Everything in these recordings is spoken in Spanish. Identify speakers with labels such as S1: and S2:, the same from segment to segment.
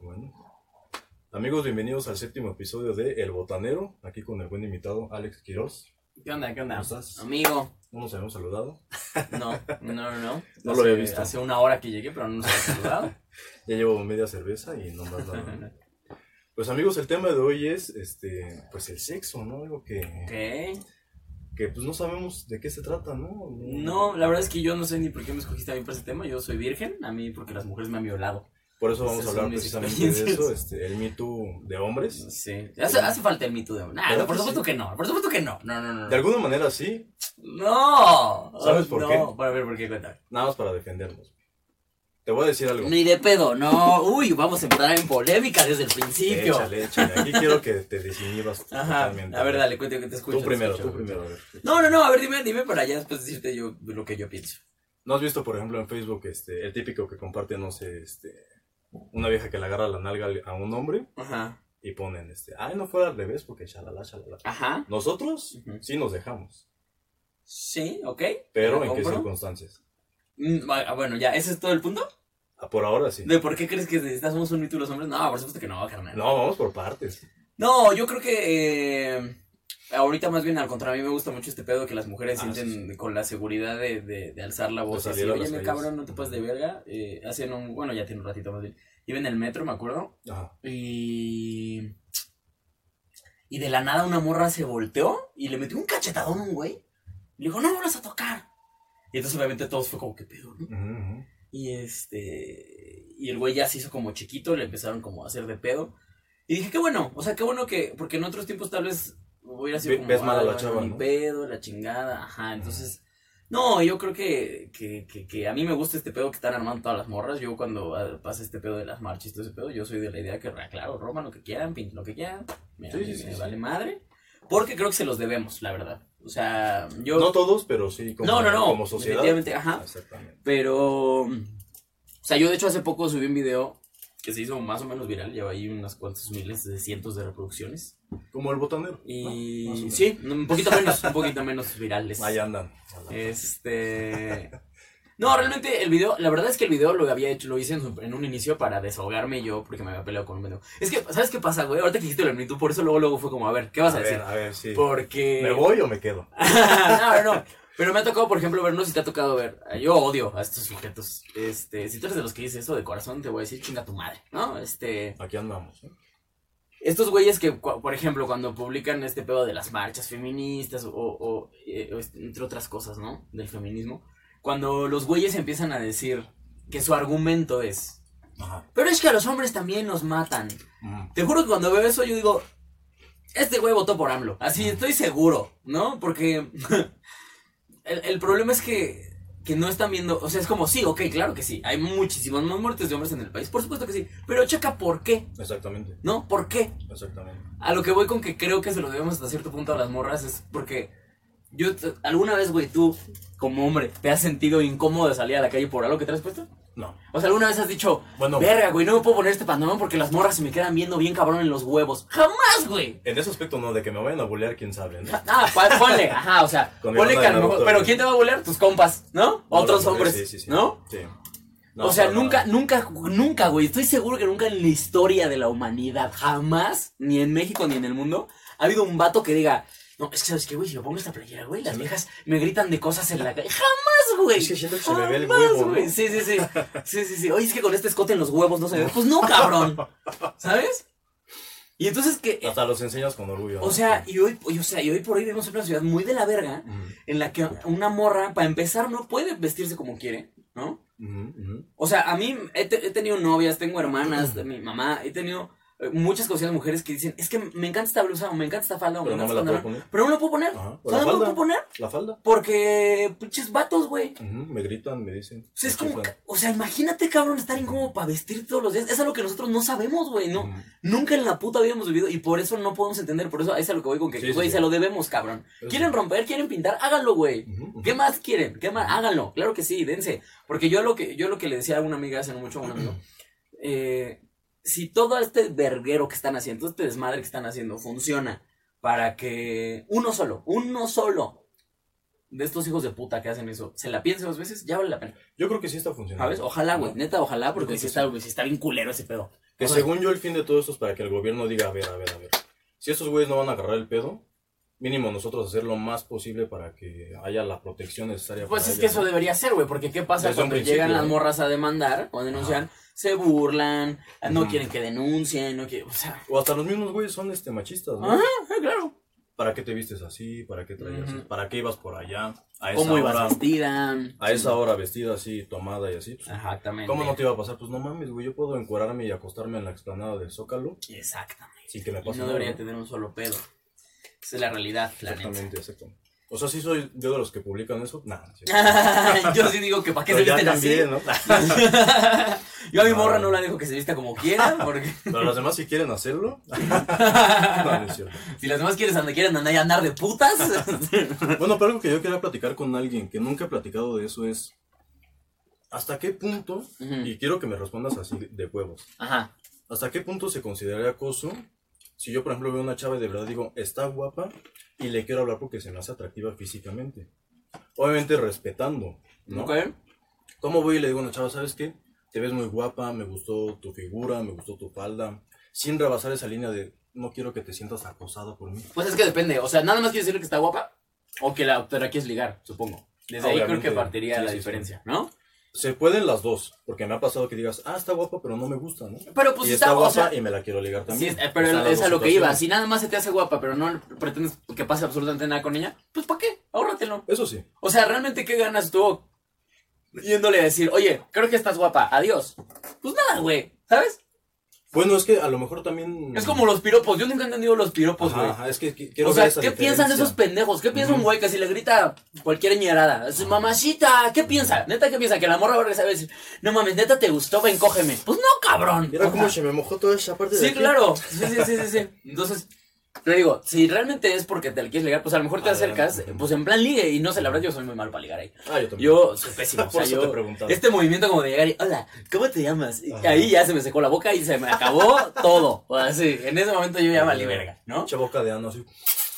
S1: Bueno. Amigos, bienvenidos al séptimo episodio de El Botanero, aquí con el buen invitado Alex Quiroz.
S2: ¿Qué onda? ¿Qué onda?
S1: ¿Cómo estás?
S2: Amigo,
S1: No nos habíamos saludado.
S2: no, no, no, no.
S1: No lo había
S2: Hace-
S1: visto.
S2: Hace una hora que llegué, pero no nos había saludado.
S1: Ya llevo media cerveza y no más nada. Pues amigos, el tema de hoy es este pues el sexo, ¿no? Algo que,
S2: Ok.
S1: que pues no sabemos de qué se trata, ¿no?
S2: No, la verdad es que yo no sé ni por qué me escogiste a mí para ese tema. Yo soy virgen, a mí porque las mujeres me han violado.
S1: Por eso vamos a
S2: Esas
S1: hablar
S2: son mis
S1: precisamente de
S2: experiencias.
S1: eso, este, el Me Too de hombres.
S2: Sí. Hace, hace falta el mito de una. Ah,
S1: Claro
S2: no, por
S1: que
S2: supuesto que no, por supuesto que no. No, no, no.
S1: De
S2: no.
S1: alguna manera sí,
S2: No.
S1: ¿Sabes por
S2: no.
S1: qué?
S2: Para ver por qué cuenta.
S1: nada más para defendernos. Te voy a decir algo.
S2: Ni de pedo, no. Uy, vamos a entrar en polémica desde el principio.
S1: Échale, échale. Aquí quiero que te desinhibas
S2: Ajá.
S1: totalmente.
S2: A ver, dale, cuéntame que te escucho.
S1: Tú
S2: te
S1: primero,
S2: escucho.
S1: tú primero. a ver.
S2: No, no, no, a ver, dime, dime para ya después decirte yo lo que yo pienso.
S1: ¿No has visto, por ejemplo, en Facebook este, el típico que comparte, no sé, este, una vieja que le agarra la nalga al- a un hombre
S2: Ajá.
S1: y ponen, este, ay, no fuera al revés porque shalala, shalala.
S2: Ajá.
S1: Nosotros
S2: Ujú.
S1: sí nos dejamos,
S2: Sí, ok.
S1: pero
S2: ¿La
S1: ¿en qué
S2: compro?
S1: circunstancias?
S2: Mm, ah, bueno, ya, ¿ese es todo el punto?
S1: Ah, Por ahora sí.
S2: ¿De por qué crees que necesitamos un mito los hombres? No, por supuesto que no, carnal.
S1: No, vamos por partes.
S2: No, yo creo que eh, ahorita más bien al contrario, a mí me gusta mucho este pedo que las mujeres
S1: Ah,
S2: sienten con la seguridad de, de- de alzar la voz.
S1: De
S2: Así,
S1: salir a
S2: oye,
S1: las
S2: mi
S1: calles".
S2: cabrón, no te pases de verga. Eh, hacen un, bueno, ya tiene un ratito más bien. Iba en el metro, me acuerdo,
S1: Ajá.
S2: y... Y de la nada una morra se volteó y le metió un cachetadón a un güey. Le dijo, no me vuelvas a tocar. Y entonces obviamente todos fue como, ¿qué pedo, no?
S1: Ujú, ujú.
S2: Y este. Y el güey ya se hizo como chiquito, le empezaron como a hacer de pedo. Y dije, qué bueno, o sea, qué bueno que. Porque en otros tiempos tal vez hubiera sido
S1: Ve-
S2: como.
S1: ves mal a la
S2: "Ah,
S1: chava,
S2: ni
S1: ¿no?"
S2: pedo, la chingada, ajá. Entonces. No, yo creo que, que, que, que a mí me gusta este pedo que están armando todas las morras. Yo cuando ah, pasa este pedo de las marchas y todo ese pedo, yo soy de la idea que, "Ah, claro, roman lo que quieran, pinten lo que quieran. Me,
S1: Sí,
S2: a mí
S1: sí, sí,
S2: me
S1: sí.
S2: vale madre. Porque creo que se los debemos, la verdad. O sea, yo.
S1: No todos, pero sí como,
S2: no, no, no.
S1: como sociedad.
S2: definitivamente, ajá.
S1: Exactamente.
S2: Pero. O sea, yo de hecho hace poco subí un video que se hizo más o menos viral. Lleva ahí unas cuantas miles de cientos de reproducciones.
S1: Como el botanero.
S2: Y.
S1: Ah, Más o menos.
S2: sí, un poquito menos, un poquito menos virales.
S1: Ahí andan.
S2: Eh, Este. No, realmente el video, la verdad es que el video lo había hecho, lo hice en, su- en un inicio para desahogarme yo porque me había peleado con un pendejo. Es que, ¿sabes qué pasa, güey? Ahorita que dijiste lo de tú, por eso luego, luego fue como, a ver, ¿qué vas a,
S1: A
S2: decir?
S1: ver, a ver, sí.
S2: Porque.
S1: ¿Me voy o me quedo?
S2: no, no, no. Pero me ha tocado, por ejemplo, ver, no sé si te ha tocado ver. eh, Yo odio a estos sujetos. Este, si tú eres de los que dices eso de corazón, te voy a decir chinga tu madre, ¿no? Este,
S1: Aquí andamos. ¿eh?
S2: estos güeyes que, cua- por ejemplo, cuando publican este pedo de las marchas feministas o, o, eh, o este, entre otras cosas, ¿no? Del feminismo. Cuando los güeyes empiezan a decir que su argumento es,
S1: Ajá.
S2: pero es que a los hombres también nos matan.
S1: Mm.
S2: Te juro que cuando veo eso yo digo, este güey votó por AMLO. Así estoy seguro, ¿no? Porque el, el problema es que, que no están viendo, o sea, es como, sí, ok, claro que sí, hay muchísimas más muertes de hombres en el país, por supuesto que sí, pero checa por qué,
S1: Exactamente,
S2: ¿no? ¿Por qué?
S1: exactamente.
S2: A lo que voy con que creo que se lo debemos hasta cierto punto a las morras es porque yo, te- alguna vez, güey, tú, como hombre, ¿te has sentido incómodo de salir a la calle por algo que te has puesto?
S1: No.
S2: O sea, alguna vez has dicho,
S1: Bueno.
S2: verga, güey, no me puedo poner este pantalón porque las morras se me quedan viendo bien cabrón en los huevos. Jamás, güey.
S1: En ese aspecto no, de que me vayan a bulear, quién sabe, ¿no?
S2: Ah, pon- ponle, ajá, o sea,
S1: Con mi
S2: ponle
S1: banda
S2: que a
S1: de
S2: lo
S1: Naruto,
S2: mejor- pero
S1: güey.
S2: ¿quién te va a bolear? Tus compas, ¿no? Otros
S1: No,
S2: hombres,
S1: sí, sí, sí.
S2: ¿no?
S1: Sí.
S2: o sea,
S1: para
S2: nunca,
S1: nada.
S2: nunca, nunca, güey, estoy seguro que nunca en la historia de la humanidad, jamás, ni en México ni en el mundo, ha habido un vato que diga, no, es que, ¿sabes qué, güey? Si me pongo esta playera, güey, las viejas me gritan de cosas en la calle. ¡Jamás, güey!
S1: Es que siento que se me ve el
S2: ¡Jamás,
S1: huevo, ¿no?
S2: güey! Sí, sí, sí. Sí, sí, sí. Oye, es que con este escote en los huevos no se ve. Pues no, cabrón. ¿Sabes? Y entonces que...
S1: Hasta los enseñas con orgullo.
S2: O
S1: ¿no?
S2: sea, y hoy, y, o sea, y hoy por hoy vivimos en una ciudad muy de la verga,
S1: Ujú,
S2: en la que una morra, para empezar, no puede vestirse como quiere, ¿no?
S1: ujú, ujú.
S2: O sea, a mí he, te- he tenido novias, tengo hermanas, de mi mamá, he tenido eh, muchas conocidas mujeres que dicen, es que me encanta esta blusa, o me encanta esta falda, o me
S1: Pero no
S2: encanta
S1: me la
S2: esta
S1: puedo
S2: pantalón,
S1: poner.
S2: Pero no lo puedo poner.
S1: Ajá. O la
S2: ¿Sabes no lo puedo
S1: falda.
S2: poner?
S1: La falda.
S2: Porque, pinches vatos, güey.
S1: Ujú, Me gritan, me dicen.
S2: O sea, es
S1: me
S2: como,
S1: chiflan.
S2: ca- o sea, imagínate, cabrón, estar incómodo para vestir todos los días. Es algo que nosotros no sabemos, güey, ¿no?
S1: Ujú.
S2: Nunca en la puta habíamos vivido y por eso no podemos entender. Por eso ahí es a lo que voy con que,
S1: Sí,
S2: güey,
S1: sí, sí.
S2: se lo debemos, cabrón.
S1: Eso
S2: ¿Quieren
S1: sí.
S2: romper? ¿Quieren pintar? Háganlo, güey.
S1: Ujú, ujú.
S2: ¿Qué más quieren? ¿Qué más? Háganlo, claro que sí, dense. Porque yo lo que, yo lo que le decía a una amiga hace no mucho, a un amigo, eh, si todo este verguero que están haciendo, todo este desmadre que están haciendo funciona para que uno solo, uno solo de estos hijos de puta que hacen eso, se la piense dos veces, ya vale la pena.
S1: Yo creo que sí está funcionando.
S2: ¿Sabes? Ojalá, güey, neta, ojalá, porque
S1: Creo que
S2: si está,
S1: sí.
S2: güey, sí está bien culero ese pedo.
S1: Que
S2: Ajá.
S1: según yo el fin de todo esto es para que el gobierno diga, a ver, a ver, a ver. Si estos güeyes no van a agarrar el pedo, mínimo nosotros hacer lo más posible para que haya la protección necesaria.
S2: Pues
S1: para
S2: es que
S1: ellas,
S2: eso
S1: ¿no?
S2: debería ser, güey, porque ¿qué pasa
S1: Desde un
S2: cuando
S1: principio,
S2: llegan las
S1: ¿no?
S2: morras a demandar o a denunciar? Se burlan, no
S1: Ujú.
S2: quieren que denuncien, no quieren, o sea,
S1: O hasta los mismos güeyes son este machistas, ¿no?
S2: Ajá. claro.
S1: ¿Para qué te vistes así? ¿Para qué traías?
S2: Ujú.
S1: ¿Para qué ibas por allá? A esa
S2: ¿Cómo ibas
S1: hora,
S2: vestida?
S1: a esa hora vestida así, tomada y así. pues,
S2: Exactamente.
S1: ¿Cómo no te iba a pasar? Pues no mames, güey, yo puedo encuerarme y acostarme en la explanada del Zócalo
S2: Exactamente.
S1: sin que me
S2: Y
S1: pase
S2: no
S1: nada.
S2: debería
S1: ¿no?
S2: tener un solo pedo. Esa es la realidad, la neta.
S1: Exactamente, exactamente. O sea, sí soy yo de los que publican eso. Nah, no es cierto.
S2: Yo sí digo Ah, que para qué
S1: Pero
S2: se
S1: ya
S2: visten así.
S1: también, ¿no?
S2: Yo a mi
S1: No.
S2: morra no la dejo que se vista como quiera, porque
S1: Pero los demás si quieren hacerlo. No, no es cierto.
S2: si las demás quieren andar, quieren andar y andar de putas.
S1: Bueno, pero algo que yo quería platicar con alguien que nunca he platicado de eso es. ¿Hasta qué punto?
S2: Ujú.
S1: Y quiero que me respondas así de huevos.
S2: Ajá.
S1: ¿Hasta qué punto se consideraría acoso? Si yo, por ejemplo, veo una chava y de verdad digo, está guapa y le quiero hablar porque se me hace atractiva físicamente. Obviamente respetando, ¿no?
S2: Ok.
S1: ¿Cómo voy y le digo a una chava, sabes qué? Te ves muy guapa, me gustó tu figura, me gustó tu falda. Sin rebasar esa línea de, no quiero que te sientas acosada por mí.
S2: Pues es que depende, o sea, nada más quiere decir que está guapa o que la, te la quieres ligar, supongo. Desde ahí creo
S1: Obviamente.
S2: que partiría
S1: Sí,
S2: la
S1: sí, sí.
S2: diferencia, ¿no?
S1: Se pueden las dos, porque me ha pasado que digas, ah, está guapa, pero no me gusta, ¿no?
S2: Pero pues
S1: y
S2: si
S1: está,
S2: está,
S1: guapa
S2: o sea,
S1: y me la quiero ligar
S2: si
S1: también.
S2: es- eh, pero
S1: Están las
S2: es a
S1: dos
S2: lo que iba,
S1: situaciones.
S2: si nada más se te hace guapa, pero no pretendes que pase absolutamente nada con ella, pues ¿para qué? Ahórratelo.
S1: Eso sí.
S2: O sea, realmente qué ganas tú yéndole a decir, "Oye, creo que estás guapa, adiós." Pues nada, güey, ¿sabes?
S1: Bueno, es que a lo mejor también...
S2: Es como los piropos, yo nunca he entendido los piropos,
S1: Ajá,
S2: Pues, güey.
S1: ajá, es que qui- quiero
S2: o sea,
S1: ver esa
S2: ¿qué piensan
S1: diferencia.
S2: esos pendejos? ¿Qué piensa un güey que si le grita cualquier ñerada? Es, Mamacita, ¿qué piensa? Neta, ¿qué piensa? Que la morra va a regresar y va a decir, no mames, neta, te gustó, ven, cógeme. Pues no, cabrón.
S1: Mira
S2: O
S1: cómo
S2: sea,
S1: se me mojó toda esa parte de
S2: Sí,
S1: aquí.
S2: claro. Sí, sí, sí, sí, sí. Entonces, te digo, si realmente es porque te la quieres ligar, pues a lo mejor te
S1: Adelante.
S2: acercas, pues en plan ligue, y no sé, la verdad, yo soy muy malo para ligar ahí.
S1: Ah, yo también.
S2: Yo soy pésimo, o sea,
S1: Por eso
S2: yo-
S1: te preguntaba.
S2: este movimiento como de llegar y, hola, ¿cómo te llamas? Y
S1: Ajá.
S2: ahí ya se me secó la boca y se me acabó todo. O sea, sí, en ese momento yo ya valí verga, ¿no?
S1: Mucha boca de ano así.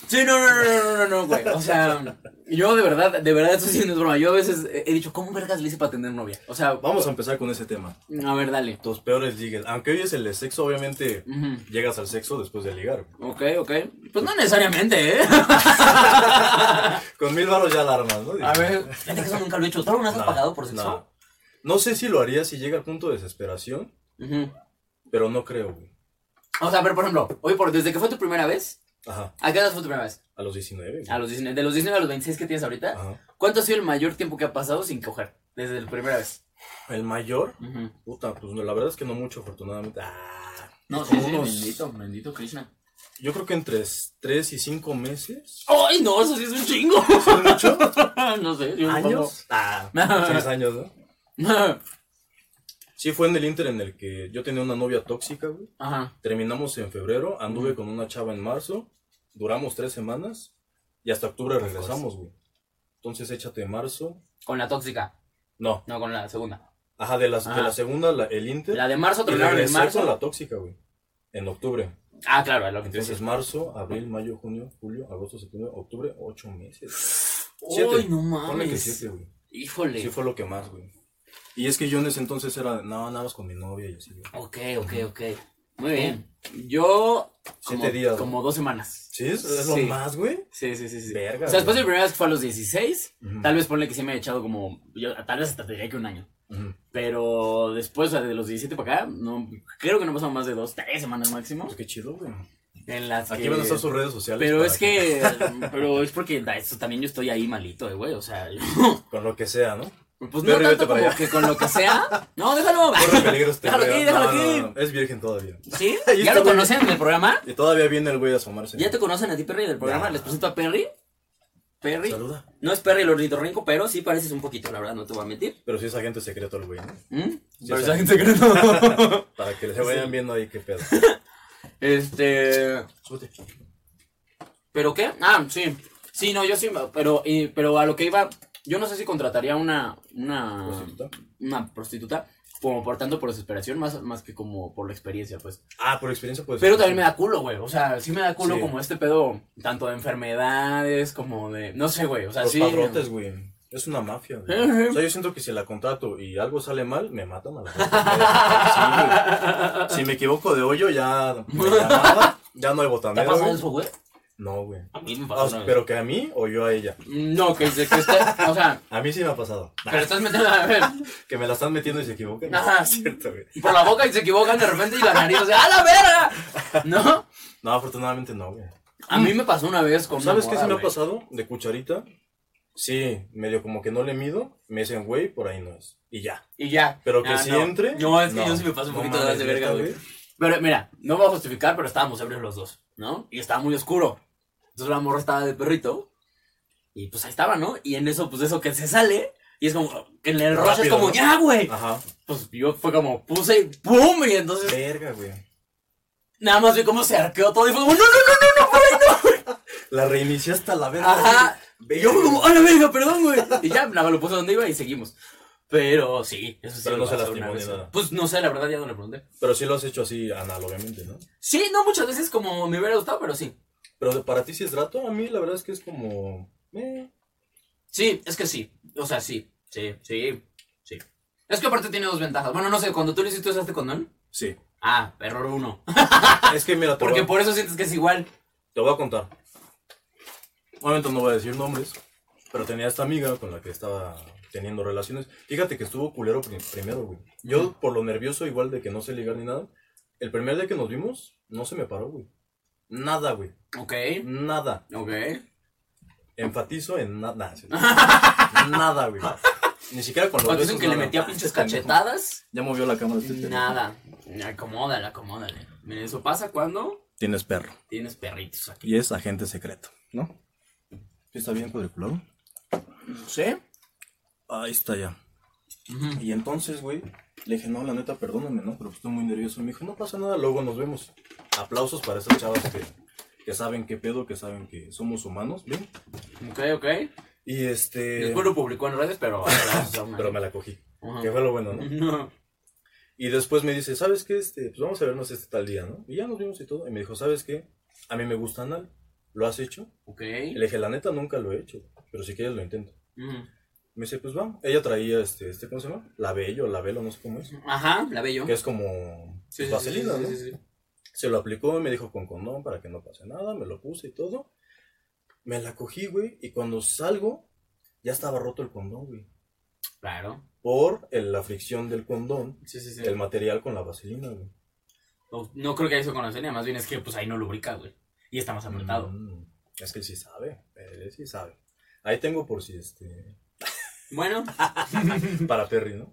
S2: Sí, no, no, no, no, no, no, güey. O sea, yo de verdad, de verdad, esto sí no es broma. Yo a veces he he dicho, ¿cómo vergas le hice para tener novia? O sea,
S1: Vamos a empezar con ese tema.
S2: a ver, dale.
S1: Tus peores ligues. Aunque hoy es el de sexo, obviamente
S2: Ujú.
S1: llegas al sexo después de ligar.
S2: Ok, ok. Pues no necesariamente, ¿eh?
S1: Con mil baros ya la armas, ¿no?
S2: A ver. Fíjate que eso nunca lo he hecho. ¿Tú alguna vez has
S1: No,
S2: pagado por
S1: No.
S2: sexo?
S1: No sé si lo haría si llega al punto de desesperación,
S2: Ujú.
S1: pero no creo, güey.
S2: O sea, a ver, por ejemplo, oye, por, desde que fue tu primera vez,
S1: Ajá,
S2: ¿a qué edad fue tu primera vez?
S1: a los 19. güey.
S2: A los 19, de los 19 a los 26 que tienes ahorita,
S1: Ajá.
S2: ¿cuánto ha sido el mayor tiempo que ha pasado sin coger? Desde la primera vez.
S1: El mayor,
S2: Ujú.
S1: puta, pues no, la verdad es que no mucho, afortunadamente. Ah,
S2: No,
S1: pues
S2: sí,
S1: como
S2: sí,
S1: unos-
S2: bendito, bendito Krishna.
S1: Yo creo que entre 3 y 5 meses.
S2: ¡Ay, no! Eso sí es un chingo.
S1: ¿Son mucho?
S2: no sé. yo
S1: ¿Años? Ah, 6 años, ¿no?
S2: supongo.
S1: Sí, fue en el Inter en el que yo tenía una novia tóxica, güey.
S2: Ajá.
S1: Terminamos en febrero, anduve
S2: Ujú.
S1: con una chava en marzo, duramos tres semanas y hasta octubre regresamos, güey. Entonces échate marzo.
S2: Con la tóxica.
S1: No,
S2: No, con la segunda.
S1: ajá, de, las, de
S2: Ajá.
S1: la segunda, la- el Inter.
S2: Ah. La de marzo
S1: y
S2: terminaron en
S1: regresé
S2: marzo.
S1: con la tóxica, güey. En octubre.
S2: Ah, claro, es lo que te
S1: Entonces
S2: dices.
S1: marzo, abril, mayo, junio, julio, agosto, septiembre, octubre, ocho meses. Siete.
S2: Uy, no
S1: Ponle que
S2: mames.
S1: siete, güey.
S2: Híjole.
S1: Sí fue lo que más, güey. Y es que yo en ese entonces era, no, nada más con mi novia y así, güey.
S2: Ok, ok, ok. Muy bien. Yo. Como,
S1: Siete días,
S2: como dos semanas.
S1: ¿Sí? ¿Es, es
S2: Sí.
S1: lo más, güey?
S2: Sí, sí, sí. sí.
S1: Verga,
S2: o sea, después
S1: güey.
S2: de la primera vez que fue a los 16,
S1: Ujú.
S2: tal vez ponle que sí me he echado como. Yo, tal vez hasta te diría que un año.
S1: Ujú.
S2: Pero después, o sea, de los 17 para acá, no, creo que no pasaron más de dos, tres semanas máximo.
S1: Pues qué chido, güey.
S2: En las
S1: Aquí
S2: que-
S1: van a estar sus redes sociales.
S2: Pero
S1: para
S2: es que. Pero es porque da, esto, también yo estoy ahí malito, eh, güey. O sea, yo-
S1: Con lo que sea, ¿no?
S2: Pues no
S1: Perry, vete
S2: tanto
S1: para
S2: como
S1: allá.
S2: que con lo que sea. No, déjalo.
S1: Corre peligro este
S2: Déjalo
S1: güey.
S2: aquí, déjalo
S1: No, no,
S2: aquí.
S1: no, Es virgen todavía.
S2: ¿Sí?
S1: Ahí
S2: ¿Ya
S1: está,
S2: lo
S1: güey.
S2: conocen del programa?
S1: Y todavía viene el güey a asomarse.
S2: ¿Ya te conocen a ti, Perry, del programa?
S1: Ya.
S2: Les presento a Perry. Perry.
S1: Saluda.
S2: No es Perry el ornitorrinco, pero sí pareces un poquito, la verdad, no te voy a mentir.
S1: Pero si es agente secreto el güey, ¿no?
S2: ¿Mm?
S1: Sí,
S2: Pero
S1: sí.
S2: es agente secreto.
S1: Para que se vayan viendo ahí qué pedo.
S2: este.
S1: Súbete.
S2: ¿Pero qué? Ah, sí. Sí, no, yo sí, pero, y- pero a lo que iba, yo no sé si contrataría una, una,
S1: ¿Prostituta?
S2: una prostituta como por tanto por desesperación, más, más que como por la experiencia, pues.
S1: Ah, por experiencia pues.
S2: Pero también me da culo, güey, o sea, sí me da culo
S1: Sí.
S2: como este pedo, tanto de enfermedades, como de, no sé, güey, o sea,
S1: Los
S2: sí.
S1: padrotes, güey. Es una mafia, güey. O sea, yo siento que si la contrato y algo sale mal, me matan a la gente. Sí, güey. Si me equivoco de hoyo, ya. me llamaba, ya no hay
S2: ¿Te ha
S1: botanero.
S2: pasado
S1: güey.
S2: eso, güey?
S1: No, güey.
S2: A mí me
S1: Ah,
S2: pasó una vez.
S1: pero que a mí o yo a ella.
S2: No, que dice que está, o sea,
S1: A mí sí me ha pasado. Ah,
S2: pero estás metiendo a ver,
S1: Que me la están metiendo y se equivocan.
S2: Ajá.
S1: Es cierto, güey.
S2: por la boca y se equivocan de repente y la nariz, o sea, ¡a la verga! ¿No?
S1: No, afortunadamente no, güey.
S2: A mí me pasó una vez con una
S1: ¿Sabes qué
S2: morra,
S1: se me ha
S2: güey.
S1: pasado? De cucharita. Sí, medio como que no le mido. Me dicen, güey, por ahí no es. Y ya.
S2: Y ya.
S1: Pero que
S2: Ah,
S1: si
S2: no.
S1: entre.
S2: No, es que yo sí me paso un
S1: No
S2: poquito de
S1: mames,
S2: de verga,
S1: neta,
S2: güey. Pero mira, no voy a justificar, pero estábamos ebrios los dos, ¿no? Y estaba muy oscuro. Entonces la morra estaba de perrito. Y pues ahí estaba, ¿no? Y en eso, pues eso que se sale. Y es como, que en el rush es
S1: Rápido,
S2: como,
S1: ¿no?
S2: ya, güey.
S1: Ajá.
S2: Pues yo fue como, puse y ¡pum! Y entonces
S1: Verga, güey.
S2: nada más vi cómo se arqueó todo y fue como, no, no, no,
S1: La reinicié hasta la
S2: no.
S1: verga.
S2: Ajá.
S1: güey.
S2: Y yo fue como, ¡a la verga, perdón, güey! Y ya, nada más lo puse donde iba y seguimos. Pero sí, eso sí.
S1: Pero
S2: me
S1: no se
S2: pasó
S1: lastimó
S2: una
S1: ni
S2: vez.
S1: nada.
S2: Pues no sé, la verdad ya no le pregunté.
S1: Pero sí lo has hecho así análogamente, ¿no?
S2: Sí, no muchas veces como me hubiera gustado, pero sí.
S1: Pero para ti sí es rato, a mí la verdad es que es como. eh,
S2: Sí, es que sí. O sea, sí. Sí, sí, sí. Es que aparte tiene dos ventajas. Bueno, no sé, cuando tú lo hiciste, usaste condón.
S1: sí.
S2: Ah, error uno.
S1: Es que mira, te,
S2: Porque
S1: voy,
S2: por eso sientes que es igual.
S1: a- te voy a contar. Obviamente no voy a decir nombres, pero tenía esta amiga con la que estaba teniendo relaciones. Fíjate que estuvo culero pri- primero, güey. Yo, por lo nervioso, igual de que no sé ligar ni nada, el primer día que nos vimos, no se me paró, güey. Nada, güey.
S2: Ok,
S1: Nada.
S2: ok.
S1: Enfatizo en nada. nada, güey. Ni siquiera con los
S2: Cuando dicen
S1: besos,
S2: que le
S1: nada.
S2: metía
S1: Ah,
S2: pinches
S1: este pendejo.
S2: cachetadas,
S1: Ya movió la cámara. este pendejo.
S2: nada. Acomódale, acomódale. Mira, eso pasa cuando
S1: Tienes perro.
S2: tienes perritos aquí.
S1: Y es agente secreto, ¿no? ¿Sí ¿Está bien cuadriculado?
S2: ¿Sí?
S1: Ahí está ya.
S2: Ujú.
S1: Y entonces, güey, le dije, no, la neta, perdóname, ¿no? Pero estoy muy nervioso. Me dijo, no pasa nada, luego nos vemos. Aplausos para esas chavas que, que saben qué pedo, que saben que somos humanos, ¿bien?
S2: Ok, ok.
S1: Eh. Y este...
S2: Después lo publicó en redes, pero...
S1: Pero me la cogí.
S2: Ajá.
S1: Que fue lo bueno, ¿no?
S2: No.
S1: Y después me dice, ¿sabes qué? Este, pues vamos a vernos este tal día, ¿no? Y ya nos vimos y todo. Y me dijo, ¿sabes qué? A mí me gusta anal. ¿Lo has hecho?
S2: Ok.
S1: Y le dije, la neta, nunca lo he hecho. Pero si quieres lo intento.
S2: Ujú.
S1: Me dice, pues vamos. Ella traía este, este ¿cómo se llama? La Bello, la Velo, no sé cómo es.
S2: Ajá, la veo yo.
S1: Que es como pues,
S2: Sí, sí, sí,
S1: vaselina,
S2: sí,
S1: ¿no?
S2: sí, sí, sí.
S1: Se lo aplicó, me dijo con condón para que no pase nada, me lo puse y todo. Me la cogí, güey, y cuando salgo, ya estaba roto el condón, güey.
S2: Claro.
S1: Por el- la fricción del condón,
S2: Sí, sí, sí.
S1: el material con la vaselina, güey.
S2: No, no creo que haya eso con la serie, más bien es que pues ahí no lubrica, güey. Y está más apretado.
S1: Mm, es que él sí sabe, él sí sabe. Ahí tengo por si este.
S2: Bueno,
S1: Para Perry, ¿no?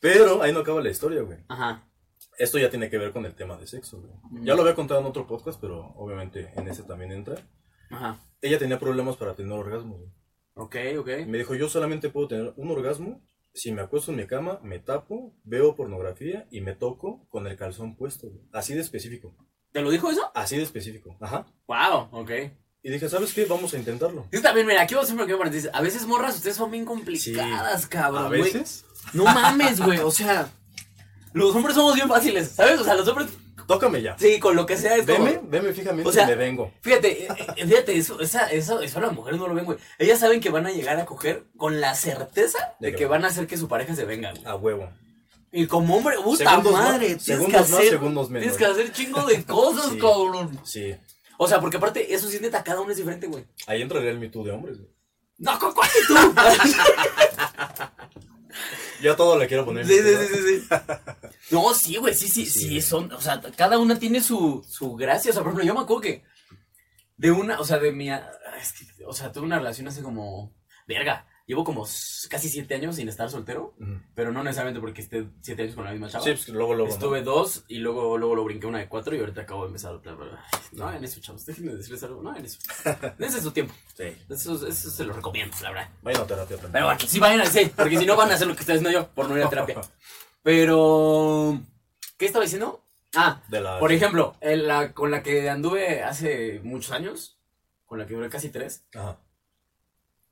S1: Pero ahí no acaba la historia, güey.
S2: ajá.
S1: Esto ya tiene que ver con el tema de sexo, güey. Ya lo había contado en otro podcast, pero obviamente en ese también entra.
S2: Ajá.
S1: Ella tenía problemas para tener orgasmo, güey.
S2: Ok, ok.
S1: Y Me dijo, yo solamente puedo tener un orgasmo si me acuesto en mi cama, me tapo, veo pornografía y me toco con el calzón puesto, güey. Así de específico.
S2: ¿Te lo dijo eso?
S1: Así de específico. Ajá.
S2: Wow, ok.
S1: Y dije, ¿sabes qué? Vamos a intentarlo.
S2: Yo también, mira, aquí vamos a hacer un paréntesis. A veces morras, ustedes son bien complicadas, cabrón.
S1: A
S2: güey.
S1: veces
S2: No mames, güey. O sea, los hombres somos bien fáciles, ¿sabes? O sea, los hombres,
S1: Tócame ya.
S2: sí, con lo que sea es como-
S1: Veme, veme fijamente
S2: O sea-
S1: y me vengo.
S2: Fíjate, eh, eh, fíjate, eso, esa, eso, eso las mujeres no lo ven, güey. Ellas saben que van a llegar a coger con la certeza de
S1: De que
S2: que
S1: van.
S2: van a hacer que su pareja se venga, güey.
S1: A huevo.
S2: Y como hombre, puta
S1: Segundos más-
S2: madre, tienes
S1: segundos
S2: que
S1: más,
S2: hacer,
S1: segundos menos.
S2: tienes que hacer chingo de cosas,
S1: Sí.
S2: cabrón.
S1: Sí.
S2: O sea, porque aparte, eso sí, neta, cada uno es diferente, güey.
S1: Ahí entraría el Me Too de hombres, güey.
S2: No, ¿con cuál tú? sí,
S1: Yo a todo le quiero poner.
S2: sí,
S1: Me Too,
S2: sí, sí, sí. No, sí, güey, sí, sí, sí,
S1: Sí, güey.
S2: son, o sea, cada una tiene su, su gracia. O sea, por ejemplo, yo me acuerdo que de una, o sea, de mi, ah, es que, o sea, tuve una relación hace como, verga, llevo como s- casi siete años sin estar soltero,
S1: ¿no? Ujú.
S2: pero no necesariamente porque esté siete años con la misma chava.
S1: Sí, pues luego, luego. ¿no?
S2: Estuve dos y luego, luego lo brinqué una de cuatro y ahorita acabo de empezar otra. Ay, No en eso, chavos, déjenme decirles algo. No en eso. Dense su tiempo.
S1: Sí.
S2: Eso, eso se lo recomiendo, la verdad.
S1: Vayan a terapia también.
S2: Pero bueno, sí vayan a sí, porque si no van a hacer lo que ustedes no yo por no ir a terapia. Pero, ¿qué estaba diciendo? Ah,
S1: De la.
S2: por ejemplo, en la, con la que anduve hace muchos años, con la que duré casi tres.
S1: Ajá.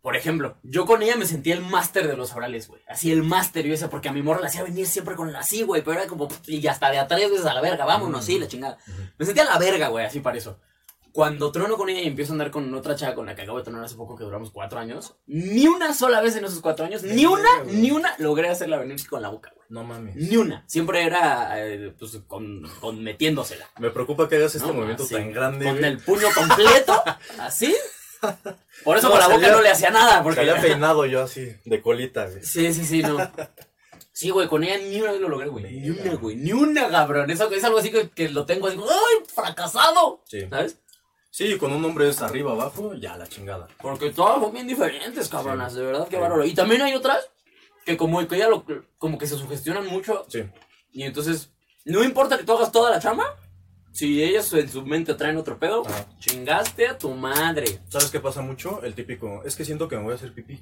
S2: Por ejemplo, yo con ella me sentía el máster de los orales, güey. Así el máster, yo decía, porque a mi morra la hacía venir siempre con la así, güey. Pero era como, y hasta de a tres veces a la verga, vámonos,
S1: Mm.
S2: sí, la chingada.
S1: Ujú.
S2: Me sentía la verga, güey, así para eso. Cuando trono con ella y empiezo a andar con otra chava con la que acabo de tronar hace poco, que duramos cuatro años, ni una sola vez en esos cuatro años,
S1: ¿En
S2: ni una,
S1: serio, güey?
S2: ni una logré hacerla venir con la boca, güey.
S1: No mames.
S2: Ni una. Siempre era, eh, pues, con, con metiéndosela.
S1: Me preocupa que hagas este
S2: No,
S1: movimiento
S2: así,
S1: tan grande.
S2: Con
S1: güey.
S2: el puño completo, así. Por eso
S1: No,
S2: con la boca
S1: salía-
S2: no le hacía nada, porque...
S1: Salía peinado yo así, de colita, güey.
S2: Sí, sí, sí, no. Sí, güey, con ella ni una vez lo logré, güey. Ni
S1: Verga.
S2: una, güey. Ni una, cabrón. Eso es algo así que, que lo tengo así como, ¡ay, fracasado!
S1: Sí.
S2: ¿Sabes?
S1: Sí, con un hombre es arriba, abajo, ya la chingada.
S2: Porque todas son bien diferentes, cabronas.
S1: Sí.
S2: De verdad, qué
S1: Sí.
S2: bárbaro. Y también hay otras que como que ella lo, como que se sugestionan mucho.
S1: Sí.
S2: Y entonces, no importa que tú hagas toda la chama, si ellas en su mente traen otro pedo,
S1: Ajá.
S2: chingaste a tu madre.
S1: ¿Sabes qué pasa mucho? El típico, es que siento que me voy a hacer pipí.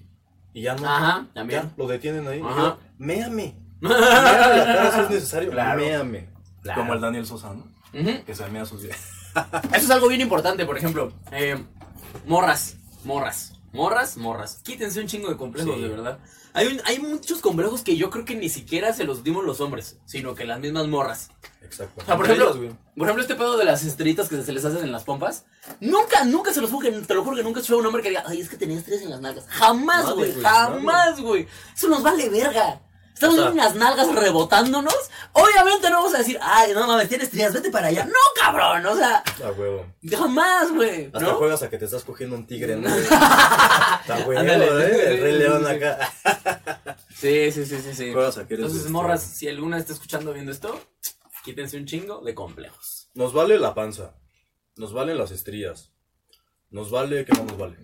S1: Y ya no.
S2: Ajá,
S1: Ya,
S2: también.
S1: lo detienen ahí.
S2: Ajá.
S1: Y yo, Méame. Méame la cara si es necesario.
S2: Claro.
S1: Méame.
S2: Claro.
S1: Como el Daniel Sosa, ¿no?
S2: Ujú.
S1: Que se mea sus videos.
S2: Eso es algo bien importante, por ejemplo, eh, morras, morras, morras, morras. Quítense un chingo de complejos,
S1: Sí.
S2: de verdad. Hay, un- hay muchos complejos que yo creo que ni siquiera se los dimos los hombres, sino que las mismas morras.
S1: Exacto.
S2: O sea, Ah, por
S1: Entre
S2: ejemplo,
S1: ellas, güey.
S2: por ejemplo, este pedo de las estrellitas que se les hacen en las pompas, nunca, nunca se los juro, que- te lo juro que nunca escuché a un hombre que diga, ay, es que tenías tres en las nalgas. Jamás,
S1: Nadie,
S2: güey,
S1: güey,
S2: jamás, güey. Eso nos vale verga. Estamos
S1: O sea-
S2: en unas nalgas rebotándonos. Obviamente no vamos a decir, ay, no mames, tienes tres, vete para allá. No, cabrón, o sea,
S1: A huevo.
S2: jamás, güey.
S1: Hasta
S2: ¿no?
S1: juegas a que te estás cogiendo un tigre, ¿no? Está huevo,
S2: Ándale.
S1: ¿eh? El rey
S2: Sí,
S1: león
S2: sí, sí.
S1: acá.
S2: Sí, sí, sí, sí, sí.
S1: Juegas a que eres
S2: Entonces,
S1: este-
S2: morras, si alguna está escuchando viendo esto, quítense un chingo de complejos.
S1: Nos vale la panza. Nos valen las estrías. Nos vale, ¿qué no nos vale?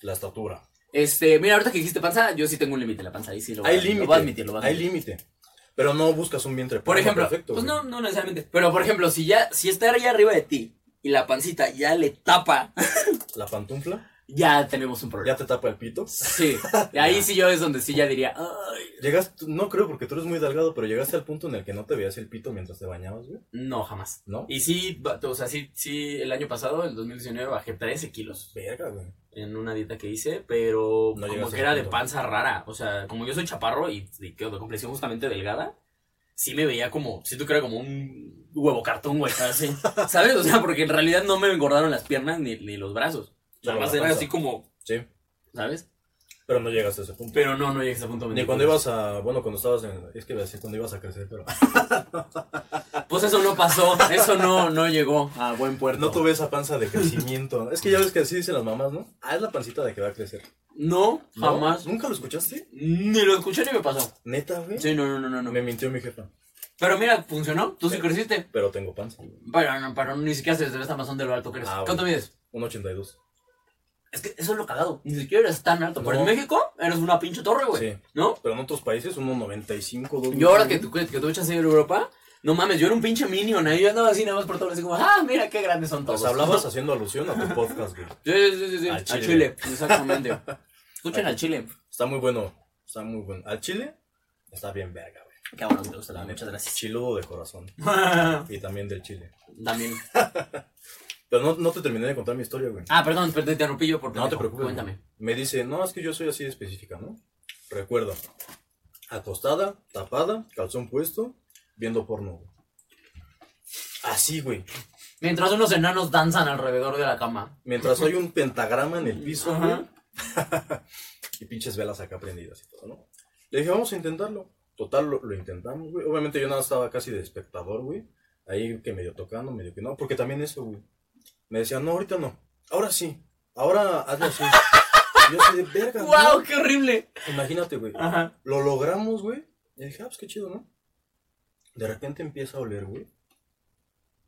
S1: La estatura.
S2: Este, mira, ahorita que dijiste panza, yo sí tengo un límite en la panza, ahí sí lo voy a
S1: Hay
S2: admitir,
S1: límite.
S2: lo voy a admitir, lo voy a
S1: Hay
S2: admitir.
S1: límite. Pero no buscas un vientre
S2: Por
S1: plano
S2: ejemplo,
S1: perfecto,
S2: pues
S1: güey.
S2: no, no necesariamente, pero por ejemplo, si ya, si está allá arriba de ti y la pancita ya le tapa,
S1: La pantufla
S2: ya tenemos un
S1: ya
S2: problema.
S1: te tapa el pito.
S2: Sí, ahí sí yo es donde sí ya diría, "Ah, ay,
S1: Llegas, no creo porque tú eres muy delgado, pero llegaste al punto en el que no te veías el pito mientras te bañabas, güey.
S2: no, jamás.
S1: ¿No?
S2: Y sí, ba- o sea, sí, sí, el año pasado, el 2019, bajé 13 kilos.
S1: Verga, güey.
S2: en una dieta que hice, pero
S1: No
S2: como
S1: llegas
S2: que
S1: a
S2: era
S1: ese
S2: de
S1: punto.
S2: panza rara. O sea, como yo soy chaparro y, y que de complexión justamente delgada, sí me veía como, siento que era como un huevo cartón, güey, así. ¿Sabes? O sea, porque en realidad no me engordaron las piernas ni, ni los brazos. Nada
S1: Solo
S2: más
S1: la
S2: era
S1: panza.
S2: así como,
S1: Sí,
S2: ¿sabes?
S1: pero no llegaste a ese punto.
S2: Pero no, no llegué a ese punto.
S1: Ni cuando ibas a, bueno, cuando estabas en, es que iba a decir cuando ibas a crecer, pero
S2: Pues eso no pasó, eso no, no llegó a Ah, buen puerto.
S1: no tuve esa panza de crecimiento. es que ya ves que así dicen las mamás, ¿no? Ah, es la pancita de que va a crecer.
S2: No,
S1: ¿No?
S2: jamás.
S1: ¿Nunca lo escuchaste?
S2: Ni lo escuché ni me pasó.
S1: Neta, güey.
S2: Sí, no, no, no, no, no.
S1: Me mintió mi jefa,
S2: Pero mira, funcionó, tú sí creciste.
S1: pero tengo panza. güey.
S2: Pero, no, pero ni siquiera se ves tan mazón de lo alto que eres.
S1: Ah, bueno.
S2: ¿Cuánto mides?
S1: Un 82.
S2: Es que eso es lo cagado. Ni siquiera eres tan alto. Pero en
S1: No.
S2: México eres una pinche torre, güey.
S1: Sí.
S2: ¿No?
S1: Pero en otros países, 1.95, 2.
S2: Ah, Yo ahora que tú, que tú echas en Europa, no mames, yo era un pinche minion. ahí Yo andaba así nada más por todo. Así como, ah, mira qué grandes son todos.
S1: Pues hablabas haciendo alusión a tu podcast, güey.
S2: Sí, sí, sí, sí, sí.
S1: Al
S2: Al Chile.
S1: Chile.
S2: Exactamente. Escuchen al Chile.
S1: Está muy bueno. Está muy bueno. Al chile, está bien verga, güey.
S2: Qué bueno que te gusta la
S1: La
S2: muchas
S1: neta,
S2: gracias.
S1: Chiludo de corazón. Y también del chile.
S2: También.
S1: Pero no, no te terminé de contar mi historia, güey.
S2: Ah, perdón, perdón, te interrumpí yo por
S1: No te
S2: pendejo.
S1: preocupes.
S2: Cuéntame.
S1: güey. Me dice, no, es que yo soy así de específica, ¿no? Recuerdo. Acostada, tapada, calzón puesto, viendo porno, güey. Así, güey.
S2: Mientras unos enanos danzan alrededor de la cama.
S1: Mientras hay un pentagrama en el piso,
S2: Ajá.
S1: güey. y pinches velas acá prendidas y todo, ¿no? Le dije, vamos a intentarlo. Total, lo, lo intentamos, güey. Obviamente yo nada estaba casi de espectador, güey. Ahí que medio tocando, medio que no. Porque también eso, güey. Me decía, no, ahorita no. Ahora sí. Ahora hazlo así. Y yo soy de verga, güey.
S2: ¡Wow! ¡Qué horrible!
S1: Imagínate, güey.
S2: Ajá.
S1: Lo logramos, güey. Y dije, ah, pues qué chido, ¿no? De repente empieza a oler, güey.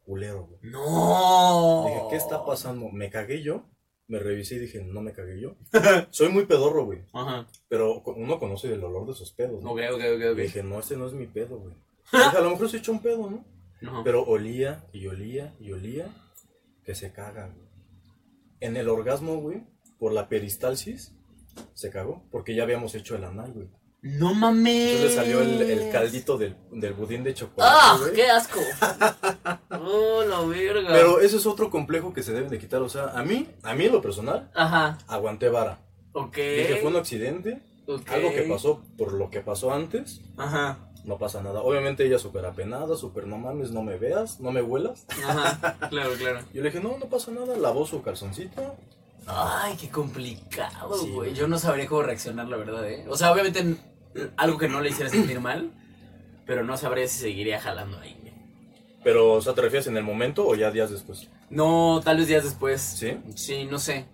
S1: Culero, güey.
S2: ¡No!
S1: Dije, ¿qué está pasando? ¿Me cagué yo? Me revisé y dije, no me cagué yo. Soy muy pedorro, güey.
S2: Ajá.
S1: Pero co- uno conoce el olor de sus pedos, ¿no?
S2: Ok, ok, ok,
S1: Y
S2: ok.
S1: dije, no, este no es mi pedo, güey. Dije, a lo mejor se echó un pedo, ¿no?
S2: Ajá.
S1: Pero olía y olía y olía que se caga, güey. En el orgasmo, güey, por la peristalsis, se cagó. Porque ya habíamos hecho el anal, güey.
S2: No mames.
S1: Entonces le salió el,
S2: Eh.
S1: el caldito del, del budín de chocolate,
S2: ¡Ah!
S1: güey.
S2: ¡Qué asco! ¡Oh, la verga!
S1: Pero ese es otro complejo que se deben de quitar. O sea, a mí, a mí en lo personal,
S2: Ajá.
S1: aguanté vara.
S2: Ok.
S1: Dije, fue un accidente,
S2: ok.
S1: algo que pasó por lo que pasó antes,
S2: Ajá.
S1: no pasa nada. Obviamente ella súper apenada, súper no mames, no me veas, no me huelas.
S2: Ajá, claro, claro.
S1: Yo le dije, no, no pasa nada, lavó su calzoncito.
S2: Ay, qué complicado,
S1: Sí,
S2: güey.
S1: güey.
S2: Yo no sabría cómo reaccionar, la verdad, ¿eh? O sea, obviamente n- algo que no le hiciera sentir mal, pero no sabría si seguiría jalando ahí. güey.
S1: Pero, o sea, ¿te refieres en el momento o ya días después?
S2: No, tal vez días después.
S1: ¿Sí?
S2: Sí, no sé.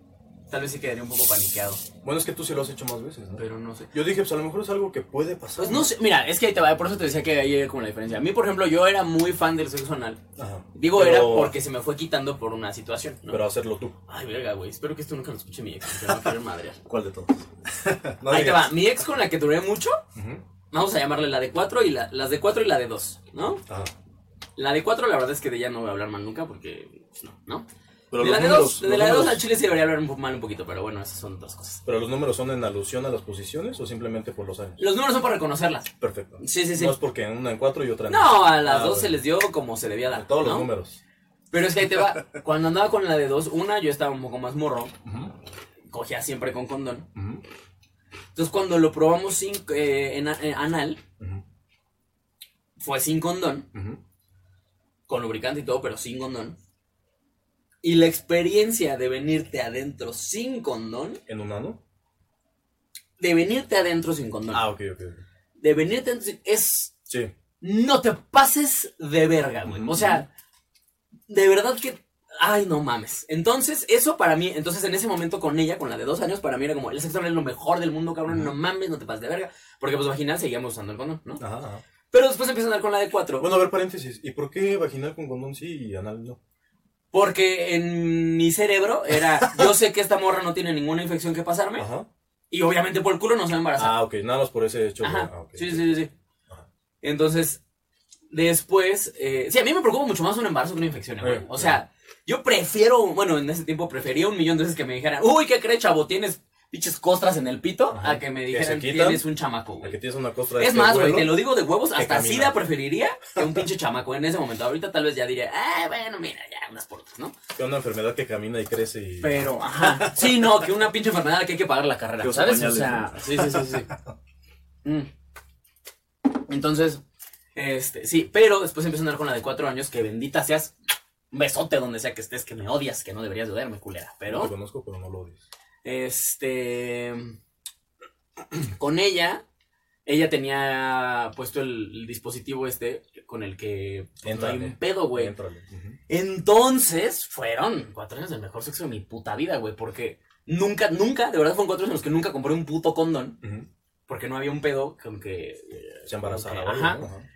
S2: Tal vez sí quedaría un poco paniqueado,
S1: Bueno, es que tú sí lo has hecho más veces, ¿no?
S2: pero no sé.
S1: Yo dije, pues a lo mejor es algo que puede pasar.
S2: Pues no sé, mira, es que ahí te va, por eso te decía que ahí era como la diferencia. A mí, por ejemplo, yo era muy fan del sexo anal.
S1: Ajá.
S2: Digo,
S1: Pero-
S2: era porque se me fue quitando por una situación, ¿no?
S1: Pero hacerlo tú.
S2: Ay, verga, güey, espero que esto nunca lo escuche mi ex, porque me va a querer madrear.
S1: ¿Cuál de todos? No
S2: Ahí te va,
S1: digas.
S2: mi ex con la que duré mucho,
S1: Ujú.
S2: vamos a llamarle la de 4 y la, las de 4 y la de 2, ¿no?
S1: Ajá.
S2: La de 4 la verdad es que de ella no voy a hablar mal nunca porque pues, no, ¿no?
S1: Pero
S2: de la
S1: los
S2: de
S1: números,
S2: 2, de
S1: los
S2: la de 2
S1: números-
S2: al chile sí debería hablar un poco mal un poquito, pero bueno, esas son otras cosas.
S1: ¿Pero los números son en alusión a las posiciones o simplemente por los años?
S2: Los números son para reconocerlas.
S1: Perfecto.
S2: Sí, sí, sí.
S1: No es porque una en cuatro y otra en
S2: No, a las
S1: Ah,
S2: dos se
S1: bueno.
S2: les dio como se debía dar.
S1: De todos los
S2: ¿no?
S1: números.
S2: Pero es que ahí te va. Cuando andaba con la de dos, una yo estaba un poco más morro,
S1: Ujú,
S2: cogía siempre con condón.
S1: ujú,
S2: Entonces cuando lo probamos sin, eh, en, a- en anal,
S1: ujú,
S2: fue sin condón,
S1: ujú.
S2: con lubricante y todo, pero sin condón. Y la experiencia de venirte adentro sin condón,
S1: ¿En un ano?
S2: de venirte adentro sin condón,
S1: Ah, ok, ok. ok.
S2: de venirte adentro sin- es
S1: Sí.
S2: no te pases de verga, güey. O sea, de verdad que. Ay, no mames. Entonces, eso para mí, entonces en ese momento con ella, con la de dos años, para mí era como, el sexo anal es lo mejor del mundo, cabrón, no mames, no te pases de verga. Porque pues vaginal seguíamos usando el condón, ¿no?
S1: Ajá, ajá.
S2: Pero después empiezo a andar con la de cuatro.
S1: Bueno, a ver, paréntesis. ¿Y por qué vaginal con condón sí y anal no?
S2: Porque en mi cerebro era, yo sé que esta morra no tiene ninguna infección que pasarme,
S1: Ajá.
S2: y obviamente por el culo no se va a embarazar.
S1: Ah, ok. Nada más por ese hecho.
S2: Ajá.
S1: Ah, ok.
S2: Sí, sí, sí. sí.
S1: Ajá.
S2: Entonces, después. eh, sí, a mí me preocupa mucho más un embarazo que una infección, güey.
S1: Eh,
S2: o sea, yo prefiero. Bueno, en ese tiempo prefería un millón de veces que me dijeran, uy, ¿qué crees, chavo? ¿Tienes pinches costras en el pito?
S1: Ajá.
S2: A que me
S1: ¿Que
S2: dijeran,
S1: se quitan?
S2: tienes un chamaco,
S1: La que
S2: güey.
S1: tienes una costra de
S2: Es
S1: este
S2: más, güey,
S1: vuelo.
S2: te lo digo de huevos,
S1: que
S2: hasta
S1: camina.
S2: SIDA preferiría que un pinche chamaco en ese momento. Ahorita tal vez ya diría, ah, bueno, mira, ya, unas por otras, ¿no?
S1: Que una enfermedad que camina y crece y...
S2: Pero, ajá. Sí, no, que una pinche enfermedad a la que hay que pagar la
S1: Que
S2: carrera,
S1: usa
S2: ¿sabes? O
S1: pañales,
S2: sea, sí, sí, sí, sí. Mm. Entonces, este, sí, pero después empiezo a andar con la de cuatro años, que bendita seas, un besote donde sea que estés, que me odias, que no deberías de odiarme, culera.
S1: Lo
S2: Pero,
S1: conozco, pero no lo odies.
S2: este, con ella, ella tenía puesto el, el dispositivo este con el que pues, no hay
S1: Entrale.
S2: un pedo, güey.
S1: Éntrale. Ujú.
S2: Entonces, fueron cuatro años del mejor sexo de mi puta vida, güey, porque nunca, nunca, de verdad fueron cuatro años en los que nunca compré un puto condón,
S1: Ujú.
S2: porque no había un pedo con que...
S1: Se embarazara.
S2: Ok,
S1: o algo,
S2: ajá.
S1: ¿no? Ajá.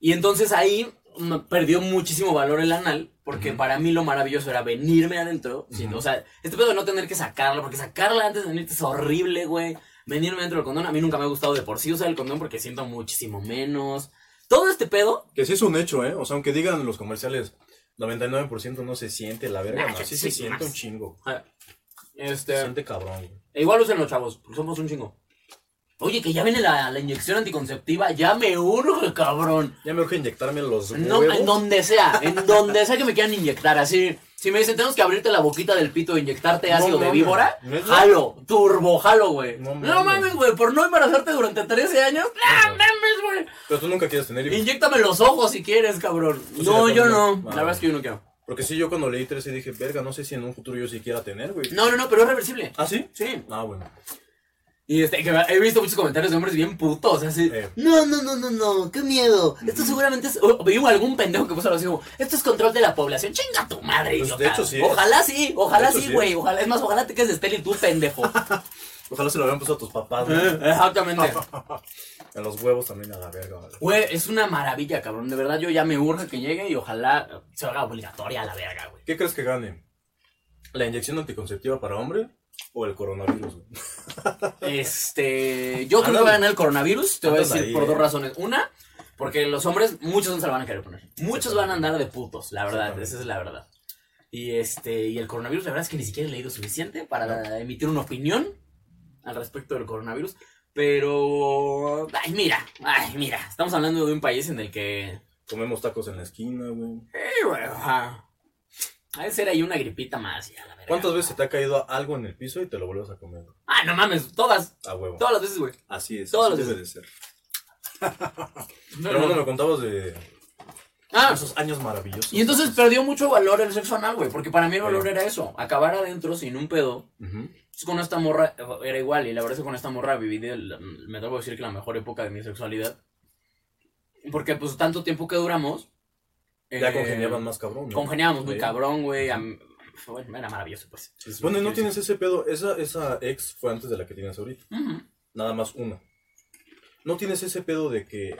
S2: Y entonces ahí mm, perdió muchísimo valor el anal, porque
S1: Ujú.
S2: para mí lo maravilloso era venirme adentro, sí,
S1: Ujú.
S2: o sea, este pedo de no tener que sacarla, porque sacarla antes de venirte es horrible, güey, venirme adentro del condón, a mí nunca me ha gustado de por sí usar el condón porque siento muchísimo menos. Todo este pedo
S1: Que sí es un hecho, ¿eh? O sea, aunque digan en los comerciales 99% no se siente la verga,
S2: Nah,
S1: no,
S2: yo
S1: sí se
S2: sí,
S1: siente
S2: más.
S1: un chingo.
S2: Este.
S1: Se siente cabrón, güey.
S2: E igual usen los chavos, porque somos un chingo. Oye, que ya viene la, la inyección anticonceptiva, ya me urge, cabrón.
S1: Ya me urge inyectarme los
S2: No,
S1: huevos.
S2: en donde sea, en donde sea que me quieran inyectar, así. Si me dicen, tenemos que abrirte la boquita del pito e inyectarte
S1: No
S2: ácido de
S1: mames,
S2: víbora,
S1: ¿neta?
S2: jalo, turbo, jalo, güey.
S1: No
S2: No,
S1: mames.
S2: mames, güey, por no embarazarte durante 13 años, ¡ah, no mames,
S1: Pero tú nunca quieres tener
S2: güey.
S1: hijos.
S2: Inyéctame los ojos si quieres, cabrón.
S1: Tú sí
S2: No,
S1: le
S2: yo
S1: pones-
S2: no.
S1: Ah,
S2: La verdad es que yo no quiero.
S1: Porque sí, yo cuando leí 13 dije, verga, no sé si en un futuro yo sí quiera tener, güey.
S2: No, no, no, pero es reversible.
S1: ¿Ah, sí?
S2: Sí.
S1: Ah, bueno.
S2: Y este, que he visto muchos comentarios de hombres bien putos, así.
S1: Eh.
S2: No, no, no, no, no, qué miedo. Esto seguramente es. o- o vi algún pendejo que puso algo así como: Esto es control de la población, chinga tu madre,
S1: Pues, de
S2: idiota.
S1: hecho, sí es.
S2: Ojalá sí, ojalá
S1: De hecho,
S2: sí,
S1: sí
S2: güey. ojalá, es más, ojalá te quedes de Steli tú, pendejo.
S1: Ojalá se lo habían puesto a tus papás, güey.
S2: Eh, Exactamente.
S1: En los huevos también a la verga, güey.
S2: Güey, es una maravilla, cabrón. De verdad, yo ya me urge que llegue y ojalá se haga obligatoria a la verga, güey.
S1: ¿Qué crees que gane? ¿La inyección anticonceptiva para hombre o el coronavirus, güey?
S2: Este, yo creo que
S1: Andan-
S2: va a ganar el coronavirus, te voy a
S1: andan
S2: decir
S1: ahí,
S2: por dos
S1: eh.
S2: razones. Una, porque los hombres, muchos no se la van a querer poner. Muchos van a andar de putos, la verdad,
S1: Exactamente.
S2: esa es la verdad. Y este, y el coronavirus, la verdad es que ni siquiera he leído suficiente para emitir una opinión al respecto del coronavirus. Pero, ay, mira, ay, mira, estamos hablando de un país en el que...
S1: Comemos tacos en la esquina, güey.
S2: Eh, güey, ajá. Ha de ser ahí una gripita más, ya, la verga.
S1: ¿Cuántas veces te ha caído algo en el piso y te lo vuelves a comer?
S2: Ah, no mames, todas,
S1: A huevo.
S2: todas las veces, güey.
S1: Así es.
S2: Todas
S1: así
S2: las
S1: debe de ser.
S2: No,
S1: Pero
S2: no.
S1: bueno, me contabas de
S2: Ah,
S1: esos años maravillosos.
S2: y entonces perdió mucho valor el sexo anal, güey. Porque para mí el valor era eso. Acabar adentro sin un pedo.
S1: Ujú.
S2: Entonces, con esta morra eh, era igual. Y la verdad es que con esta morra viví, de la- me tengo que decir que la mejor época de mi sexualidad. Porque pues tanto tiempo que duramos.
S1: Ya
S2: eh,
S1: congeniaban más cabrón. ¿no?
S2: Congeniábamos muy
S1: Sí.
S2: cabrón, güey. am- Bueno, era maravilloso, pues.
S1: Sí, sí. Bueno, y no tienes ese pedo. Esa, esa ex fue antes de la que tienes ahorita.
S2: Ujú.
S1: Nada más una. ¿No tienes ese pedo de que...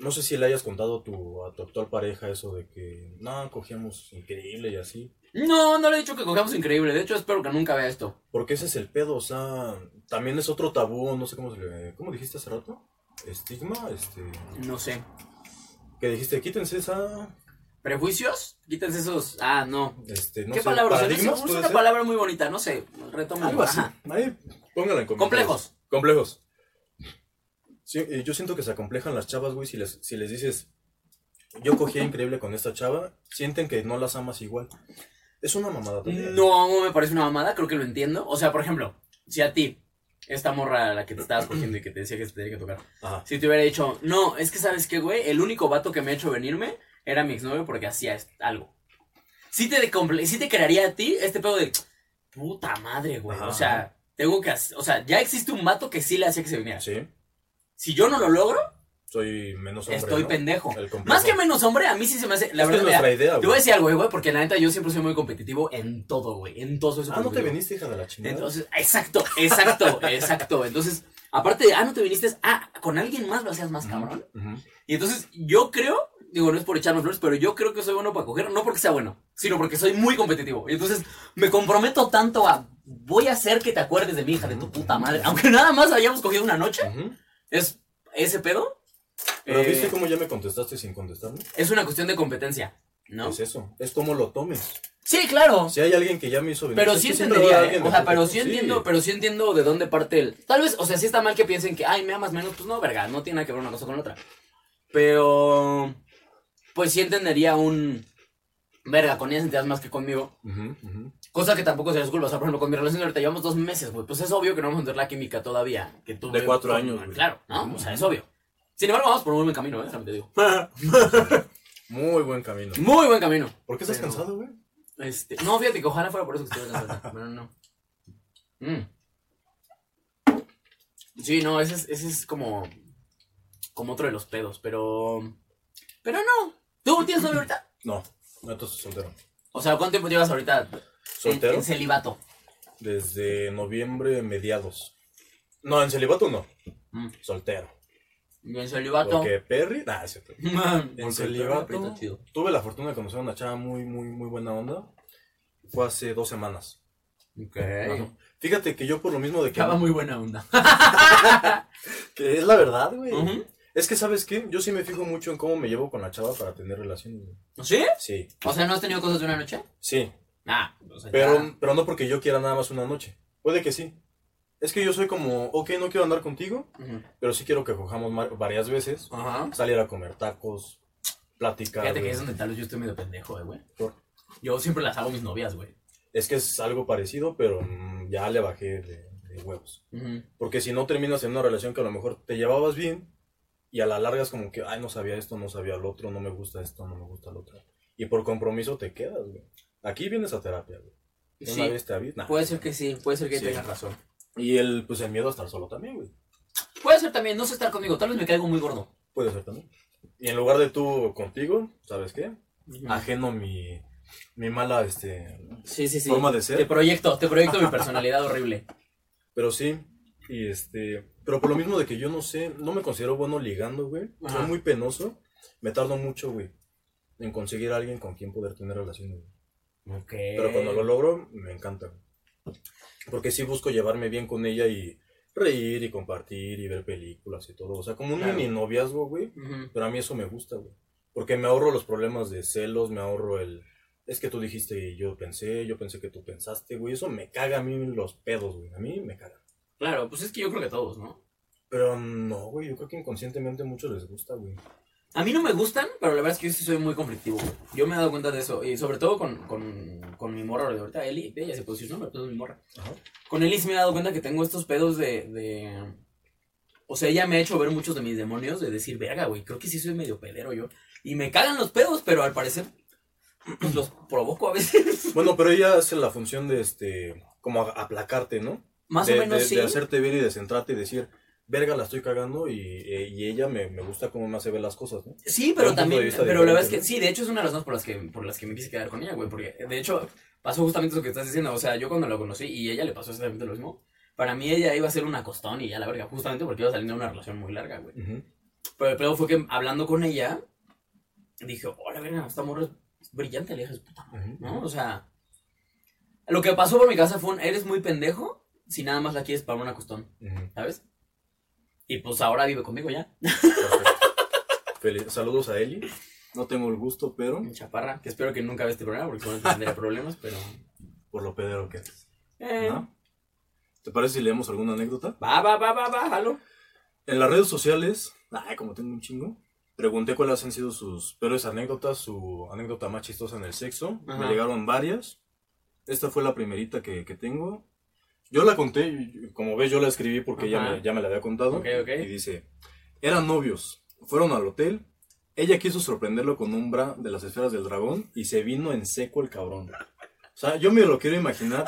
S1: No sé si le hayas contado a tu, a tu actual pareja eso de que... No, cogíamos increíble y así.
S2: No, no le he dicho que cogemos increíble. De hecho, espero que nunca vea esto.
S1: Porque ese es el pedo, o sea... También es otro tabú, no sé cómo se le... ¿Cómo dijiste hace rato? Estigma, este...
S2: No sé.
S1: Que dijiste, quítense esa...
S2: ¿Prejuicios? Quítense esos. Ah, no.
S1: Este, no
S2: ¿Qué
S1: sé,
S2: palabra? usan?
S1: paradigmas,
S2: Es
S1: puede
S2: una
S1: ser.
S2: palabra muy bonita, no sé. Retomo.
S1: Algo así.
S2: Ajá.
S1: Ahí, pónganla en comentarios.
S2: Complejos.
S1: Complejos. Sí, eh, yo siento que se acomplejan las chavas, güey, si les, si les dices, yo cogía increíble con esta chava, sienten que no las amas igual. Es una mamada también.
S2: No me parece una mamada, creo que lo entiendo. O sea, por ejemplo, si a ti, esta morra a la que te estabas cogiendo y que te decía que se tenía que tocar,
S1: Ajá.
S2: si te hubiera dicho, no, es que sabes qué, güey, el único vato que me ha hecho venirme era mi exnovio porque hacía es- algo. Sí te, decomple- sí te crearía a ti este pedo de puta madre, güey.
S1: Ajá.
S2: O sea, tengo que. hac- O sea, ya existe un vato que sí le hacía que se viniera.
S1: Sí,
S2: Si yo no lo logro,
S1: soy menos hombre,
S2: estoy
S1: ¿no?
S2: pendejo.
S1: El complejo.
S2: Más que menos hombre, a mí sí se me hace. La
S1: Es que es
S2: verdad, mira,
S1: nuestra idea,
S2: te voy a
S1: güey.
S2: decir algo, eh, güey, porque la neta yo siempre soy muy competitivo en todo, güey. En todo eso.
S1: Ah, no te viniste, hija de la chingada.
S2: Entonces, exacto, exacto, exacto. Entonces, aparte de, ah, no te viniste, ah, con alguien más lo hacías más cabrón.
S1: Ujú.
S2: Y entonces, yo creo, digo, no es por echarme flores, pero yo creo que soy bueno para coger, no porque sea bueno, sino porque soy muy competitivo. Y entonces, me comprometo tanto a, voy a hacer que te acuerdes de mi hija, de tu puta madre. Aunque nada más hayamos cogido una noche,
S1: Ujú.
S2: es ese pedo.
S1: Pero
S2: eh,
S1: viste cómo ya me contestaste sin contestarme.
S2: es una cuestión de competencia, ¿no?
S1: Es eso. Es como lo tomes.
S2: Sí, claro.
S1: Si hay alguien que ya me hizo venir.
S2: Pero
S1: es
S2: sí
S1: que siempre va a haber
S2: entendería, ¿eh?
S1: alguien
S2: O sea,
S1: de-
S2: pero sí
S1: Sí.
S2: entiendo, pero sí entiendo de dónde parte el. Tal vez, o sea, sí está mal que piensen que, ay, me amas menos, pues no, verga, no tiene nada que ver una cosa con otra. Pero, pues sí entendería un. Verga, con ella sentías más que conmigo.
S1: Ujú, ujú.
S2: Cosa que tampoco se les culpa. O sea, por ejemplo, con mi relación ahorita llevamos dos meses, güey. Pues es obvio que no vamos a entender la química todavía. Que tuve
S1: De cuatro
S2: con-
S1: años, güey.
S2: Claro, ¿no? O sea, es obvio. Sin embargo, vamos por un buen camino, ¿eh? También te digo.
S1: Muy buen camino.
S2: Muy buen camino.
S1: ¿Por qué estás
S2: Pero-
S1: cansado, güey?
S2: Este, no, fíjate que ojalá fuera por eso que estuviera cansada, pero no. Mm. Sí, no, ese es, ese es como, como otro de los pedos, pero. Pero no. ¿Tú tienes novio ahorita?
S1: No, no, entonces soltero.
S2: O sea, ¿cuánto tiempo llevas ahorita en- En,
S1: ¿Soltero?
S2: celibato?
S1: Desde noviembre mediados. No, en celibato no.
S2: Mm.
S1: Soltero.
S2: Yo en celibato.
S1: Porque Perry. Nah, es cierto.
S2: En
S1: En celibato. Tuve la fortuna de conocer a una chava muy, muy, muy buena onda. Fue hace dos semanas.
S2: Ok.
S1: Ajá. Fíjate que yo por lo mismo de que.
S2: Acaba muy buena onda.
S1: Que es la verdad, güey.
S2: Ujú.
S1: Es que, ¿sabes qué? Yo sí me fijo mucho en cómo me llevo con la chava para tener relaciones. güey.
S2: ¿Sí?
S1: Sí,
S2: O sea, ¿no has tenido cosas de una noche?
S1: sí.
S2: Ah, o sea, ya.
S1: Pero, pero no porque yo quiera nada más una noche. Puede que sí. Es que yo soy como, ok, no quiero andar contigo,
S2: Ujú.
S1: pero sí quiero que cojamos mar- varias veces.
S2: Ajá.
S1: salir a comer tacos, platicar.
S2: Fíjate que
S1: güey.
S2: es donde tal vez yo estoy medio pendejo, eh, güey.
S1: ¿Por?
S2: Yo siempre las hago mis novias, güey.
S1: Es que es algo parecido, pero mm, ya le bajé de, de huevos. Porque si no terminas en una relación que a lo mejor te llevabas bien y a la larga es como que, ay, no sabía esto, no sabía lo otro, no me gusta esto, no me gusta lo otro. Y por compromiso te quedas, güey. Aquí vienes a terapia, güey. Una
S2: Sí,
S1: vez te avi- nah.
S2: puede ser que sí, puede ser que
S1: Sí.
S2: tengas razón.
S1: Y el, pues el miedo a estar solo también, güey.
S2: Puede ser también, no sé estar conmigo, tal vez me caigo muy gordo.
S1: Puede ser también. Y en lugar de tú contigo, ¿sabes qué?
S2: Ah,
S1: Ajeno mi, mi mala, este...
S2: Sí, sí, sí.
S1: Forma de ser.
S2: Te proyecto, te proyecto mi personalidad horrible.
S1: Pero sí, y este, pero por lo mismo de que yo no sé, no me considero bueno ligando, güey.
S2: Ajá.
S1: Soy muy penoso, me tardo mucho, güey, en conseguir a alguien con quien poder tener relaciones. güey.
S2: Ok.
S1: Pero cuando lo logro, me encanta. güey. Porque sí busco llevarme bien con ella y reír y compartir y ver películas y todo. O sea, como un
S2: Claro.
S1: mini noviazgo, güey.
S2: Ujú.
S1: Pero a mí eso me gusta, güey. Porque me ahorro los problemas de celos, me ahorro el... Es que tú dijiste y yo pensé, yo pensé que tú pensaste, güey. Eso me caga a mí los pedos, güey. A mí me caga.
S2: Claro, pues es que yo creo que todos, ¿no?
S1: Pero no, güey, yo creo que inconscientemente a muchos les gusta, güey.
S2: A mí no me gustan, pero la verdad es que yo sí soy muy conflictivo. güey. Yo me he dado cuenta de eso, y sobre todo con, con, con mi morra de ahorita, Eli, ella se puede decir su nombre, pero es mi morra.
S1: Ajá.
S2: Con Eli sí me he dado cuenta que tengo estos pedos de, de... O sea, ella me ha hecho ver muchos de mis demonios de decir, verga, güey, creo que sí soy medio pedero yo. Y me cagan los pedos, pero al parecer pues, los provoco a veces.
S1: Bueno, pero ella hace la función de este. como a- aplacarte, ¿no?
S2: Más
S1: de,
S2: o menos
S1: de-
S2: sí.
S1: de hacerte ver y de centrarte y decir, verga, la estoy cagando y, eh, y ella me, me gusta cómo me hace ver las cosas, ¿no?
S2: Sí,
S1: de
S2: pero
S1: un punto de
S2: también,
S1: vista
S2: pero la verdad es
S1: diferente,
S2: que sí, de hecho es una de las razones por las que, por las que me quise quedar con ella, güey, porque de hecho pasó justamente eso que estás diciendo, o sea, yo cuando la conocí y ella le pasó exactamente lo mismo, para mí ella iba a ser una costón y ya la verga, justamente porque iba saliendo de una relación muy larga, güey.
S1: Ujú.
S2: Pero el pedo fue que hablando con ella, dije, hola, verga, esta morra es brillante, le dije, "Es puta madre",
S1: Ujú.
S2: ¿no? O sea, lo que pasó por mi casa fue un, eres muy pendejo si nada más la quieres para una costón,
S1: Ujú.
S2: ¿sabes? Y pues ahora vive conmigo ya,
S1: Perfecto. Feliz- Saludos a Eli. No tengo el gusto, pero
S2: mi chaparra, que espero que nunca vea este programa porque seguramente tendría problemas, pero...
S1: por lo pedero que es.
S2: Eh,
S1: ¿no? ¿Te parece si leemos alguna anécdota?
S2: Va, va, va, va, va, jalo.
S1: En las redes sociales, ay, como tengo un chingo, pregunté cuáles han sido sus peores anécdotas, su anécdota más chistosa en el sexo.
S2: Ajá.
S1: Me llegaron varias. Esta fue la primerita que, que tengo. Yo la conté, y- y como ves, yo la escribí porque ya
S2: Ajá.
S1: me, ya me la había contado.
S2: Ok, ok.
S1: Y dice: Eran novios, fueron al hotel. Ella quiso sorprenderlo con un bra de las esferas del dragón y se vino en seco el cabrón. O sea, yo me lo quiero imaginar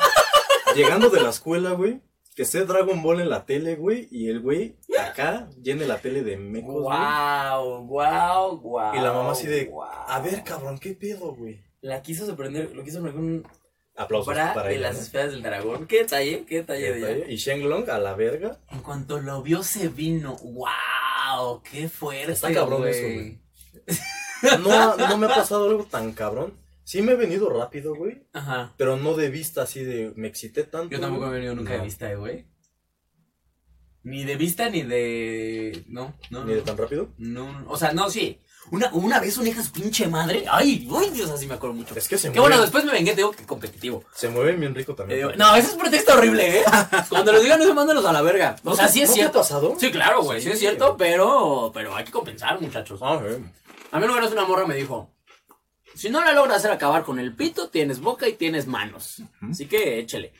S1: llegando de la escuela, güey, que esté Dragon Ball en la tele, güey, y el güey acá llene la tele de mecos, güey.
S2: Guau, guau, guau.
S1: Y la mamá así de,
S2: guau.
S1: A ver, cabrón, ¿qué pedo, güey?
S2: La quiso sorprender, lo quiso sorprender con un
S1: Aplausos
S2: bra
S1: para
S2: de
S1: ella,
S2: las
S1: ¿no?
S2: esferas del dragón. Qué detalle, qué detalle de ella.
S1: Y Shenlong a la verga.
S2: En cuanto lo vio, se vino. Guau, qué fuerte,
S1: Está cabrón
S2: güey.
S1: eso, güey. No, no me ha pasado algo tan cabrón. Sí me he venido rápido, güey,
S2: Ajá.
S1: pero no de vista así de, me excité tanto.
S2: Yo tampoco me he
S1: güey.
S2: venido nunca de
S1: No.
S2: vista, eh, güey. Ni de vista, ni de... No, no,
S1: Ni de
S2: no.
S1: tan rápido.
S2: No, o sea, no, sí. Una, una vez una hija de su pinche madre. Ay, uy, Dios, así me acuerdo mucho.
S1: Es que se
S2: Que bueno,
S1: mueven,
S2: después me vengué, te digo que competitivo.
S1: se mueven bien rico
S2: Te
S1: también.
S2: digo, no, ese es pretexto horrible, ¿eh? Cuando los digan eso, mándanos a la verga.
S1: ¿No
S2: o sea,
S1: te-
S2: sí es
S1: ¿no te ha
S2: cierto.
S1: pasado?
S2: Sí, claro, güey, sí,
S1: Sí.
S2: es cierto, pero, pero hay que compensar, muchachos.
S1: Ah, güey.
S2: A mí una vez una morra me dijo, si no la logras hacer acabar con el pito, tienes boca y tienes manos. Así que échale.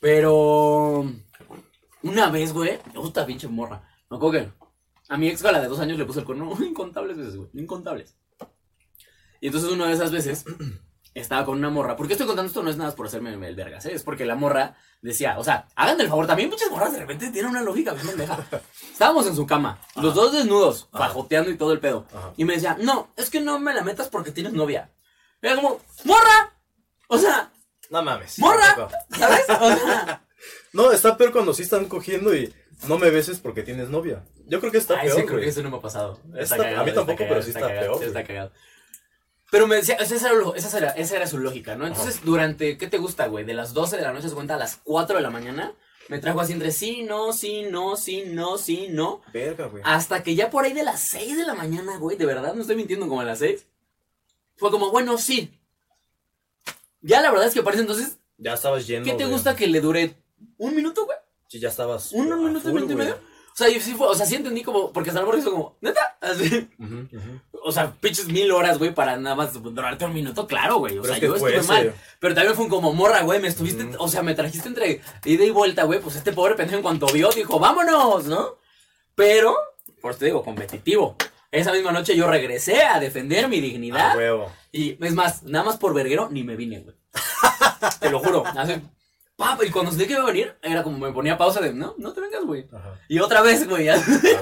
S2: Pero una vez, güey, puta pinche morra. Me acuerdo que a mi ex a la de dos años le puse el cuerno incontables veces, güey, incontables. Y entonces una de esas veces estaba con una morra. ¿Por qué estoy contando esto? No es nada por hacerme el vergas, ¿eh? es porque la morra decía, o sea, háganme el favor, también muchas morras de repente tienen una lógica bien pendeja. Estábamos en su cama, los dos desnudos,
S1: Ajá.
S2: fajoteando y todo el pedo.
S1: Ajá.
S2: Y me decía, no, es que no me la metas porque tienes novia. Y era como, ¡morra! O sea,
S1: No mames.
S2: ¡morra! ¿Sabes? O sea,
S1: No, está peor cuando sí están cogiendo y no me beses porque tienes novia. Yo creo que está
S2: Ay, sí,
S1: peor,
S2: creo
S1: güey.
S2: que eso no me ha pasado. Está
S1: Está-
S2: cagado,
S1: a mí
S2: está
S1: tampoco,
S2: cagado,
S1: pero sí está
S2: cagado,
S1: peor,
S2: sí
S1: güey.
S2: está cagado. Pero me decía, o sea, esa, era, lo- esa era- esa era su lógica, ¿no? Entonces, durante, ¿qué te gusta, güey? De las 12 de la noche, se cuenta, a las 4 de la mañana, me trajo así entre sí, no, sí, no, sí, no, sí, no.
S1: Verga, güey.
S2: Hasta que ya por ahí de las 6 de la mañana, güey, de verdad, no estoy mintiendo, como a las 6. Fue como, bueno, sí. Ya la verdad es que parece entonces
S1: Ya estabas lleno.
S2: ¿Qué te
S1: de-
S2: gusta que le dure un minuto, güey?
S1: Sí, ya estabas.
S2: ¿Un
S1: a
S2: minuto,
S1: full,
S2: minuto y
S1: güey.
S2: medio? O sea, yo sí fue, o sea, sí entendí como, porque Salvador hizo como, ¿neta? Así,
S1: Ujú, ujú.
S2: o sea, pinches mil horas, güey, para nada más durarte un minuto, claro, güey. O
S1: Pero
S2: sea,
S1: es que
S2: yo
S1: fue
S2: estuve
S1: ese.
S2: mal. Pero también fue un como morra, güey, me estuviste,
S1: Ujú.
S2: o sea, me trajiste entre ida y vuelta, güey, pues este pobre pendejo en cuanto vio dijo, vámonos, ¿no? Pero, por eso te digo, competitivo. Esa misma noche yo regresé a defender mi dignidad.
S1: A huevo.
S2: Y es más, nada más por verguero ni me vine, güey. te lo juro. Así, pa, y cuando sentí que iba a venir, era como me ponía pausa de, no, no te vengas, güey.
S1: Ajá.
S2: Y otra vez, güey.
S1: A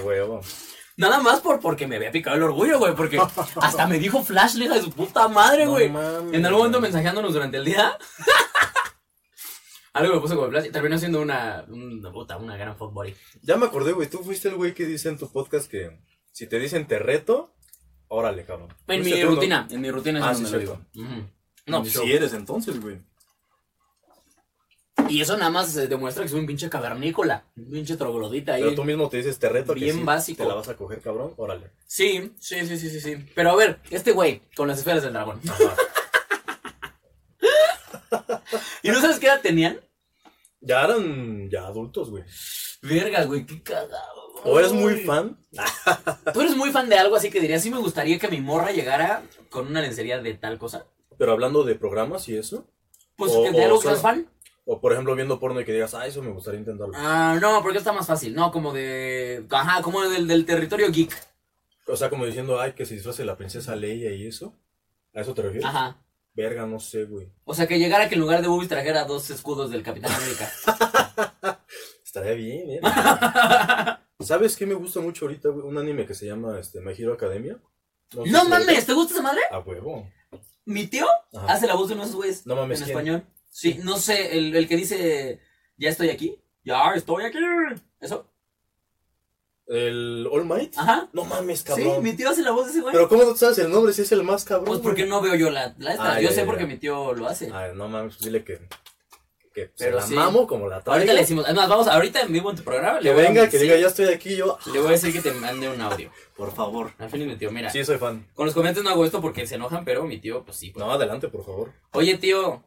S1: huevo.
S2: nada más por porque me había picado el orgullo, güey. Porque hasta me dijo Flash, la hija de su puta madre,
S1: No
S2: güey.
S1: mames.
S2: en algún momento mensajeándonos durante el día. Algo me puso como Flash y terminó siendo una, una puta, una gran fuck body.
S1: Ya me acordé, güey. Tú fuiste el güey que dice en tu podcast que si te dicen te reto, órale, cabrón.
S2: En
S1: Fuiste
S2: mi
S1: tú, ¿no?
S2: rutina, en mi rutina es
S1: Pues Ah,
S2: donde
S1: sí,
S2: lo digo.
S1: cierto.
S2: Ujú.
S1: No,
S2: No,
S1: si
S2: show.
S1: eres entonces, güey.
S2: Y eso nada más eh, demuestra que soy un pinche cavernícola, un pinche troglodita ahí.
S1: Pero tú mismo te dices te reto que
S2: Bien
S1: sí,
S2: básico.
S1: te la vas a coger, cabrón, órale.
S2: Sí, sí, sí, sí, sí, sí. Pero a ver, este güey con las esferas del dragón.
S1: Ajá.
S2: ¿Y no sabes qué edad tenían?
S1: ya eran ya adultos, güey.
S2: Verga, güey, qué cagado.
S1: O eres muy
S2: Ay.
S1: fan.
S2: Tú eres muy fan de algo, así que dirías, sí me gustaría que mi morra llegara con una lencería de tal cosa.
S1: Pero hablando de programas y eso.
S2: Pues
S1: O-
S2: de
S1: o
S2: algo que
S1: solo-
S2: seas fan.
S1: O por ejemplo, viendo porno y que digas, ah, eso me gustaría intentarlo.
S2: Ah, no, porque está más fácil, ¿no? Como de. Ajá, como del, del territorio geek.
S1: O sea, como diciendo, ay, que se disfrace la princesa Leia y eso. ¿A eso te refieres?
S2: Ajá.
S1: Verga, no sé, güey.
S2: O sea, que llegara que en lugar de Boobies trajera dos escudos del Capitán América.
S1: Estaría bien, ¿eh? ¿Sabes qué me gusta mucho ahorita, güey? Un anime que se llama este, My Hero Academia. sé
S2: ¡No
S1: si-
S2: mames! ¿Te gusta esa madre?
S1: A huevo.
S2: Mi tío
S1: Ajá.
S2: hace la voz de uno de esos güeyes.
S1: Ah. No mames,
S2: En
S1: ¿quién?
S2: español. Sí, no sé, el, el que dice. Ya estoy aquí. Ya estoy aquí. Eso.
S1: ¿El All Might?
S2: Ajá.
S1: No mames,
S2: Sí,
S1: cabrón.
S2: mi tío hace la voz de ese güey.
S1: Pero ¿cómo no sabes el nombre si es el más cabrón?
S2: Pues porque
S1: güey?
S2: no veo yo la, la esta.
S1: Ah,
S2: yo
S1: ya,
S2: sé
S1: ya,
S2: porque
S1: ya.
S2: mi tío lo hace.
S1: Ay, no mames, pues dile que. Que se
S2: Pero
S1: la
S2: sí.
S1: mamo como la
S2: ahorita
S1: traiga.
S2: le decimos, además vamos, ahorita en vivo en tu programa.
S1: Que
S2: le voy a-
S1: venga, que
S2: sí,
S1: diga, ya estoy aquí yo.
S2: Le voy a decir que te mande un audio.
S1: Por favor.
S2: Al fin mi tío, mira.
S1: Sí, soy fan.
S2: Con los comentarios no hago esto porque se enojan, pero mi tío, pues sí. pues.
S1: No, adelante, por favor.
S2: Oye, tío.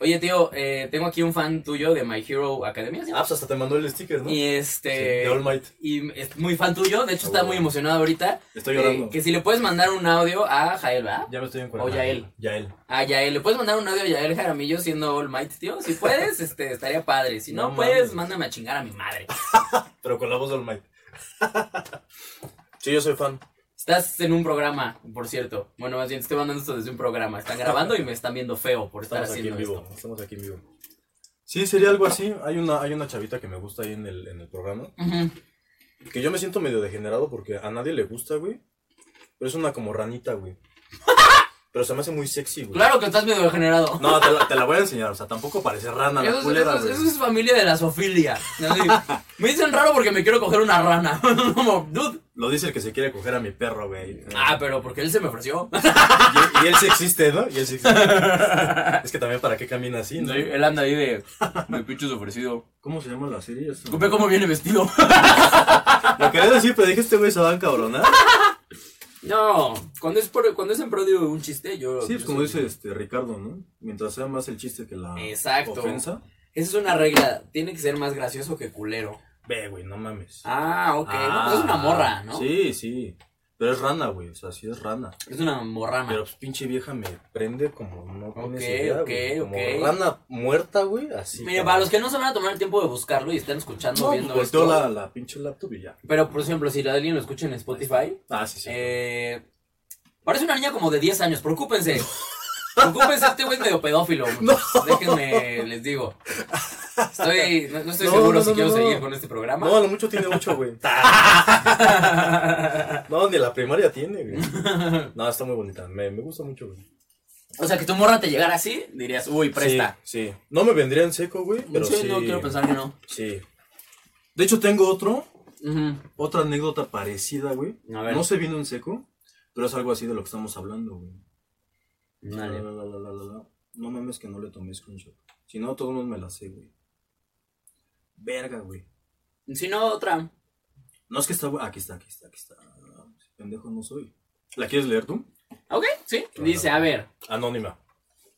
S2: Oye, tío, eh, tengo aquí un fan tuyo de My Hero Academia. ¿sí?
S1: Ah, pues hasta te mandó el sticker, ¿no?
S2: Y
S1: Sí,
S2: este.
S1: de All Might.
S2: y es muy fan tuyo, de hecho
S1: Ah,
S2: está
S1: bueno.
S2: muy emocionado ahorita.
S1: Estoy
S2: Eh,
S1: llorando.
S2: que si le puedes mandar un audio a Jael, ¿verdad?
S1: Ya me estoy
S2: O
S1: encuadrando.
S2: Yael.
S1: Yael.
S2: A Yael, ¿le puedes mandar un audio a Yael Jaramillo siendo All Might, tío? Si puedes, este, estaría padre. Si no,
S1: No
S2: puedes,
S1: mames.
S2: mándame a chingar a mi madre.
S1: Pero con la voz de All Might. sí, yo soy fan.
S2: Estás en un programa, por cierto. Bueno, más bien estoy mandando esto desde un programa. Están grabando y me están viendo feo por estar
S1: Estamos aquí en
S2: haciendo
S1: vivo.
S2: esto.
S1: Estamos aquí en vivo. Sí, sería algo así. Hay una, hay una chavita que me gusta ahí en el, en el programa.
S2: Ujú.
S1: Que yo me siento medio degenerado porque a nadie le gusta, güey. Pero es una como ranita, güey. Pero se me hace muy sexy, güey.
S2: Claro que estás medio degenerado.
S1: No, te la, te la voy a enseñar. O sea, tampoco parece rana
S2: Eso
S1: la
S2: es,
S1: culera,
S2: eso es-
S1: güey.
S2: eso es familia de la sofilia. Así. Me dicen raro porque me quiero coger una rana. Como, dude.
S1: Lo dice el que se quiere coger a mi perro, güey.
S2: Ah, pero porque él se me ofreció.
S1: Y, y él sí existe, ¿no? Y él sí existe. es que también para qué camina así, ¿no?
S2: él anda ahí de. Me pinches ofrecido.
S1: ¿Cómo se llama la serie? esa?
S2: Ve cómo viene vestido.
S1: Lo quería decir, pero dije, este güey se va a encabronar.
S2: No, cuando es, por, cuando es en pro de un chiste, yo.
S1: Sí, pues
S2: yo
S1: como
S2: soy-
S1: dice este Ricardo, ¿no? Mientras sea más el chiste que la
S2: Exacto.
S1: ofensa.
S2: Esa es una regla. Tiene que ser más gracioso que culero.
S1: Ve, güey, no mames.
S2: Ah, ok. No, pues es una morra, ¿no?
S1: Sí, sí. Pero es rana, güey. O sea, sí es rana.
S2: Es una morrama.
S1: Pero pues, pinche vieja me prende como no tienes
S2: Ok,
S1: idea,
S2: ok,
S1: güey. Como
S2: ok.
S1: rana muerta, güey, así.
S2: Mira, para los que no se van a tomar el tiempo de buscarlo y están escuchando,
S1: no, pues,
S2: viendo
S1: volteó
S2: esto.
S1: la, la pinche laptop y ya.
S2: Pero, por ejemplo, si la alguien lo escucha en Spotify,
S1: Ah, sí, sí.
S2: eh, parece una niña como de 10 años. Preocúpense. Preocúpense, este güey es medio pedófilo. Déjenme, les digo. Estoy, no, no estoy
S1: No,
S2: seguro
S1: no,
S2: si
S1: no,
S2: quiero
S1: no.
S2: seguir con este programa.
S1: No, a lo mucho tiene ocho, güey. no, ni la primaria tiene, güey. No, está muy bonita. Me, me gusta mucho, güey.
S2: O sea, que tu morra te llegara así, dirías, uy, presta.
S1: Sí, sí. No me vendría en seco, güey, pero
S2: Sí,
S1: sí.
S2: no quiero pensar que no.
S1: Sí. De hecho, tengo otro,
S2: Ujú.
S1: otra anécdota parecida, güey.
S2: A ver.
S1: No se vino en seco, pero es algo así de lo que estamos hablando, güey.
S2: Dale.
S1: La, la, la, la, la, la. No mames que no le tomé screenshot. Si no, todo el mundo me la sé, güey. Verga, güey.
S2: Si no, otra.
S1: No es que está, bu- aquí está, aquí está, aquí está. Pendejo no soy. ¿La quieres leer tú?
S2: Ok, sí. Dice, a ver,
S1: Anónima.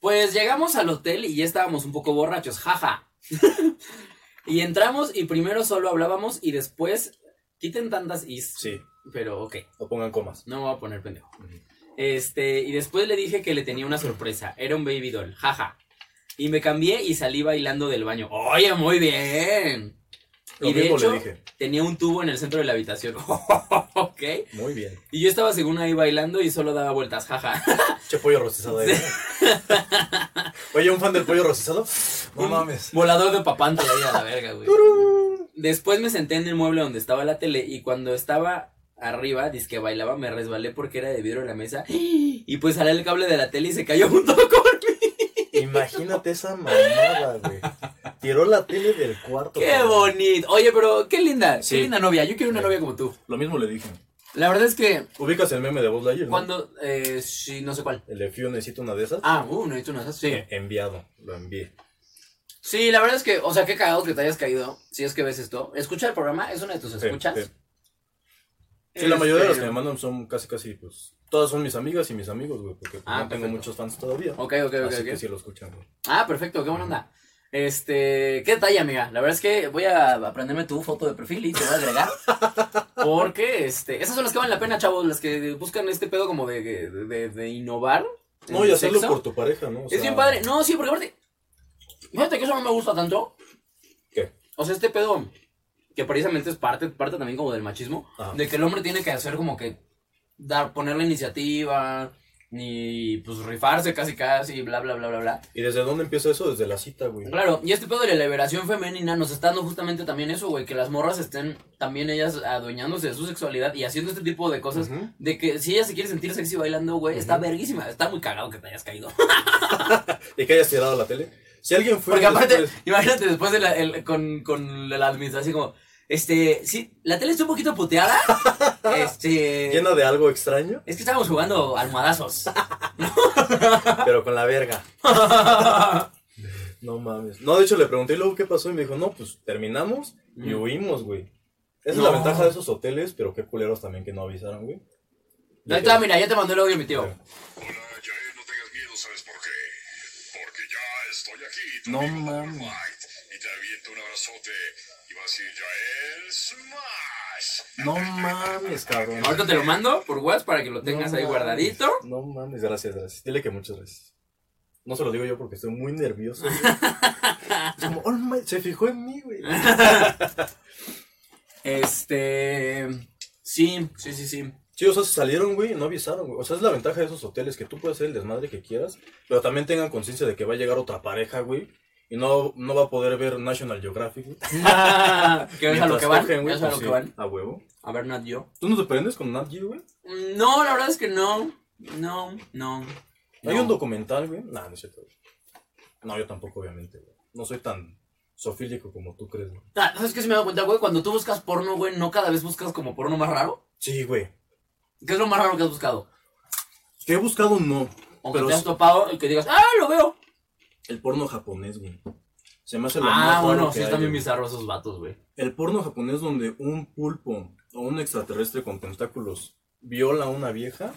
S2: Pues llegamos al hotel y ya estábamos un poco borrachos, jaja. y entramos y primero solo hablábamos y después quiten tantas is.
S1: Sí,
S2: Pero ok,
S1: o pongan comas.
S2: no me voy a poner pendejo. Este, y después le dije que le tenía una sorpresa. Era un baby doll, jaja. Y me cambié y salí bailando del baño. Oye, muy bien.
S1: Lo
S2: y de
S1: mismo
S2: hecho,
S1: le dije.
S2: tenía un tubo en el centro de la habitación. ok.
S1: Muy bien.
S2: Y yo estaba según ahí bailando y solo daba vueltas, jaja.
S1: Che, pollo rostizado ahí. Oye, un fan del pollo rostizado. No
S2: Un
S1: mames.
S2: Volador de papante ahí a la verga, güey. Después me senté en el mueble donde estaba la tele y cuando estaba arriba, disque bailaba, me resbalé porque era de vidrio la mesa y pues salió el cable de la tele y se cayó junto con...
S1: Imagínate esa mamada, güey. Tiró la tele del cuarto.
S2: ¡Qué
S1: cabrón.
S2: bonito! Oye, pero qué linda,
S1: Sí.
S2: qué linda novia. Yo quiero una
S1: Sí.
S2: novia como tú.
S1: Lo mismo le dije.
S2: La verdad es que
S1: Ubicas el meme de Buzz Lightyear, ¿no?
S2: cuando... Eh, sí, no sé cuál.
S1: El de Fio necesita una de esas.
S2: Ah, uh, no he hecho una de esas, Sí.
S1: Eh, Enviado, lo envié.
S2: Sí, la verdad es que, o sea, qué cagado que te hayas caído, si es que ves esto. Escucha el programa, es una de tus
S1: Sí,
S2: escuchas.
S1: Sí, Sí, la mayoría de las
S2: Este,
S1: que me mandan son casi, casi, pues. Todas son mis amigas y mis amigos, güey, porque pues,
S2: Ah,
S1: no tengo
S2: perfecto.
S1: muchos fans todavía.
S2: Ok, ok, ok.
S1: así
S2: ok.
S1: que sí lo escuchan, güey.
S2: Ah, perfecto, qué buena onda. Este, qué detalle, amiga. La verdad es que voy a aprenderme tu foto de perfil y te voy a agregar. Porque, este, esas son las que valen la pena, chavos, las que buscan este pedo como de, de, de- de innovar. en
S1: No, y
S2: el
S1: hacerlo
S2: sexo.
S1: por tu pareja, ¿no? O
S2: Es
S1: sea,
S2: bien padre. No, sí, porque aparte, Fíjate que eso no me gusta tanto.
S1: ¿Qué?
S2: O sea, este pedo, que precisamente es parte, parte también como del machismo,
S1: Ajá.
S2: de que el hombre tiene que hacer como que dar, poner la iniciativa, ni pues rifarse casi casi, bla, bla, bla, bla, bla.
S1: ¿Y desde dónde empieza eso? Desde la cita, güey.
S2: Claro, y este pedo de la liberación femenina nos está dando justamente también eso, güey, que las morras estén también ellas adueñándose de su sexualidad y haciendo este tipo de cosas.
S1: Ujú.
S2: De que si ella se quiere sentir sexy bailando, güey, está verguísima. Está muy cagado que te hayas caído.
S1: Y que hayas tirado la tele. Si alguien fue.
S2: Porque aparte,
S1: después-
S2: imagínate después de la, el- con, con la administración, así como, este, sí, la tele está un poquito puteada. este.
S1: llena de algo extraño,
S2: Es que estábamos jugando almohadazos. Ah.
S1: pero con la verga. No mames. No, de hecho le pregunté y luego qué pasó y me dijo, no, pues terminamos y
S2: Mm.
S1: huimos, güey. Esa
S2: No.
S1: es la ventaja de esos hoteles, pero qué culeros también que no avisaron, güey.
S2: Ahí está, mira, ya te mandó el audio mi tío.
S3: Hola, Jair, no tengas miedo, ¿sabes por qué? Porque ya estoy aquí, tu
S1: No
S3: amigo
S1: mames.
S3: White, y te aviento un abrazote, y vas a decir, Jael Smash.
S1: No mames, cabrón.
S2: Ahorita te lo mando por WhatsApp para que lo tengas
S1: No
S2: ahí
S1: mames.
S2: guardadito.
S1: No mames, gracias, gracias. Dile que muchas gracias. No se lo digo yo porque estoy muy nervioso. güey. es como, oh, no mames, se fijó en mí, güey.
S2: Este. Sí, sí, sí, sí.
S1: Sí, o sea, se salieron, güey, y no avisaron, güey. O sea, es la ventaja de esos hoteles, que tú puedes hacer el desmadre que quieras, pero también tengan conciencia de que va a llegar otra pareja, güey, y no, no va a poder ver National Geographic, güey.
S2: que es a lo que
S1: Mientras
S2: van.
S1: cogen, güey,
S2: es a lo
S1: pues
S2: que
S1: sí,
S2: van.
S1: A huevo.
S2: A ver, Nat, yo.
S1: ¿Tú no te prendes con Nat Geo, güey?
S2: No, la verdad es que no. No, no.
S1: Hay
S2: no.
S1: un documental, güey. Nah, no es cierto, güey. No, yo tampoco, obviamente, güey. No soy tan sofílico como tú crees, güey.
S2: Ah, ¿Sabes qué se me da cuenta, güey? Cuando tú buscas porno, güey, no cada vez buscas como porno más raro.
S1: Sí, güey.
S2: ¿Qué es lo más raro que has buscado?
S1: Que he buscado no,
S2: Aunque
S1: pero
S2: te has
S1: es
S2: topado y que digas, ¡ah, lo veo!
S1: el porno japonés, güey. Se me hace lo más
S2: Ah,
S1: raro
S2: bueno,
S1: que
S2: sí,
S1: hay,
S2: están bien
S1: güey.
S2: bizarros esos vatos, güey.
S1: El porno japonés donde un pulpo o un extraterrestre con tentáculos viola a una vieja.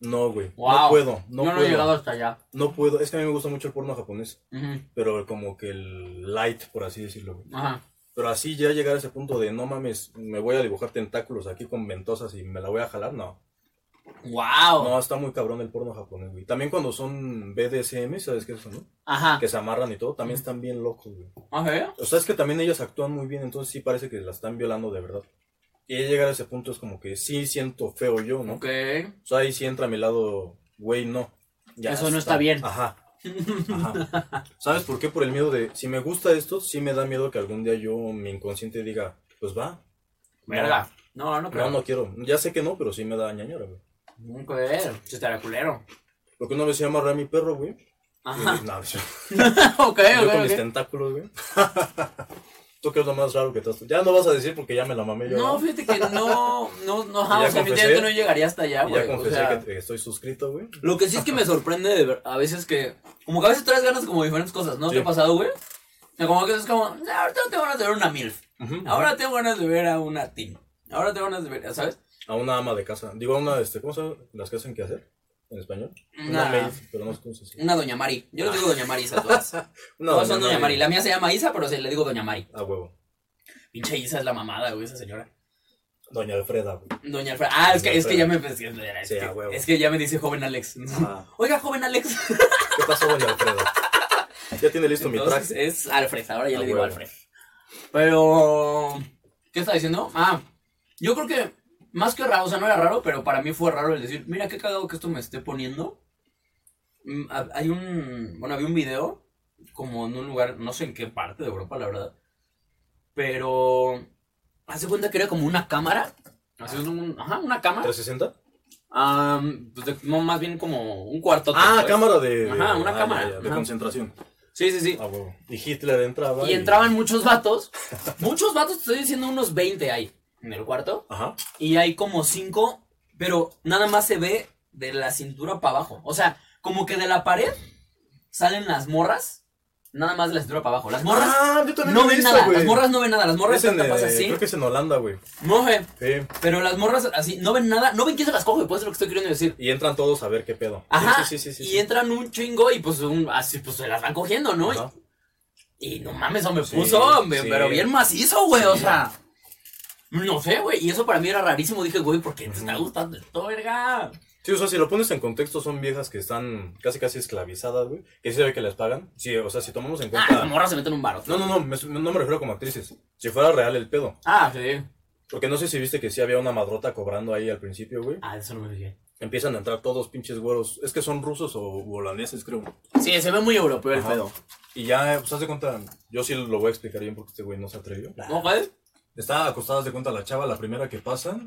S1: No, güey. No
S2: Wow.
S1: puedo. No,
S2: Yo no
S1: puedo.
S2: he llegado hasta allá.
S1: No puedo. Es que a mí me gusta mucho el porno japonés.
S2: Ujú,
S1: Pero como que el light, por así decirlo, güey.
S2: Ajá.
S1: Pero así ya llegar a ese punto de no mames, me voy a dibujar tentáculos aquí con ventosas y me la voy a jalar, no.
S2: ¡Wow!
S1: No, está muy cabrón el porno japonés, güey. También cuando son BDSM, ¿sabes qué es eso, no?
S2: Ajá. Ah, ¿eh?
S1: Que se amarran y todo, también están bien locos, güey.
S2: Ajá.
S1: O sea, es que también ellas actúan muy bien, entonces sí parece que la están violando de verdad. Y ya llegar a ese punto es como que sí siento feo yo, ¿no?
S2: Ok.
S1: O sea, ahí sí entra a mi lado, güey, no. Ya
S2: Eso no está bien.
S1: Ajá. Ajá. ¿Sabes por qué? Por el miedo de, si me gusta esto, sí me da miedo que algún día yo, mi inconsciente, diga, pues va.
S2: Verga. No, no
S1: No,
S2: creo.
S1: no quiero. Ya sé que no, pero sí me da ñañora, güey.
S2: No creo. Se estará culero.
S1: Porque una vez se llama a mi perro, güey. Y,
S2: Ajá.
S1: nada, yo,
S2: ok,
S1: yo
S2: ok,
S1: con mis
S2: ok.
S1: tentáculos, güey. ¿Tú qué es lo más raro que te has... Ya no vas a decir porque ya me la mamé yo.
S2: No, fíjate que no, no, no, ajá,
S1: Y ya
S2: o
S1: confesé.
S2: sea, definitivamente no llegaría hasta
S1: Y ya
S2: allá, güey. O
S1: confesé
S2: sea,
S1: que te- estoy suscrito, güey.
S2: lo que sí es que me sorprende de ver, a veces que, como que a veces traes ganas como de diferentes cosas, ¿no?
S1: Sí.
S2: ¿Te ha pasado, güey? O sea, como que es como, "Ah, ahorita tengo ganas de ver una MILF, ahora tengo ganas de ver a una Tim, ahora tengo ganas de ver, ¿sabes?
S1: A una ama de casa. Digo, a una, este, ¿cómo se llama? Las que hacen que hacer en español. Una
S2: Una-
S1: maid, pero no sé cómo se dice.
S2: Una Doña Mari, yo le digo Doña Mari a todas,
S1: Una
S2: todas son Doña Mari, la mía se llama Isa, pero se le digo Doña Mari.
S1: A huevo.
S2: Pinche Isa es la mamada, güey, esa señora.
S1: Doña Alfreda, güey.
S2: Doña Alfreda, ah, es que, es que ya me, es que, es
S1: Sí, a
S2: que,
S1: huevo.
S2: es que ya me dice joven Alex. Oiga, joven Alex.
S1: Ah, ¿Qué pasó, Doña Alfreda? Ya tiene listo mi
S2: Entonces,
S1: traje.
S2: es Alfred, ahora ya
S1: Ah,
S2: le digo
S1: huevo.
S2: Alfred. Pero, ¿qué está diciendo? Ah, yo creo que más que raro, o sea, no era raro, pero para mí fue raro el decir, mira qué cagado que esto me esté poniendo. Mm, ha- Hay un, bueno, había un video, como en un lugar, no sé en qué parte de Europa, la verdad, pero, hace cuenta que era como una cámara, así es un, ajá, una cámara,
S1: ¿360?
S2: ah, pues de- no, más bien como un cuarto.
S1: Ah, cámara de. de-
S2: pues. Ajá, una
S1: ah,
S2: cámara.
S1: ya, ya, de
S2: Ajá.
S1: concentración.
S2: Sí, sí, sí.
S1: A huevo. Y Hitler entraba.
S2: Y entraban muchos vatos. Muchos vatos, te estoy diciendo unos 20 ahí en el cuarto.
S1: Ajá.
S2: Y hay como 5, pero nada más se ve de la cintura para abajo. O sea, como que de la pared salen las morras. Nada más de la cintura para abajo. Las morras
S1: Ah, yo también
S2: no
S1: lo he
S2: ven
S1: visto,
S2: nada.
S1: güey.
S2: Las morras no ven nada. Las morras
S1: Es en,
S2: están tapadas
S1: eh,
S2: así.
S1: Creo que es en Holanda, güey.
S2: No, güey,
S1: Sí.
S2: Pero las morras así no ven nada. No ven quién se las coge. Pues es lo que estoy queriendo decir.
S1: Y entran todos a ver qué pedo.
S2: Ajá.
S1: Sí, sí, sí. sí,
S2: y
S1: sí.
S2: entran un chingo y pues un- así pues se las van cogiendo, ¿no?
S1: Ajá.
S2: Y no mames, eso me
S1: Sí,
S2: puso, me-
S1: sí.
S2: pero bien macizo, güey, o sea. No sé, güey, y eso para mí era rarísimo. Dije, güey, ¿por qué te está gustando esto, verga?
S1: Sí, o sea, si lo pones en contexto, son viejas que están casi casi esclavizadas, güey. Que sí se ve que les pagan. Sí, o sea, si tomamos en
S2: Ah,
S1: cuenta.
S2: las morras se meten un baro.
S1: No, no, no, me- no me refiero como actrices. Si fuera real el pedo.
S2: Ah, sí.
S1: Porque no sé si viste que sí había una madrota cobrando ahí al principio, güey.
S2: Ah, eso no me fijé.
S1: Empiezan a entrar todos pinches güeros. Es que son rusos o holandeses, creo.
S2: Sí, se ve muy europeo el
S1: Ajá.
S2: pedo.
S1: Y ya, pues, haz de cuenta. Yo sí lo voy a explicar bien porque este güey no se atrevió.
S2: ¿No, joder?
S1: Está acostada haz de cuenta la chava, la primera que pasa.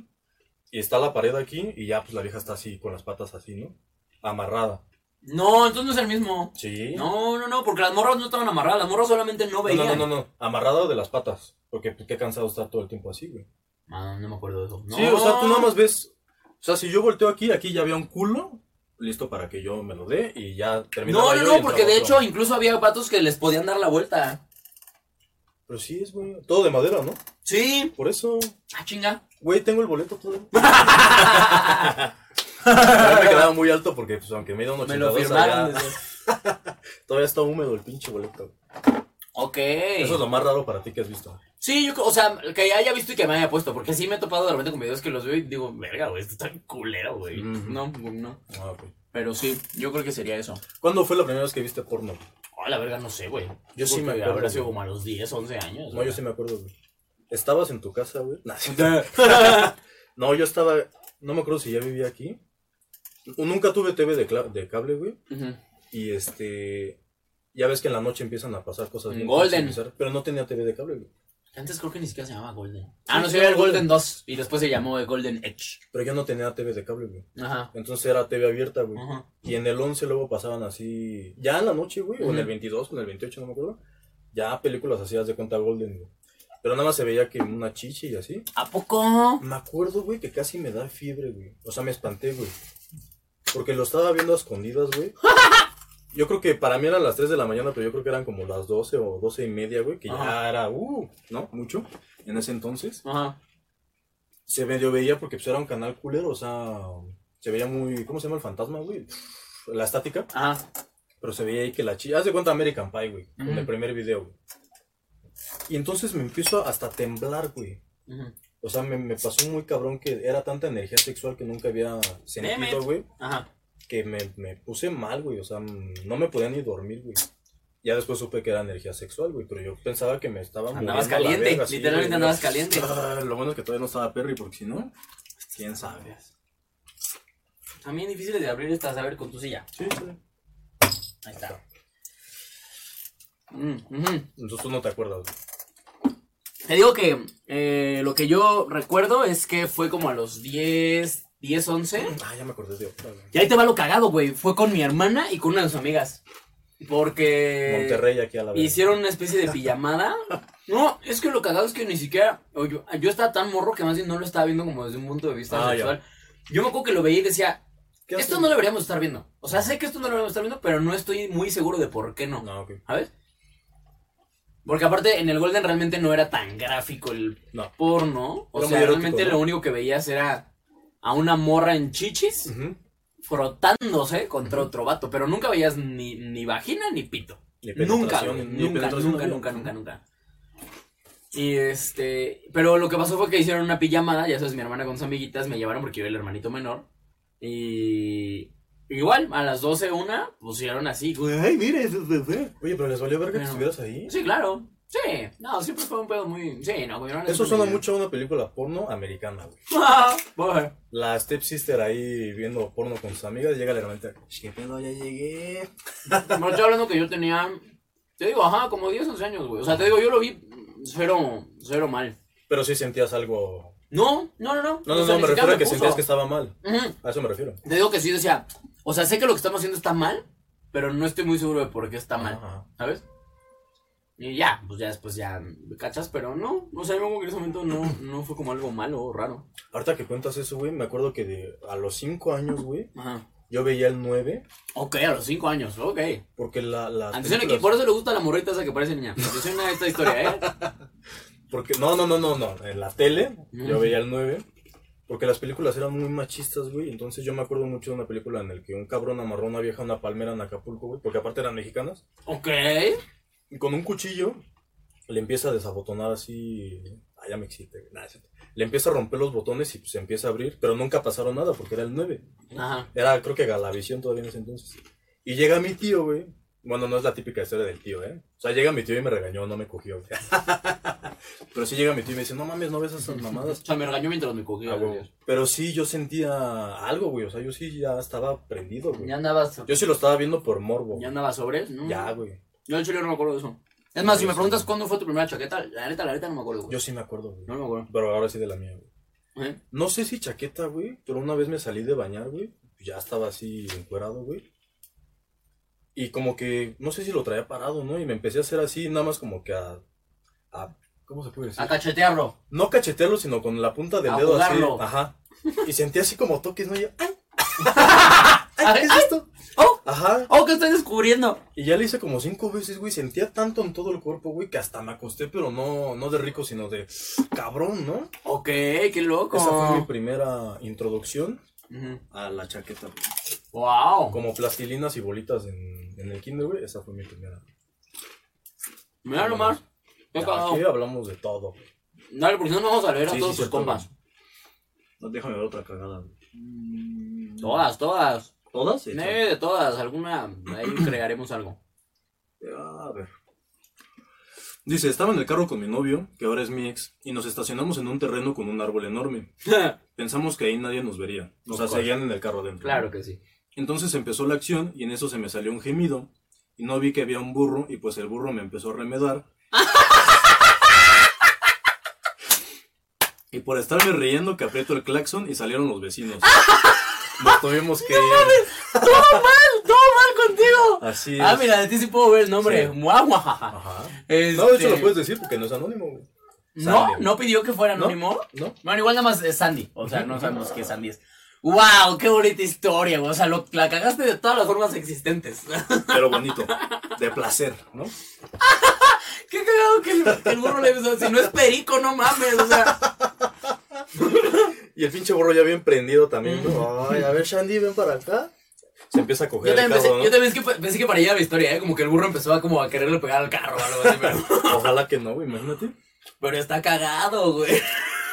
S1: Y está la pared aquí. Y ya, pues la vieja está así, con las patas así, ¿no? Amarrada.
S2: No, entonces no es el mismo.
S1: Sí.
S2: No, no, no, porque las morras no estaban amarradas, las morras solamente no
S1: No,
S2: veían.
S1: no, no, no, no. Amarrada de las patas. Porque pues, qué cansado estar todo el tiempo así, güey.
S2: Ah, no me acuerdo de eso. No.
S1: Sí, o sea, tú nada más ves. O sea, si yo volteo aquí, aquí ya había un culo. Listo para que yo me lo dé y ya terminaba
S2: No,
S1: yo
S2: no,
S1: y
S2: no,
S1: entraba
S2: porque de
S1: otro.
S2: hecho incluso había vatos que les podían dar la vuelta.
S1: Pero sí, es güey. Todo de madera, ¿no?
S2: Sí.
S1: Por eso.
S2: Ah, chinga.
S1: Güey, tengo el boleto todo. A mí me quedaba muy alto porque, pues, aunque me dio un
S2: Me lo
S1: 82
S2: firmaron.
S1: allá,
S2: desde-
S1: todavía está húmedo el pinche boleto.
S2: Ok.
S1: Eso es lo más raro para ti que has visto.
S2: Sí, yo, o sea, que haya visto y que me haya puesto, porque sí me he topado de repente con videos que los veo y digo, verga, güey, esto está tan culero, güey.
S1: Ujú.
S2: No, no.
S1: Ah, ok.
S2: Pero sí, yo creo que sería eso.
S1: ¿Cuándo fue la primera vez que viste porno?
S2: Oh, la verga, no sé, güey. Yo
S1: sí
S2: sí
S1: me
S2: me
S1: acuerdo,
S2: habrá sido
S1: güey.
S2: como a los 10, 11 años.
S1: No, yo sí me acuerdo, güey. ¿Estabas en tu casa, güey? Nah, sí.
S2: me...
S1: No, yo estaba. No me acuerdo si ya vivía aquí. Nunca tuve TV de, cla- de cable, güey. Y este. Ya ves que en la noche empiezan a pasar cosas. bien
S2: Golden.
S1: bizarras, Pero no tenía TV de cable, güey.
S2: Antes creo que ni siquiera se llamaba Golden. Ah, no,
S1: sí,
S2: se era el
S1: Golden.
S2: Golden 2 y después se llamó el Golden Edge.
S1: Pero yo no tenía TV de cable, güey.
S2: Ajá.
S1: Entonces era TV abierta, güey.
S2: Ajá.
S1: Y en el 11 luego pasaban así. Ya en la noche, güey. O en el
S2: Ujú.
S1: 22, o en el 28, no me acuerdo. Ya películas así, haz de cuenta Golden, güey. Pero nada más se veía que una chichi y así.
S2: ¿A poco?
S1: Me acuerdo, güey, que casi me da fiebre, güey. O sea, me espanté, güey. Porque lo estaba viendo a escondidas, güey. Yo creo que para mí eran las 3 de la mañana, pero yo creo que eran como las 12 o 12 y media, güey. Que ya
S2: Ajá.
S1: era, uh, ¿no? Mucho. En ese entonces.
S2: Ajá.
S1: Se medio veía porque pues, era un canal culero, o sea. Se veía muy. ¿Cómo se llama el fantasma, güey? La estática.
S2: Ajá.
S1: Pero se veía ahí que la chica. Haz de cuenta American Pie, güey. En el
S2: Ujú.
S1: primer video, güey. Y entonces me empiezo hasta a temblar, güey.
S2: Ujú.
S1: O sea, me, me pasó muy cabrón que era tanta energía sexual que nunca había
S2: Damn
S1: sentido,
S2: it.
S1: güey,
S2: Ajá.
S1: que me, me puse mal, güey. O sea, mm, no me podía ni dormir, güey. Ya después supe que era energía sexual, güey, pero yo pensaba que me estaba
S2: Andabas
S1: muriendo a la
S2: caliente,
S1: verga, sí,
S2: literalmente
S1: güey.
S2: andabas caliente.
S1: Ah, Lo bueno es que todavía no estaba Perry, porque si no, quién sabe.
S2: También difíciles de abrir estas, a ver, con tu silla.
S1: Sí, sí.
S2: Ahí está. Mm, ujú.
S1: Entonces tú no te acuerdas, güey.
S2: Te digo que eh, lo que yo recuerdo es que fue como a los 10, 10, 11.
S1: Ah, ya me acordé de otra, güey.
S2: Y ahí te va lo cagado, güey. Fue con mi hermana y con una de sus amigas. Porque...
S1: Monterrey aquí a la vez.
S2: Eh, Hicieron una especie de pijamada. No, es que lo cagado es que ni siquiera. o Yo, yo estaba tan morro que más bien no lo estaba viendo como desde un punto de vista
S1: Ah, ya.
S2: sexual. Yo me acuerdo que lo veía y decía:
S1: ¿Qué
S2: Esto
S1: hacen?
S2: no lo deberíamos estar viendo. O sea, sé que esto no lo deberíamos estar viendo, pero no estoy muy seguro de por qué no.
S1: No, ok.
S2: ¿Sabes? Porque aparte en el Golden realmente no era tan gráfico el
S1: No.
S2: porno. O
S1: Era
S2: sea,
S1: muy erótico,
S2: realmente
S1: ¿no?
S2: lo único que veías era a una morra en chichis
S1: Ujú.
S2: frotándose contra otro vato. Pero nunca veías ni, ni vagina ni pito.
S1: Ni
S2: Nunca,
S1: penetración,
S2: güey,
S1: ni
S2: nunca,
S1: penetración
S2: nunca,
S1: había.
S2: nunca, nunca, nunca. Y este, pero lo que pasó fue que hicieron una pijamada, ya sabes, mi hermana con sus amiguitas me llevaron porque yo era el hermanito menor. Y igual, a las 12 una, pusieron así. güey.
S1: Ay, mire, eso es bebé. Oye, pero les valió verga que
S2: Pero-
S1: estuvieras ahí.
S2: Sí, claro. Sí, no, siempre fue un pedo muy... Sí, no, güey, no, no,
S1: Eso
S2: no,
S1: suena
S2: no.
S1: mucho a una película porno americana, güey.
S2: Ah, bueno.
S1: La stepsister ahí viendo porno con sus amigas, llega la hermanita. ¿Qué pedo? Ya llegué.
S2: Bueno, estoy hablando que yo tenía, te digo, ajá, como 10, 11 años, güey. O sea, te digo, yo lo vi cero, cero mal.
S1: Pero sí sentías algo.
S2: No, no, no, no.
S1: No,
S2: O
S1: no,
S2: sea,
S1: no,
S2: ni
S1: me
S2: siquiera
S1: refiero a que
S2: puso.
S1: sentías que estaba mal.
S2: Ujú.
S1: A eso me refiero.
S2: Te digo que sí, decía, o sea, sé que lo que estamos haciendo está mal, pero no estoy muy seguro de por qué está mal,
S1: Ajá.
S2: ¿sabes? Y ya, pues ya después ya mm, cachas, pero no, o sea, yo como que en ese momento no, no fue como algo malo o raro.
S1: Ahorita que cuentas eso, güey, me acuerdo que de, a los 5 años, güey,
S2: Ajá.
S1: yo veía el 9
S2: Ok, a los 5 años, ok.
S1: porque la. las
S2: Atención aquí,
S1: películas-
S2: por eso le gusta la morrita esa que parece niña. Atención a esta historia, ¿eh?
S1: Porque, no, no, no, no, no. En la tele
S2: Ujú.
S1: yo veía el 9. Porque las películas eran muy machistas, güey. Entonces yo me acuerdo mucho de una película en la que un cabrón amarró a una vieja a una palmera en Acapulco, güey. Porque aparte eran mexicanas.
S2: Ok.
S1: Y con un cuchillo le empieza a desabotonar así. Ah, ya me excité, güey. Nada, es cierto. le empieza a romper los botones y pues, se empieza a abrir, pero nunca pasaron nada porque era el 9.
S2: Ajá.
S1: Era, creo que Galavisión todavía en ese entonces. Y llega mi tío, güey. Bueno, no es la típica historia del tío, ¿eh? O sea, llega mi tío y me regañó, no me cogió, güey. Pero sí llega mi tío y me dice, no mames, no ves esas mamadas.
S2: O sea, me regañó mientras me cogía.
S1: Ah, güey. Pero sí, yo sentía algo, güey. O sea, yo sí ya estaba prendido, güey.
S2: ya andabas.
S1: Yo sí lo estaba viendo por morbo.
S2: Ya andabas sobres, ¿no?
S1: Ya, güey.
S2: Yo en chile no me acuerdo de eso. Es más, si me
S1: Sí.
S2: preguntas cuándo fue tu primera chaqueta, la neta, la neta no me acuerdo. güey.
S1: Yo sí me acuerdo, güey.
S2: No me acuerdo.
S1: Pero ahora sí de la mía, güey.
S2: ¿Eh?
S1: No sé si chaqueta, güey, pero una vez me salí de bañar, güey. Ya estaba así encuerado, güey. Y como que, no sé si lo traía parado, ¿no? Y me empecé a hacer así, nada más como que a. a- ¿Cómo se puede decir?
S2: A cachetearlo.
S1: No cachetearlo, sino con la punta del
S2: A
S1: dedo
S2: jugarlo.
S1: así. Ajá. Y sentí así como toques, ¿no? Y yo, ¡ay!
S2: Ay, Ah,
S1: ¡ay!
S2: eh,
S1: ¿Qué es esto?
S2: ¡Oh!
S1: Ajá.
S2: ¡Oh, que estoy descubriendo!
S1: Y ya le hice como cinco veces, güey. Sentía tanto en todo el cuerpo, güey, que hasta me acosté, pero no, no de rico, sino de cabrón, ¿no?
S2: Ok, qué loco.
S1: Esa fue mi primera introducción
S2: Ujú.
S1: a la chaqueta. güey.
S2: Wow.
S1: Como plastilinas y bolitas en, en el kinder, güey. Esa fue mi primera.
S2: Mira nomás. Qué
S1: Ya,
S2: cagado.
S1: Aquí hablamos de todo.
S2: Dale, porque si no nos vamos a leer a
S1: Sí,
S2: todos
S1: sí,
S2: tus
S1: cierto,
S2: compas.
S4: No, déjame ver otra cagada. güey.
S2: Todas, Mm, todas.
S4: ¿Todas? Sí,
S2: Sí, de todas. Alguna. Ahí crearemos algo.
S1: A ver. Dice, estaba en el carro con mi novio, que ahora es mi ex, y nos estacionamos en un terreno con un árbol enorme. Pensamos que ahí nadie nos vería. O sea,
S2: Of course.
S1: seguían en el carro adentro.
S2: claro que sí.
S1: Entonces empezó la acción y en eso se me salió un gemido y no vi que había un burro y pues el burro me empezó a remedar. y por estarme riendo que aprieto el claxon y salieron los vecinos. Nos tuvimos que ir.
S2: ¡Todo mal contigo!
S1: Así es.
S2: Ah, mira, de ti sí puedo ver el nombre.
S1: Sí.
S2: Muah, muah, ja, ja.
S1: Ajá.
S2: Este,
S1: No, de hecho lo puedes decir porque no es anónimo, güey.
S2: No,
S1: Sale.
S2: no pidió que fuera
S1: ¿No?
S2: anónimo.
S1: ¿No?
S2: Bueno, igual nada más es Sandy. O sea, no sabemos qué Sandy es. ¡Wow! ¡Qué bonita historia! güey! O sea, lo- la cagaste de todas las formas existentes.
S1: Pero bonito. De placer, ¿no?
S2: ¡Qué cagado que el, que el burro le empezó! Si no es perico, no mames. O sea,
S1: Y el pinche burro ya bien prendido también, ¿no? Ay, a ver, Shandy, ven para acá. Se empieza a
S2: yo
S1: coger el
S2: también, pensé,
S1: carro, ¿no?
S2: yo también es que, pensé que para allá la historia, ¿eh? Como que el burro empezó a como a quererle pegar al carro o algo así, pero,
S1: Ojalá que no, güey, imagínate.
S2: pero está cagado, güey.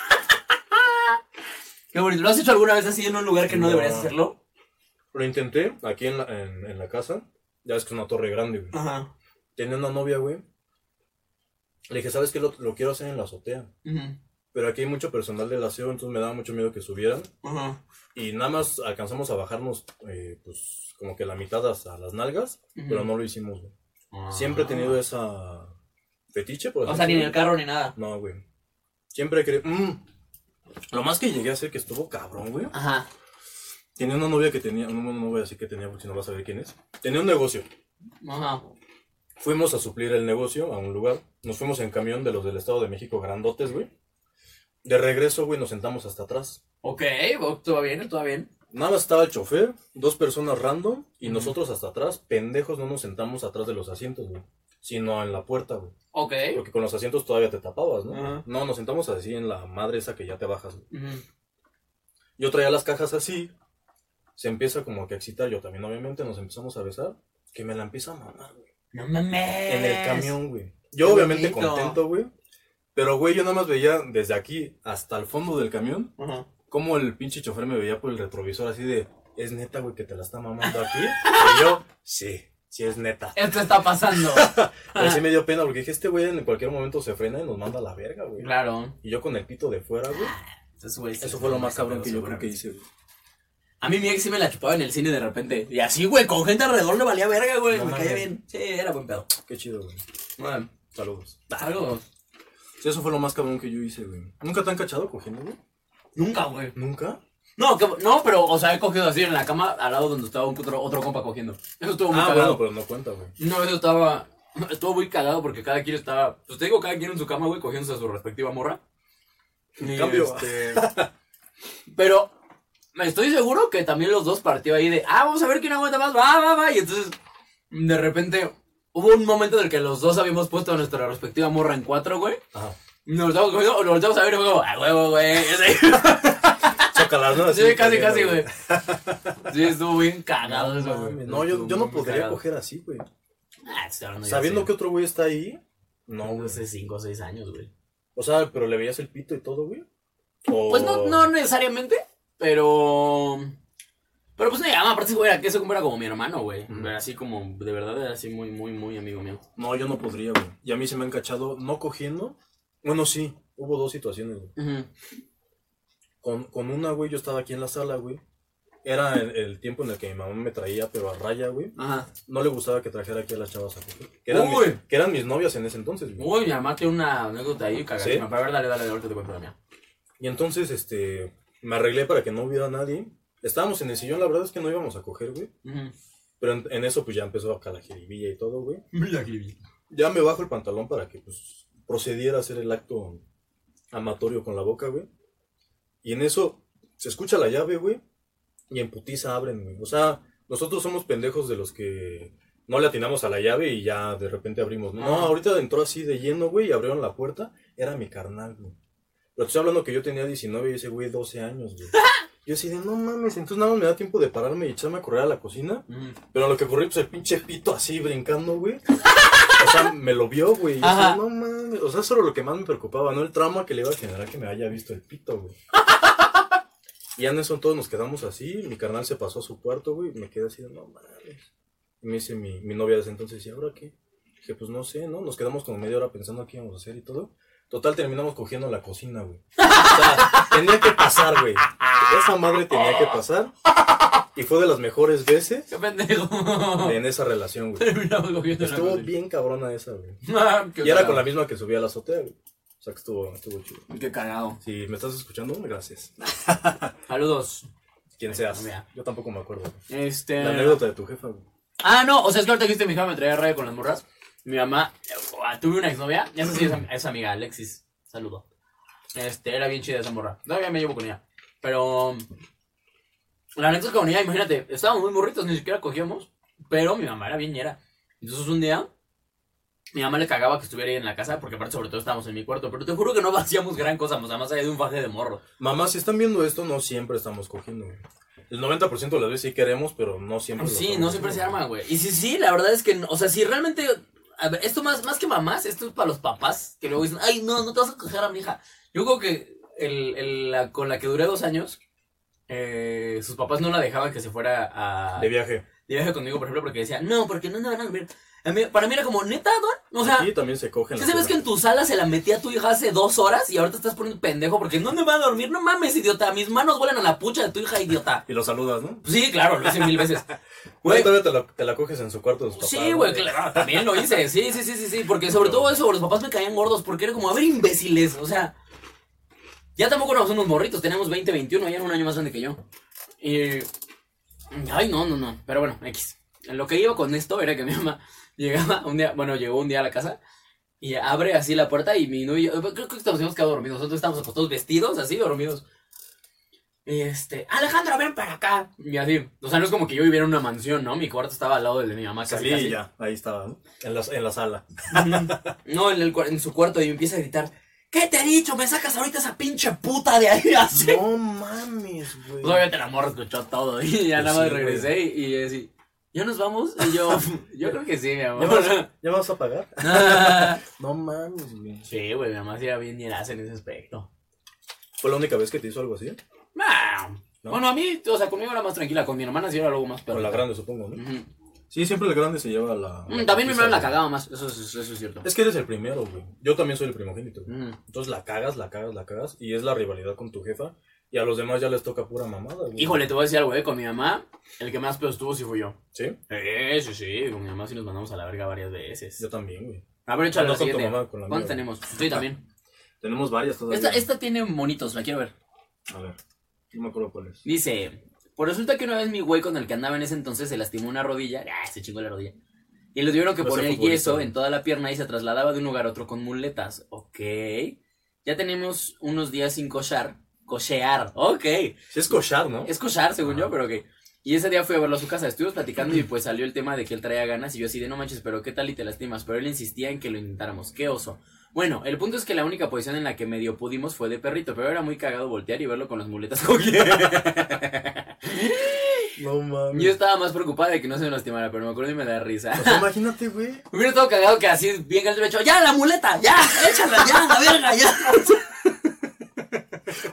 S2: Qué bonito. ¿Lo has hecho alguna vez así en un lugar que no,
S1: No.
S2: deberías hacerlo?
S1: Lo intenté aquí en la, en, en la casa. Ya ves que es una torre grande, güey.
S2: Ajá.
S1: Tenía una novia, güey. Le dije, ¿sabes qué? Lo, lo quiero hacer en la azotea.
S2: Ujú,
S1: Pero aquí hay mucho personal del aseo, entonces me daba mucho miedo que subieran.
S2: Ajá.
S1: Y nada más alcanzamos a bajarnos, eh, pues, como que la mitad hasta las nalgas. Pero no lo hicimos, güey. Siempre he tenido esa fetiche, por
S2: Ah. O
S1: así
S2: sea, ni en el
S1: decirlo.
S2: carro ni nada.
S1: No, güey. Siempre he querido... Mm. Lo más que llegué a hacer que estuvo cabrón, güey.
S2: Ajá.
S1: Tenía una novia que tenía... No, no voy a decir que tenía porque si no vas a ver quién es. Tenía un negocio.
S2: Ajá.
S1: Fuimos a suplir el negocio a un lugar. Nos fuimos en camión de los del Estado de México grandotes, güey. De regreso, güey, nos sentamos hasta atrás.
S2: Ok, bo- todo bien, todo bien.
S1: Nada más estaba el chofer, dos personas random y nosotros hasta atrás. Pendejos, no nos sentamos atrás de los asientos, güey. Sino en la puerta, güey.
S2: Ok.
S1: Porque con los asientos todavía te tapabas, ¿no?
S2: Ajá.
S1: No, nos sentamos así en la madre esa que ya te bajas, güey.
S2: Ujú.
S1: Yo traía las cajas así. Se empieza como que a excitar. Yo también, obviamente, nos empezamos a besar. Que me la empieza a mamar, güey.
S2: No mames.
S1: En el camión, güey.
S2: Qué
S1: Yo obviamente
S2: bonito.
S1: contento, güey. Pero, güey, yo nada más veía desde aquí hasta el fondo del camión
S2: Ajá.
S1: cómo el pinche chofer me veía por el retrovisor así de, es neta, güey, que te la está mamando aquí. y yo, sí, sí es neta.
S2: Esto está pasando.
S1: Pero sí me dio pena porque dije, este güey en cualquier momento se frena y nos manda a la verga, güey.
S2: claro. Este
S1: Y yo con el pito de fuera, güey.
S2: Eso fue,
S1: Eso fue lo más cabrón que yo creo que hice, güey.
S2: A mí mi ex sí me la chupaba en el cine de repente. Y así, güey, con gente alrededor le valía verga, güey.
S1: No
S2: me caía
S1: mames.
S2: bien. Sí, era buen pedo.
S1: Qué chido, güey.
S2: Bueno,
S1: Saludos.
S2: algo.
S1: Sí, eso fue lo más cabrón que yo hice, güey. ¿Nunca te han cachado cogiendo, güey?
S2: Nunca, güey.
S1: ¿Nunca?
S2: No, que- no, pero, o sea, he cogido así en la cama al lado donde estaba un otro, otro compa cogiendo. Eso estuvo muy
S1: Ah,
S2: cagado.
S1: bueno, pero no cuenta, güey.
S2: Una vez yo estaba. Estuvo muy cagado porque cada quien estaba. Pues te digo, cada quien en su cama, güey, cogiéndose a su respectiva morra. Y,
S1: Cambio.
S2: este, pero me estoy seguro que también los dos partió ahí de. Ah, vamos a ver quién aguanta más. Va, va, va. Y entonces, de repente, hubo un momento en el que los dos habíamos puesto a nuestra respectiva morra en cuatro, güey.
S1: Ajá.
S2: Y Nos estábamos cogiendo, nos volteamos a ver y fue como, ah, huevo, güey.
S1: Chócalas, ¿no?
S2: Sí,
S1: Así,
S2: casi,
S1: cogiendo,
S2: casi, güey. Sí, estuvo bien cagado eso, güey.
S1: No, yo, yo
S2: Estuvo
S1: no
S2: muy
S1: podría
S2: cagado.
S1: coger así, güey.
S2: Ah, estoy hablando ya
S1: Sabiendo
S2: así.
S1: que otro güey está ahí. No,
S2: No,
S1: güey.
S2: hace 5 o 6 años, güey.
S1: O sea, pero le veías el pito y todo, güey. O-
S2: Pues no, no necesariamente, pero. Pero pues me llama, aparte ese güey era, ese güey era como mi hermano, güey.
S1: Ujú.
S2: Era Así como, de verdad, era así muy, muy, muy amigo mío.
S1: No, yo no podría, güey. Y a mí se me han cachado no cogiendo. Bueno, sí, hubo dos situaciones, güey.
S2: Ujú.
S1: Con, con una, güey, yo estaba aquí en la sala, güey. Era el, el tiempo en el que mi mamá me traía, pero a raya, güey.
S2: Ajá.
S1: No le gustaba que trajera aquí a las chavas a coger. Que eran,
S2: Uy.
S1: mis, que eran mis novias en ese entonces, güey.
S2: Uy, mi mamá tiene una anécdota ahí, cagadísima. Pero a ver, dale, dale, ahorita te cuento la mía.
S1: Y entonces, este, me arreglé para que no hubiera nadie. Estábamos en el sillón, la verdad es que no íbamos a coger, güey.
S2: Ujú.
S1: Pero en, en eso, pues ya empezó acá la jiribilla y todo, güey.
S2: Mira que bien.
S1: Ya me bajo el pantalón para que, pues, procediera a hacer el acto amatorio con la boca, güey. Y en eso, se escucha la llave, güey. Y en putiza abren, güey. O sea, nosotros somos pendejos de los que no le atinamos a la llave y ya de repente abrimos. No,
S2: Ajá.
S1: ahorita entró así de lleno, güey, y abrieron la puerta. Era mi carnal, güey. Pero te estoy hablando que yo tenía 19 y ese güey 12 años, güey. Yo así de, no mames, entonces nada más me da tiempo de pararme y echarme a correr a la cocina.
S2: Ujú.
S1: Pero lo que ocurrió, pues el pinche pito así brincando, güey. O sea, me lo vio, güey. Y yo
S2: Ajá.
S1: dije, no mames. O sea, eso era lo que más me preocupaba, ¿no? El trauma que le iba a generar que me haya visto el pito, güey. Y en eso todos nos quedamos así. Mi carnal se pasó a su cuarto, güey. y Me quedé así de, no mames. Y me dice mi, mi novia desde entonces, ¿y ahora qué? Dije, pues no sé, ¿no? Nos quedamos como media hora pensando qué íbamos a hacer y todo. Total, terminamos cogiendo en la cocina, güey. O sea, tenía que pasar, güey. Esa madre tenía que pasar. Y fue de las mejores veces
S2: Qué pendejo.
S1: en esa relación, güey.
S2: Terminamos cogiendo la
S1: Estuvo
S2: madre.
S1: bien cabrona esa, güey.
S2: Ah, qué
S1: Y era con la
S2: cagado.
S1: misma que subí a la azotea, güey. O sea que estuvo, estuvo chido.
S2: Qué cagado.
S1: Si me estás escuchando, gracias.
S2: Saludos.
S1: Quien seas.
S2: Mira.
S1: Yo tampoco me acuerdo. güey.
S2: Este.
S1: La anécdota de tu jefa, güey.
S2: Ah, no, o sea, es que ahorita que dijiste mi hija me traía raya con las morras. Mi mamá, eh, ah, tuve una exnovia, esa sí es, am- es amiga, Alexis, saludo. Este, era bien chida esa morra. Todavía me llevo con ella. Pero, um, la neta es que con ella, imagínate, estábamos muy morritos, ni siquiera cogíamos. Pero mi mamá era bien ñera. Entonces un día, mi mamá le cagaba que estuviera ahí en la casa, porque aparte sobre todo estábamos en mi cuarto. Pero te juro que no hacíamos gran cosa, o sea, más allá de un faje de morro.
S1: Mamá, si están viendo esto, no siempre estamos cogiendo, güey. El 90% de las veces sí queremos, pero no siempre. lo
S2: Pues Sí,
S1: estamos
S2: no siempre se
S1: haciendo,
S2: arma, güey. Y sí, sí, la verdad es que, no- o sea, si realmente, a ver, esto más, más que mamás, esto es para los papás, que luego dicen, ay, no, no te vas a coger a mi hija. Yo creo que el, el- la, con la que duré dos años, eh, sus papás no la dejaban que se fuera a...
S1: güey. De viaje.
S2: de viaje conmigo, por ejemplo, porque decían, no, porque no me van a dormir. A mí- para mí era como, neta, don, o sea...
S1: Aquí también se cogen.
S2: ¿Qué
S1: las
S2: sabes que en
S1: cosas.
S2: tu sala se la metía tu hija hace dos horas y ahora te estás poniendo pendejo porque no me va a dormir? No mames, idiota. Mis manos vuelan a la pucha de tu hija, idiota. Pues
S1: Y lo saludas, ¿no?
S2: Sí, claro, lo hice mil veces.
S1: Güey,
S2: Güey.
S1: todavía te la, te la coges en su cuarto de sus papás.
S2: Sí, güey, claro, también lo hice. Sí, sí, sí, sí, sí. Porque sobre todo eso, los papás me caían gordos porque era como, a ver, imbéciles. O sea, ya tampoco éramos unos morritos, teníamos 20, 21, ella era un año más grande que yo. Y. Ay, no, no, no. Pero bueno, X. Lo que iba con esto era que mi mamá llegaba un día, bueno, llegó un día a la casa y abre así la puerta y mi novio, y yo- creo que nos habíamos quedado dormidos. Nosotros estábamos apostados vestidos, así, dormidos. Y este, Alejandro, ven para acá. Y así, o sea, no es como que yo viviera en una mansión, ¿no? Mi cuarto estaba al lado del de mi mamá. casi,
S1: Salí
S2: casi.
S1: y ya, ahí estaba, ¿no? En la, en la sala.
S2: No, en, el, cua- en su cuarto y me empieza a gritar, ¿qué te he dicho? ¿Me sacas ahorita esa pinche puta de ahí así?
S1: No mames, güey.
S2: Pues obviamente el amor escuchó todo y ya
S1: Pues
S2: nada más
S1: sí,
S2: regresé y, y así, ¿ya nos vamos? Y yo, yo creo que sí, mi
S1: ¿Ya vas,
S2: amor.
S1: ya vas a pagar? No mames, güey.
S2: sí, güey, mi mamá sí era bien ñeraza en ese aspecto.
S1: ¿Fue la única vez que te hizo algo así?
S2: Nah.
S1: ¿No?
S2: Bueno, a mí, o sea, conmigo era más tranquila, con mi hermana sí era luego más
S1: Con
S2: perrita.
S1: la grande, supongo, ¿no?
S2: Ujú.
S1: Sí, siempre el grande se lleva la.
S2: Mm, también mi hermana la
S1: cagada.
S2: cagaba más, eso, es- eso es cierto.
S1: Es que eres el primero, güey. Yo también soy el primogénito. güey.
S2: Mm.
S1: Entonces la cagas, la cagas, la cagas. Y es la rivalidad con tu jefa. Y a los demás ya les toca pura mamada, güey.
S2: Híjole, te voy a decir algo, eh, con mi mamá, el que más peor estuvo sí fui yo.
S1: Sí,
S2: Eh, sí, sí, con mi mamá sí nos mandamos a la verga varias veces.
S1: yo también, güey.
S2: A ver, échale
S1: No
S2: la
S1: con tu
S2: siguiente.
S1: mamá, con la
S2: ¿Cuántas
S1: mía,
S2: tenemos? Estoy también.
S4: Tenemos varias todavía.
S2: Esta, esta tiene monitos, la quiero ver.
S4: A ver, no me acuerdo cuál es.
S2: Dice, pues resulta que una vez mi güey con el que andaba en ese entonces se lastimó una rodilla. Ah, se chingó la rodilla. Y le tuvieron que
S1: Va a ser
S2: poner
S1: futbolista,
S2: yeso
S1: güey.
S2: en toda la pierna y se trasladaba de un lugar a otro con muletas. Ok. Ya tenemos unos días sin cochar. Cochear. Ok.
S1: Sí, es cochar, ¿no?
S2: Es cochar, según yo, pero ok. Y ese día fui a verlo a su casa, estuvimos platicando y pues salió el tema de que él traía ganas y yo así de no manches, pero qué tal y te lastimas, pero él insistía en que lo intentáramos, qué oso. Bueno, el punto es que la única posición en la que medio pudimos fue de perrito, pero era muy cagado voltear y verlo con las muletas cogiendo.
S1: No mames.
S2: yo estaba más preocupada de que no se me lastimara, pero me acuerdo y me da risa.
S1: O sea, imagínate, güey.
S2: Me hubiera estado cagado que así bien el derecho, ya la muleta, ya, échala, ya, la verga, ya.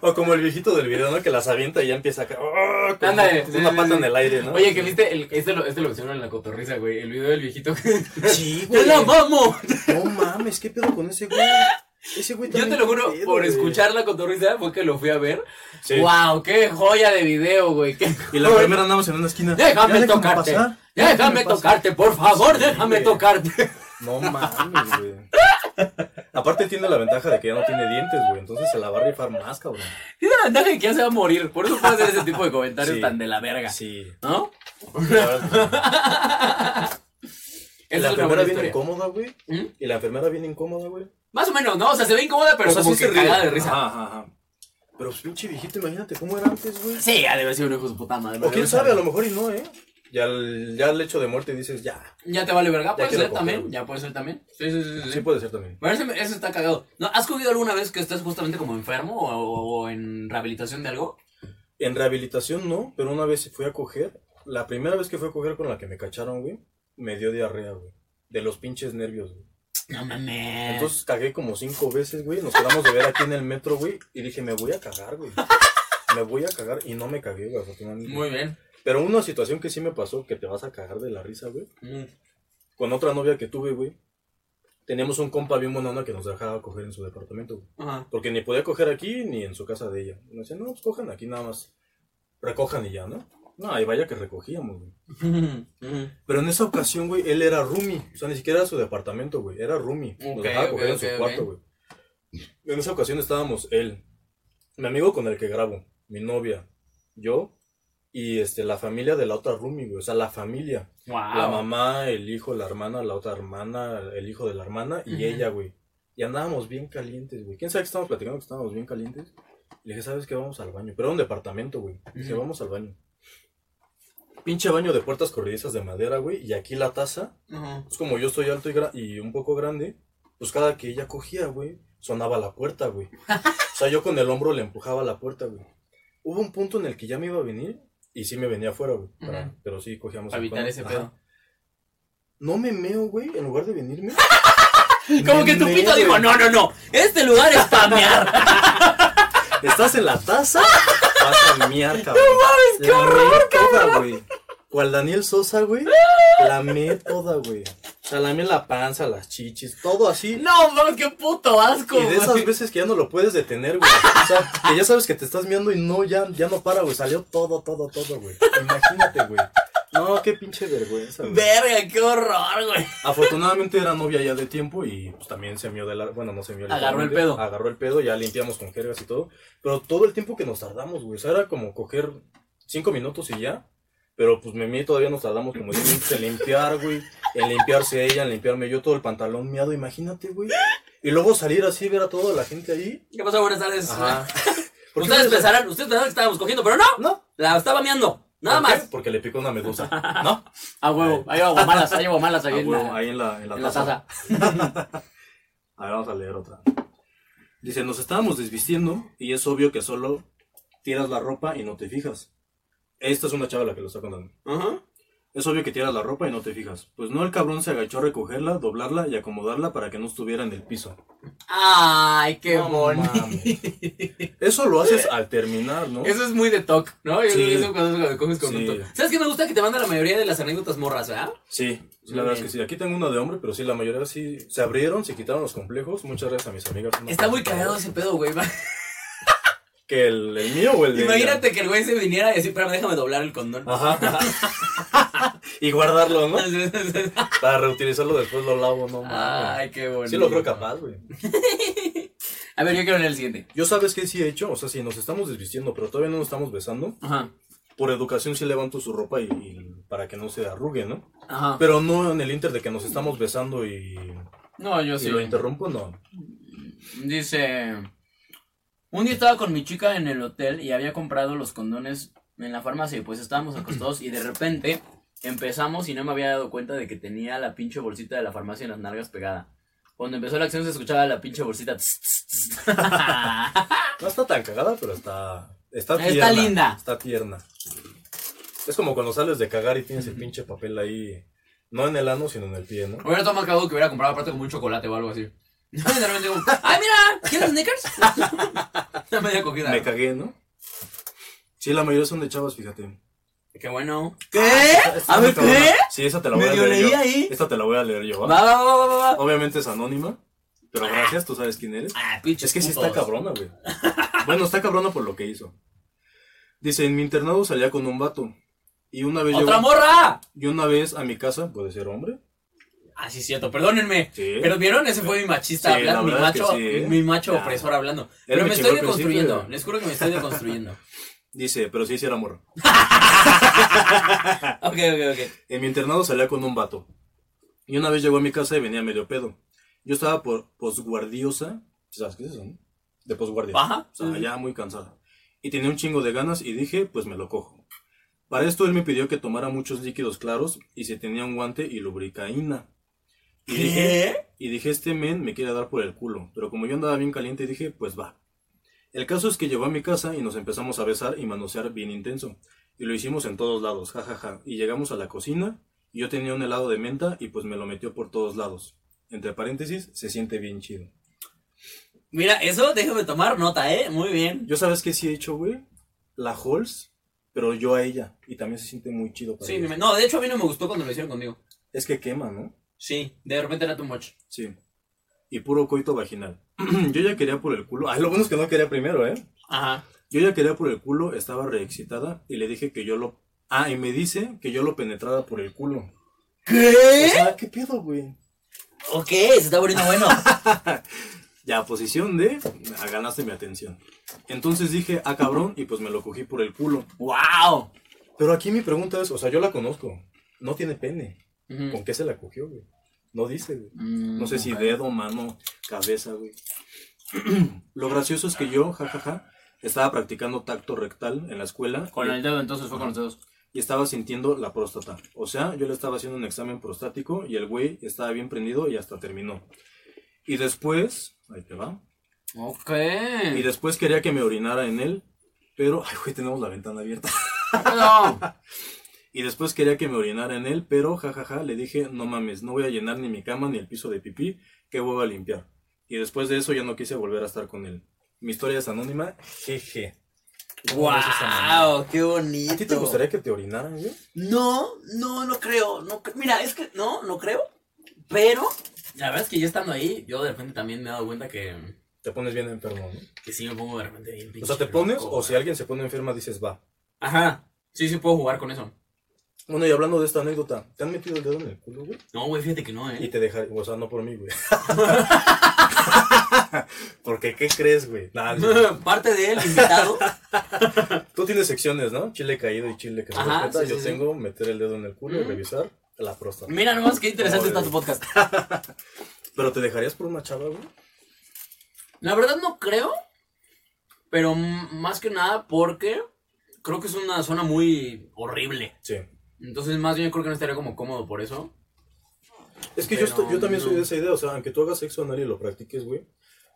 S1: O como el viejito del video, ¿no? Que las avienta y ya empieza acá. ¡ah! con
S2: Ándale,
S1: una,
S2: sí,
S1: una
S2: sí,
S1: pata
S2: sí.
S1: en el aire, ¿no?
S2: Oye, que viste, el, este, lo, este lo pusieron en la cotorriza, güey. El video del viejito.
S1: Sí,
S5: ¡Te la mamo!
S1: No mames, ¿qué pedo con ese güey? Ese güey
S2: Yo te
S1: también,
S2: lo
S1: ¿qué
S2: juro,
S1: pedo,
S2: por
S1: güey?
S2: escuchar la cotorriza fue que lo fui a ver.
S1: Sí.
S2: ¡Wow! ¡Qué joya de video, güey! ¡Qué
S1: Y la
S2: joya!
S1: primera andamos en una esquina.
S2: Déjame
S1: Ya déjame
S2: tocarte.
S1: pasar,
S2: Ya déjame
S1: pasar.
S2: tocarte, por favor,
S1: Sí,
S2: déjame
S1: güey.
S2: tocarte.
S1: No mames, güey. Aparte tiene la ventaja de que ya no tiene dientes, güey. Entonces se la va a rifar más, cabrón.
S2: Tiene la ventaja de que ya se va a morir. Por eso puede hacer ese tipo de comentarios
S1: Sí.
S2: tan de la verga.
S1: Sí.
S2: ¿No?
S1: La verdad, la
S2: Esa es una buena
S1: enfermera viene
S2: historia.
S1: incómoda, güey.
S2: ¿Mm?
S1: Y la enfermera viene incómoda, güey.
S2: Más o menos, ¿no? O sea, se ve incómoda, pero
S1: O sea,
S2: como
S1: sí
S2: que
S1: se ríe.
S2: cagada de risa.
S6: Ajá, ajá, ajá.
S1: Pero pues, pinche viejito, imagínate cómo era antes, güey.
S2: Sí, ya debe ser un hijo de su puta madre.
S1: O
S2: debe
S1: quién
S2: ser.
S1: sabe, a lo mejor y no, ¿eh? Ya el, ya el hecho de muerte dices, ya.
S2: Ya te vale verga,
S1: Ya
S2: puede
S1: quiero
S2: ser
S1: coger,
S2: también.
S1: güey.
S2: Ya puede ser también. Sí, sí, sí. sí,
S1: Sí
S2: sí.
S1: puede ser también.
S2: Pero ese- eso está cagado. ¿No? ¿Has cogido alguna vez que estás justamente como enfermo o, o en rehabilitación de algo?
S1: En rehabilitación no, pero una vez fui a coger. La primera vez que fui a coger con la que me cacharon, güey, me dio diarrea, güey. De los pinches nervios, güey.
S2: No mames.
S1: Entonces cagué como cinco veces, güey. Nos quedamos de ver aquí en el metro, güey. Y dije, me voy a cagar, güey. Me voy a cagar. Y no me cagué, güey, afortunadamente.
S2: Muy bien.
S1: Pero una situación que sí me pasó, que te vas a cagar de la risa, güey.
S2: Mm.
S1: Con otra novia que tuve, güey. Teníamos un compa bien buena onda que nos dejaba coger en su departamento, güey.
S2: Ajá.
S1: Porque ni podía coger aquí ni en su casa de ella. Me decía, no, pues cojan aquí nada más. Recojan y ya, ¿no? No, y vaya que recogíamos, güey.
S2: Ujú.
S1: Pero en esa ocasión, güey, él era roomie. O sea, ni siquiera era su departamento, güey. Era roomie.
S2: Ok,
S1: Nos dejaba
S2: ok,
S1: coger en
S2: ok,
S1: su
S2: ok.
S1: cuarto, güey. En esa ocasión estábamos él, mi amigo con el que grabo, mi novia, yo y este, la familia de la otra roomie, güey. O sea, la familia.
S2: Wow.
S1: La mamá, el hijo, la hermana, la otra hermana, el hijo de la hermana y
S2: Ujú.
S1: ella, güey. Y andábamos bien calientes, güey. ¿Quién sabe que estábamos platicando que estábamos bien calientes? Le dije, ¿sabes qué? Vamos al baño. Pero era un departamento, güey. Dije,
S2: Ujú.
S1: vamos al baño. Pinche baño de puertas corredizas de madera, güey. Y aquí la taza.
S2: Ujú.
S1: Pues como yo estoy alto y, gra- y un poco grande, pues cada que ella cogía, güey, sonaba la puerta, güey. O sea, yo con el hombro le empujaba la puerta, güey. Hubo un punto en el que ya me iba a venir y sí me venía afuera, güey. para-
S2: Ujú.
S1: Pero sí cogíamos
S2: Para
S1: el
S2: evitar
S1: cono.
S2: ese
S1: Ajá.
S2: pedo.
S1: No me meo, güey, en lugar de venirme.
S2: Como
S1: Me
S2: que tu
S1: meo,
S2: pito
S1: güey.
S2: dijo, no, no, no, este lugar es para mear.
S1: ¿Estás en la taza? Vas a miar, cabrón. No mames, qué horror, cabrón. güey. Cual Daniel Sosa, güey, la meé toda, güey. O sea, la meé la panza, las chichis, todo así.
S2: No, mames, qué puto asco.
S1: Y de esas
S2: güey.
S1: veces que ya no lo puedes detener, güey. O sea, que ya sabes que te estás mirando y no, ya, ya no para, güey. Salió todo, todo, todo, güey. Imagínate, güey. No, qué pinche vergüenza, güey.
S2: Verga, qué horror, güey.
S1: Afortunadamente era novia ya de tiempo y pues, también se mió de la... Bueno, no se mió.
S2: Agarró el
S1: literalmente.
S2: pedo.
S1: Agarró el pedo, ya limpiamos con jergas y todo. Pero todo el tiempo que nos tardamos, güey. O sea, era como coger cinco minutos y ya. Pero pues me mié todavía nos tardamos como 10 minutos en limpiar, güey. En limpiarse ella, en limpiarme yo todo el pantalón miado, imagínate, güey. Y luego salir así, ver a toda la gente ahí.
S2: ¿Qué pasó? Buenas tardes.
S1: Ajá. ¿Por qué
S2: Ustedes
S1: no les-
S2: pensarán, ustedes pensaron que estábamos cogiendo, pero no,
S1: No.
S2: la estaba meando. Nada
S1: ¿Por qué?
S2: más.
S1: Porque le picó una medusa. ¿No?
S2: A huevo, ahí va malas, ahí va malas, ahí
S6: Ah,
S2: en
S6: huevo,
S2: la-
S6: ahí en la, en la
S2: en la
S6: taza.
S2: taza.
S6: A ver, vamos a leer otra.
S1: Dice, nos estábamos desvistiendo y es obvio que solo tiras la ropa y no te fijas. Esta es una chava la que lo está contando.
S2: Ajá.
S1: Es obvio que tiras la ropa y no te fijas. Pues no, el cabrón se agachó a recogerla, doblarla y acomodarla para que no estuviera en el piso.
S2: Ay, qué
S1: No
S2: bonito.
S1: mames. Eso lo haces al terminar, ¿no?
S2: Eso es muy de toc, ¿no? Yo
S1: Sí.
S2: creo que Eso cuando cuando coges con
S1: Sí.
S2: un toc. ¿Sabes qué me gusta que te manda la mayoría de las anécdotas morras, ¿verdad?
S1: Sí, sí,
S2: Muy
S1: la verdad es
S2: bien.
S1: que sí. Aquí tengo una de hombre, pero sí, la mayoría sí se abrieron, se quitaron los complejos. Muchas gracias a mis amigas.
S2: Está muy cagado ese pedo, güey.
S1: ¿Que el, el mío o el de ella?
S2: Imagínate que el güey se viniera y decir, pero déjame doblar el condón.
S1: Ajá. y guardarlo, ¿no? Para reutilizarlo después lo lavo, no mames.
S2: Ay, qué bonito.
S1: Sí lo creo capaz, güey.
S2: A ver, yo quiero leer el siguiente.
S1: Yo sabes que sí he hecho, o sea, si nos estamos desvistiendo, pero todavía no nos estamos besando,
S2: Ajá.
S1: por educación sí levanto su ropa y, y para que no se arrugue, ¿no?
S2: Ajá.
S1: Pero no en el inter de que nos estamos besando y,
S2: No, yo
S1: y
S2: sí.
S1: lo interrumpo, no.
S2: Dice. Un día estaba con mi chica en el hotel y había comprado los condones en la farmacia y pues estábamos acostados y de repente empezamos y no me había dado cuenta de que tenía la pinche bolsita de la farmacia en las nalgas pegada. Cuando empezó la acción se escuchaba la pinche bolsita. tss, tss, tss.
S1: No está tan cagada, pero está. Está
S2: Está
S1: tierna.
S2: linda.
S1: Está tierna. Es como cuando sales de cagar y tienes el pinche papel ahí. No en el ano, sino en el pie, ¿no?
S2: hubiera tomado algo que hubiera comprado aparte como un chocolate o algo así. Y de repente digo, ¡ay, mira! ¿Quieres sneakers? Está media cogida.
S1: Me cagué, ¿no? Sí, la mayoría son de chavas, fíjate.
S2: Qué bueno.
S7: ¿Qué?
S1: Esta
S2: A ver,
S1: no te la-
S2: ¿qué?
S1: Sí, esa te la voy a
S7: Medio
S1: leer
S7: leí
S1: yo.
S7: ahí.
S1: Esta te la voy a leer yo, ¿va?
S2: Va, va, va, va, va, va.
S1: Obviamente es anónima, pero gracias, tú sabes quién eres.
S2: Ah, pinches
S1: Es que sí está
S2: putos.
S1: cabrona, güey. Bueno, está cabrona por lo que hizo. Dice, en mi internado salía con un vato. Y una vez
S2: ¡Otra
S1: llegó,
S2: morra!
S1: y una vez a mi casa, puede ser hombre.
S2: Ah, sí, es cierto, perdónenme.
S1: Sí.
S2: Pero vieron, ese fue mi machista
S1: Sí,
S2: hablando,
S1: la
S2: mi
S1: verdad es que
S2: macho,
S1: sí, ¿eh?
S2: mi macho
S1: Ya.
S2: opresor hablando. Pero
S1: me
S2: me
S1: chingó
S2: estoy
S1: al principio,
S2: deconstruyendo,
S1: güey.
S2: les juro que me estoy deconstruyendo.
S1: Dice, pero sí, sí era morro.
S2: ok, ok, ok.
S1: En mi internado salía con un vato. Y una vez llegó a mi casa y venía medio pedo. Yo estaba por posguardiosa. ¿Sabes qué es eso? no? De posguardia.
S2: Ajá.
S1: O sea, ya muy cansada. Y tenía un chingo de ganas y dije, pues me lo cojo. Para esto él me pidió que tomara muchos líquidos claros y si tenía un guante y lubricaína. Y dije, y dije, este men me quiere dar por el culo. Pero como yo andaba bien caliente, dije, pues va. El caso es que llegó a mi casa y nos empezamos a besar y manosear bien intenso. Y lo hicimos en todos lados, jajaja. Y llegamos a la cocina y yo tenía un helado de menta y pues me lo metió por todos lados. Entre paréntesis, se siente bien chido.
S2: Mira, eso déjame tomar nota, ¿eh? Muy bien.
S1: Yo sabes que sí he hecho, güey, la Halls, pero yo a ella. Y también se siente muy chido para
S2: Sí,
S1: ella.
S2: me- no, de hecho a mí no me gustó cuando lo hicieron conmigo.
S1: Es que quema, ¿no?
S2: Sí, de repente era tu much.
S1: Sí. Y puro coito vaginal. yo ya quería por el culo. Ah, lo bueno es que no quería primero, ¿eh?
S2: Ajá.
S1: Yo ya quería por el culo, estaba reexcitada y le dije que yo lo... Ah, y me dice que yo lo penetraba por el culo.
S2: ¿Qué?
S1: O sea, ¿qué pedo, güey?
S2: Ok, se está poniendo bueno.
S1: Ya, posición de... ah, ganaste mi atención. Entonces dije, ah, cabrón, y pues me lo cogí por el culo.
S2: ¡Wow!
S1: Pero aquí mi pregunta es, o sea, yo la conozco. No tiene pene. ¿Con qué se la cogió, güey? No dice, güey. Mm. No sé si
S2: Mm.
S1: dedo, mano, cabeza, güey. Lo gracioso es que yo, jajaja, estaba practicando tacto rectal en la escuela
S2: Con
S1: y,
S2: el dedo, entonces fue con los dedos.
S1: y estaba sintiendo la próstata. O sea, yo le estaba haciendo un examen prostático y el güey estaba bien prendido y hasta terminó. Y después, ahí te va.
S2: Ok.
S1: Y después quería que me orinara en él, pero, ay, güey, tenemos la ventana abierta.
S2: No.
S1: Y después quería que me orinara en él, pero jajaja, le dije, no mames, no voy a llenar ni mi cama ni el piso de pipí, que voy a limpiar. Y después de eso ya no quise volver a estar con él. Mi historia es anónima, jeje. ¿Cómo ves esa mamada?
S7: ¡Wow! ¡Qué bonito!
S1: ¿A ti te gustaría que te orinaran, güey?
S7: No, no, no creo. No, cre- mira, es que no, no creo. Pero
S2: La verdad es que yo estando ahí, yo de repente también me he dado cuenta que,
S1: Te pones bien enfermo, ¿no?
S2: que sí me pongo de repente bien
S1: O
S2: pinche
S1: sea, te pones,
S2: loco,
S1: o si alguien se pone enferma, dices, va.
S2: Ajá. Sí, sí puedo jugar con eso.
S1: Bueno, y hablando de esta anécdota, ¿te han metido el dedo en el culo, güey?
S2: No, güey, fíjate que no,
S1: Y
S2: ¿eh?
S1: te dejaron, o sea, no por mí, güey. Porque, ¿qué crees, güey? Nah, no.
S2: Parte de él, invitado.
S1: Tú tienes secciones, ¿no? Chile caído y chile que se
S2: Ajá,
S1: respeta.
S2: sí,
S1: Yo
S2: sí, sí.
S1: tengo meter el dedo en el culo y
S2: Mm.
S1: revisar la próstata.
S2: Mira nomás qué interesante está tu podcast.
S1: ¿Pero te dejarías por una chava, güey?
S2: La verdad no creo, pero m- más que nada porque creo que es una zona muy horrible.
S1: Sí.
S2: Entonces, más bien creo que no estaría como cómodo por eso.
S1: Es que
S2: Pero
S1: yo, estoy- yo también
S2: no.
S1: soy de esa idea. O sea, aunque tú hagas sexo anal y lo practiques, güey,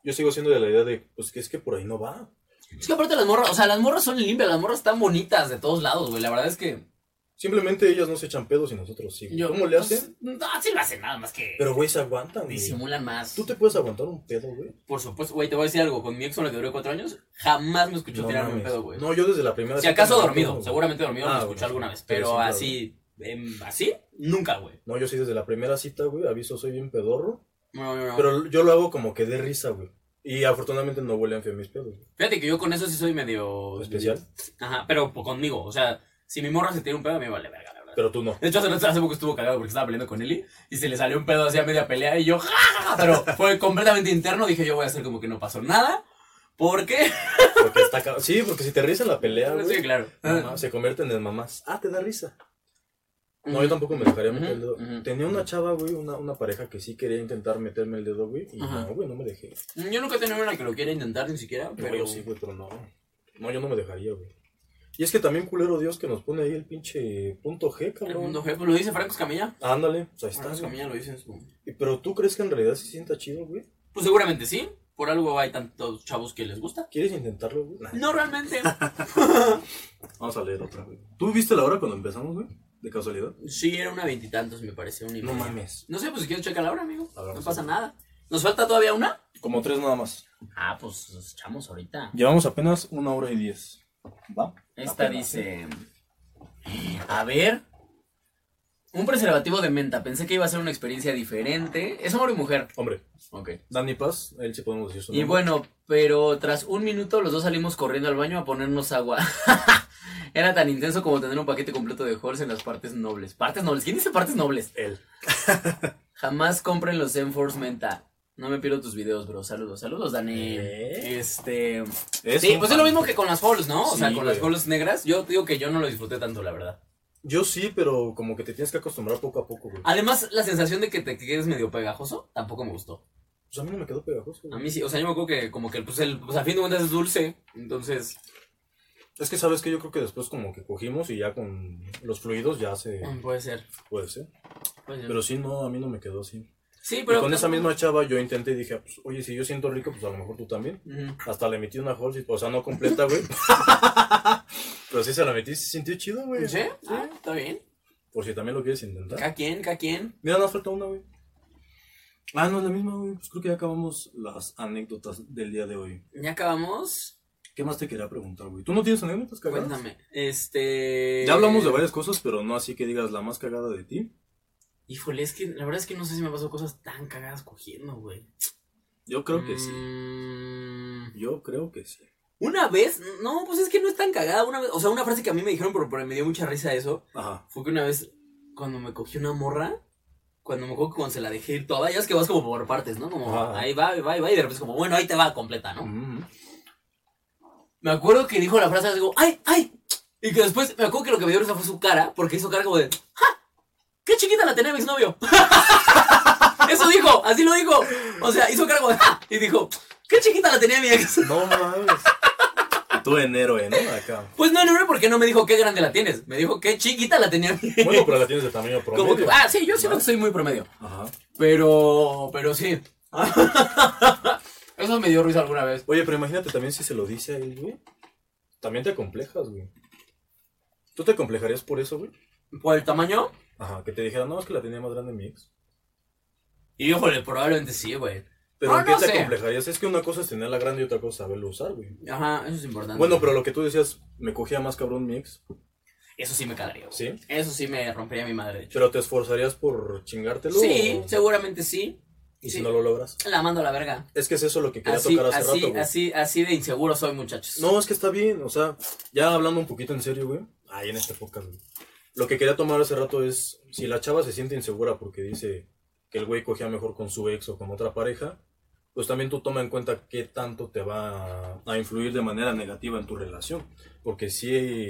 S1: yo sigo siendo de la idea de, pues, que es que por ahí no va.
S2: Es que aparte las morras, o sea, las morras son limpias, las morras están bonitas de todos lados, güey. La verdad es que...
S1: Simplemente ellas no se echan pedos y nosotros sí. güey.
S2: yo-
S1: ¿Cómo le
S2: pues,
S1: hacen?
S2: No, sí lo hacen nada más que...
S1: Pero, güey, se aguantan, güey.
S2: disimulan más.
S1: Tú te puedes aguantar un pedo, güey.
S2: Por supuesto, güey, te voy a decir algo. Con mi ex con la que duré cuatro años, jamás me escuchó tirarme un
S1: mames.
S2: pedo, güey.
S1: No, yo desde la primera
S2: si
S1: cita
S2: acaso
S1: me la
S2: dormido,
S1: tomo, güey.
S2: seguramente dormido
S1: Ah,
S2: me
S1: bueno,
S2: escuchó alguna vez.
S1: sí, sí,
S2: Pero
S1: claro.
S2: así, em, así, nunca, güey.
S1: No, yo sí desde la primera cita, güey, aviso, soy bien pedorro.
S2: No, no, no.
S1: Pero yo lo hago como que de risa, güey. Y afortunadamente no huelen feo mis pedos. güey.
S2: Fíjate que yo con eso sí soy medio...
S1: Especial.
S2: Ajá, pero po- conmigo, o sea, si mi morra se tira un pedo, a mí me vale verga, la verdad.
S1: Pero tú no.
S2: De hecho, hace, hace poco estuvo cagado porque estaba peleando con Eli y se le salió un pedo así a media pelea y yo, ¡Ja, ja, ja! pero fue completamente interno, dije yo voy a hacer como que no pasó nada, porque...
S1: Porque está ca- Sí, porque si te ríes en la pelea, güey.
S2: Sí, claro.
S1: mamá, se convierten en mamás. Ah, te da risa. No, yo tampoco me dejaría meter el dedo.
S2: Ujú, ujú.
S1: Tenía una chava, güey, una, una pareja que sí quería intentar meterme el dedo, güey. Y
S2: Ajá.
S1: no, güey, no me dejé.
S2: Mm, Yo nunca he tenido una que lo quiera intentar ni siquiera,
S1: Güey,
S2: pero...
S1: yo sí, güey, pero no. No, yo no me dejaría, güey. Y es que también culero Dios que nos pone ahí el pinche punto G,
S2: El
S1: cabrón.
S2: mundo jefe, lo dice Franco Escamilla.
S1: Ándale, pues ahí
S2: Franco
S1: estás, güey.
S2: Escamilla lo dice en su...
S1: Y- Pero tú crees que en realidad se sienta chido, güey.
S2: Pues seguramente sí, por algo hay tantos chavos que les gusta.
S1: ¿Quieres intentarlo, güey? Nah.
S2: No realmente.
S1: Vamos a leer otra, güey. ¿Tú viste la hora cuando empezamos, güey? De casualidad.
S2: Sí, era una veintitantos, me parece, un y
S1: No
S2: media.
S1: mames.
S2: No sé, pues si quieres checar la hora, amigo.
S1: A ver,
S2: no
S1: vamos a
S2: pasa
S1: ver.
S2: nada.
S8: ¿Nos falta todavía una?
S1: Como tres nada más.
S2: Ah, pues nos echamos ahorita.
S1: Llevamos apenas una hora y diez. ¿Va?
S2: Esta
S1: Apenas, ¿eh?
S2: dice. A ver. Un preservativo de menta. Pensé que iba a ser una experiencia diferente. Es hombre y mujer.
S1: Hombre,
S2: Ok.
S1: Danny Paz, él sí podemos decir su
S2: Y
S1: nombre.
S2: bueno, pero tras un minuto los dos salimos corriendo al baño a ponernos agua. Era tan intenso como tener un paquete completo de Halls en las partes nobles. ¿Partes nobles? ¿Quién dice partes nobles?
S1: Él.
S2: Jamás compren los Enforce Menta. No me pierdo tus videos, bro. Saludos, saludos, Dani.
S1: ¿Eh?
S2: Este.
S1: Es
S2: sí,
S1: un
S2: pues
S1: fan.
S2: es lo mismo que con las Halls, ¿no? o
S1: Sí,
S2: sea, con las
S1: güey.
S2: Halls negras. Yo digo que yo no lo disfruté tanto, la verdad.
S1: Yo sí, pero como que te tienes que acostumbrar poco a poco, güey.
S2: Además, la sensación de que te quedes medio pegajoso tampoco me gustó.
S1: Pues a mí no me quedó pegajoso,
S2: A
S1: güey.
S2: mí sí, o sea, yo me acuerdo que como que pues, el, pues a fin de cuentas es dulce. Entonces,
S1: Es que sabes que yo creo que después como que cogimos y ya con los fluidos ya se
S2: mm, puede ser.
S1: puede ser.
S2: puede ser.
S1: Pero sí, no, a mí no me quedó así.
S2: sí,
S1: Y
S2: pero. pues
S1: con esa misma chava yo intenté y dije, ah, pues, oye, si yo siento rico, pues a lo mejor tú también.
S2: Ujú.
S1: Hasta le metí una Halls, o sea, no completa, güey. pero sí se la metí, se sintió chido, güey.
S2: ¿Sí? Ah, está bien.
S1: Por si también lo quieres intentar.
S2: ¿Ca quién? ¿Ca quién?
S1: Mira, nos falta una, güey. Ah, no, es la misma, güey. Pues creo que ya acabamos las anécdotas del día de hoy.
S2: ¿Ya acabamos?
S1: ¿Qué más te quería preguntar, güey? ¿Tú no tienes anécdotas cagadas?
S2: Cuéntame. Este.
S1: Ya hablamos de varias cosas, pero no así que digas la más cagada de ti.
S2: Híjole, es que la verdad es que no sé si me pasó cosas tan cagadas cogiendo, güey.
S1: Yo creo que sí.
S2: Mm,
S1: Yo creo que sí.
S2: Una vez, no, pues es que no es tan cagada. Una vez, o sea, una frase que a mí me dijeron, pero, pero me dio mucha risa eso,
S1: Ajá.
S2: fue que una vez, cuando me cogí una morra, cuando me acuerdo que cuando se la dejé ir toda, ya es que vas como por partes, ¿no? Como
S1: Ajá.
S2: ahí va, ahí va, ahí va, y de repente es como, bueno, ahí te va completa, ¿no?
S1: Mm.
S2: Me acuerdo que dijo la frase, así como, ¡ay, ay! Y que después, me acuerdo que lo que me dio risa fue su cara, porque hizo cara como de, ¡ja! ¡Qué chiquita la tenía mi exnovio! Eso dijo, así lo dijo. O sea, hizo cara como de, ¡ja! Y dijo, ¡qué chiquita la tenía mi ex!
S1: No mames. Y Tú en héroe, ¿no? Acá.
S2: Pues no, no, no, porque no me dijo qué grande la tienes. Me dijo qué chiquita la tenía mi ex.
S1: Bueno, pero la tienes de tamaño
S2: Como que-
S1: promedio.
S2: ah, sí, yo siento que soy muy promedio.
S1: Ajá.
S2: Pero, pero sí. Eso me dio risa alguna vez.
S1: Oye, pero imagínate también si se lo dice a él, güey. También te complejas, güey. ¿Tú te complejarías por eso, güey?
S2: ¿Por el tamaño?
S1: Ajá, que te dijera, no, es que la tenía más grande mi ex.
S2: Híjole, probablemente sí, güey.
S1: Pero
S2: No,
S1: ¿en qué
S2: no
S1: te
S2: sé.
S1: complejarías? Es que una cosa es tenerla grande y otra cosa es saberlo usar, güey.
S2: Ajá, eso es importante.
S1: Bueno, pero lo que tú decías, me cogía más cabrón mi ex,
S2: Eso sí me cagaría, güey.
S1: ¿sí?
S2: Eso sí me rompería mi madre, de hecho.
S1: Pero te esforzarías por chingártelo.
S2: Sí,
S1: o-
S2: seguramente sí.
S1: Y
S2: sí.
S1: si no lo logras.
S2: La mando a la verga.
S1: Es que es eso lo que quería
S2: Así,
S1: tocar hace
S2: así,
S1: rato, güey.
S2: así, así de inseguro soy, muchachos.
S1: No, es que está bien, o sea, ya hablando un poquito en serio, güey. Ahí en este podcast, güey. Lo que quería tomar hace rato es si la chava se siente insegura porque dice que el güey cogía mejor con su ex o con otra pareja, pues también tú toma en cuenta qué tanto te va a, a influir de manera negativa en tu relación. Porque si,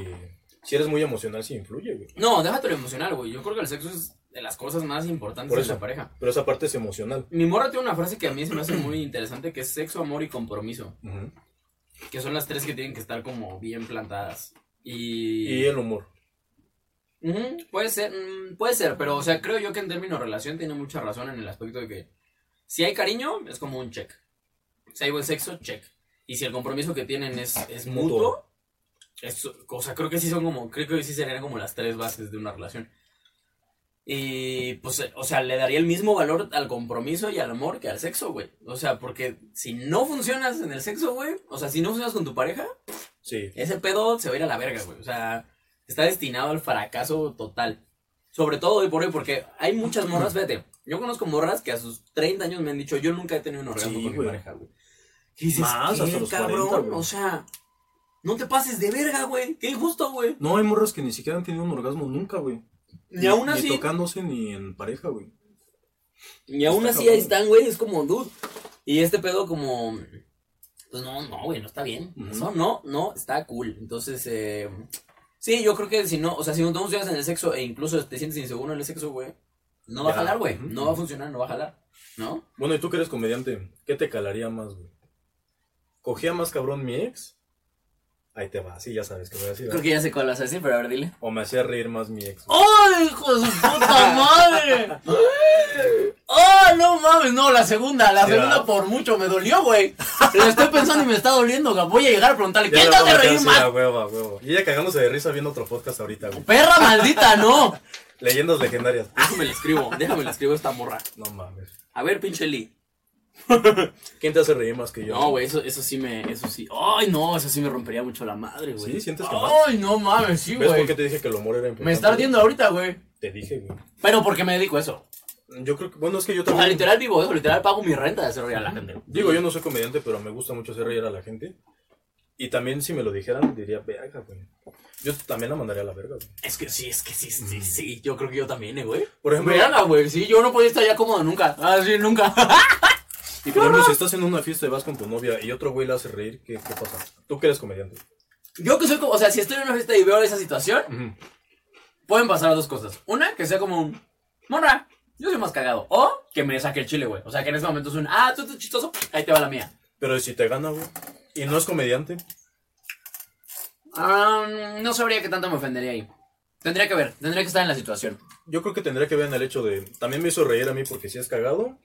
S1: si eres muy emocional, sí influye, güey.
S2: No, déjate lo emocional, güey. Yo creo que el sexo es de las cosas más importantes
S1: Por
S2: de
S1: eso.
S2: la pareja.
S1: Pero esa parte es emocional.
S2: Mi morra tiene una frase que a mí se me hace muy interesante, que es sexo, amor y compromiso.
S1: Ujú.
S2: Que son las tres que tienen que estar como bien plantadas. Y...
S1: Y el humor.
S2: Ujú, puede ser, mm, puede ser, pero o sea, creo yo que en términos de relación tiene mucha razón en el aspecto de que si hay cariño, es como un check. Si hay buen sexo, check. Y si el compromiso que tienen es, es mutuo, es, o sea, creo que sí son como, creo que sí serían como las tres bases de una relación. Y pues, eh, o sea, le daría el mismo valor al compromiso y al amor que al sexo, güey. O sea, porque si no funcionas en el sexo, güey, o sea, si no funcionas con tu pareja,
S1: Sí.
S2: ese pedo se va a ir a la verga, güey. O sea, está destinado al fracaso total. Sobre todo hoy por hoy, porque hay muchas morras, fíjate. Yo conozco morras que a sus 30 años me han dicho, yo nunca he tenido un orgasmo
S1: Sí,
S2: con
S1: güey.
S2: mi pareja, güey. Y dices,
S1: Más,
S2: "¿Qué,
S1: hasta los
S2: cabrón?
S1: 40, güey.
S2: o sea, no te pases de verga, güey. Qué injusto, güey.
S1: No hay morras que ni siquiera han tenido un orgasmo nunca, güey.
S2: Y aún
S1: Ni
S2: así,
S1: tocándose ni en pareja, güey.
S2: y aún
S1: está
S2: así ahí
S1: cabrón.
S2: están, güey. Es como, dude. Y este pedo como... Pues no, no, güey, no está bien.
S1: Ujú.
S2: Eso no, no está cool. Entonces, eh, sí, yo creo que si no, o sea, si no te funcionas en el sexo e incluso te sientes inseguro en el sexo, güey, no va
S1: Ya.
S2: a jalar, güey.
S1: Ujú.
S2: No va a funcionar, no va a jalar. ¿No?
S1: Bueno, y tú que eres comediante, ¿qué te calaría más, güey? ¿Cogía más cabrón mi ex? Ahí te va, sí, ya sabes que voy a decir.
S2: Creo que ya sé cuál vas a decir, pero a ver, dile.
S1: O me hacía reír más mi ex. güey?
S2: ¡Ay, hijo de su puta madre! ¡Ah, no mames! No, la segunda, la
S1: Sí,
S2: segunda
S1: ¿verdad?
S2: por mucho me dolió, güey. Lo estoy pensando y me está doliendo, güey. Voy a llegar a preguntarle,
S1: Ya
S2: Oh, ¿quién
S1: le
S2: te
S1: voy a meter
S2: hace reír
S1: así,
S2: más?
S1: a huevo, a huevo. Y ella cagándose de risa viendo otro podcast ahorita, güey.
S2: ¡Perra maldita, no!
S1: Leyendas legendarias.
S2: Déjame le escribo, déjame le escribo a esta morra.
S1: No mames.
S2: A ver, pinche Lee.
S1: ¿Quién te hace reír más que yo?
S2: No, güey, eso, eso sí me. Eso sí. Ay, no, eso sí me rompería mucho la madre, güey.
S1: Sí, sientes que más.
S2: Ay, no mames, sí,
S1: ¿Ves por
S2: güey.
S1: qué te dije que el humor era
S2: Me
S1: importante?
S2: está ardiendo ahorita, güey.
S1: Te dije, güey.
S2: Pero porque me dedico a eso.
S1: Yo creo que, bueno, es que yo
S2: O sea,
S1: también.
S2: literal vivo eso, literal pago mi renta de hacer reír a la gente.
S1: Digo, yo no soy comediante, pero me gusta mucho hacer reír a la gente. Y también si me lo dijeran, diría, verga, güey. Yo también la mandaría a la verga, güey.
S2: Es que sí, es que sí, sí, sí. Yo creo que yo también, eh, güey.
S1: Por ejemplo,
S2: Verga, güey, sí, yo no podía estar ya cómodo nunca. Así, nunca.
S1: y por ejemplo, si estás en una fiesta y vas con tu novia y otro güey la hace reír, ¿qué, qué pasa? Tú que eres comediante.
S2: Yo que soy como, o sea, si estoy en una fiesta y veo esa situación,
S1: Ujú.
S2: pueden pasar dos cosas. Una, que sea como un, mona, yo soy más cagado. O que me saque el chile, güey. O sea, que en ese momento es un, ah, tú estás chistoso, ahí te va la mía.
S1: Pero si te gana, güey, y no es comediante,
S2: Ah, no sabría qué tanto me ofendería ahí. Tendría que ver, tendría que estar en la situación.
S1: yo creo que tendría que ver en el hecho de, también me hizo reír a mí porque si es cagado,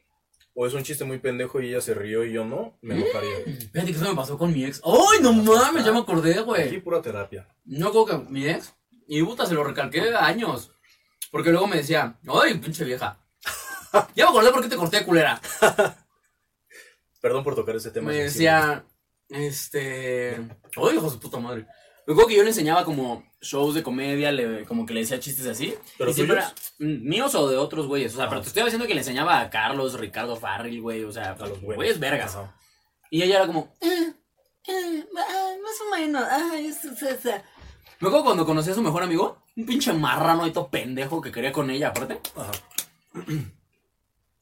S1: o es un chiste muy pendejo y ella se rió y yo no, me enojaría.
S2: Fíjate que eso me pasó con mi ex. ¡Ay, no mames! Ya me acordé,
S1: Aquí
S2: güey.
S1: pura terapia.
S2: No creo que mi ex. Y puta, se lo recalqué años. Porque luego me decía, ¡ay, pinche vieja! Ya me acordé por qué te corté, culera.
S1: Perdón por tocar ese tema.
S2: me
S1: sensible.
S2: decía, este, ¡ay, hijo de su puta madre! Luego que yo le enseñaba como shows de comedia, le- como que le decía chistes así.
S1: ¿Pero
S2: y siempre
S1: tuyos? Ah.
S2: era, mm, míos o de otros güeyes. O sea, pero te estoy diciendo que le enseñaba a Carlos, Ricardo Farril, güey. O sea,
S1: A los güeyes.
S2: güeyes vergas.
S1: Ajá.
S2: Y ella era como, "Eh,
S9: Eh, ah, más o menos. Ah, es, es, es, es.
S2: eh". Me acuerdo cuando conocí a su mejor amigo, un pinche marrano y todo pendejo que quería con ella, aparte.
S1: Ajá.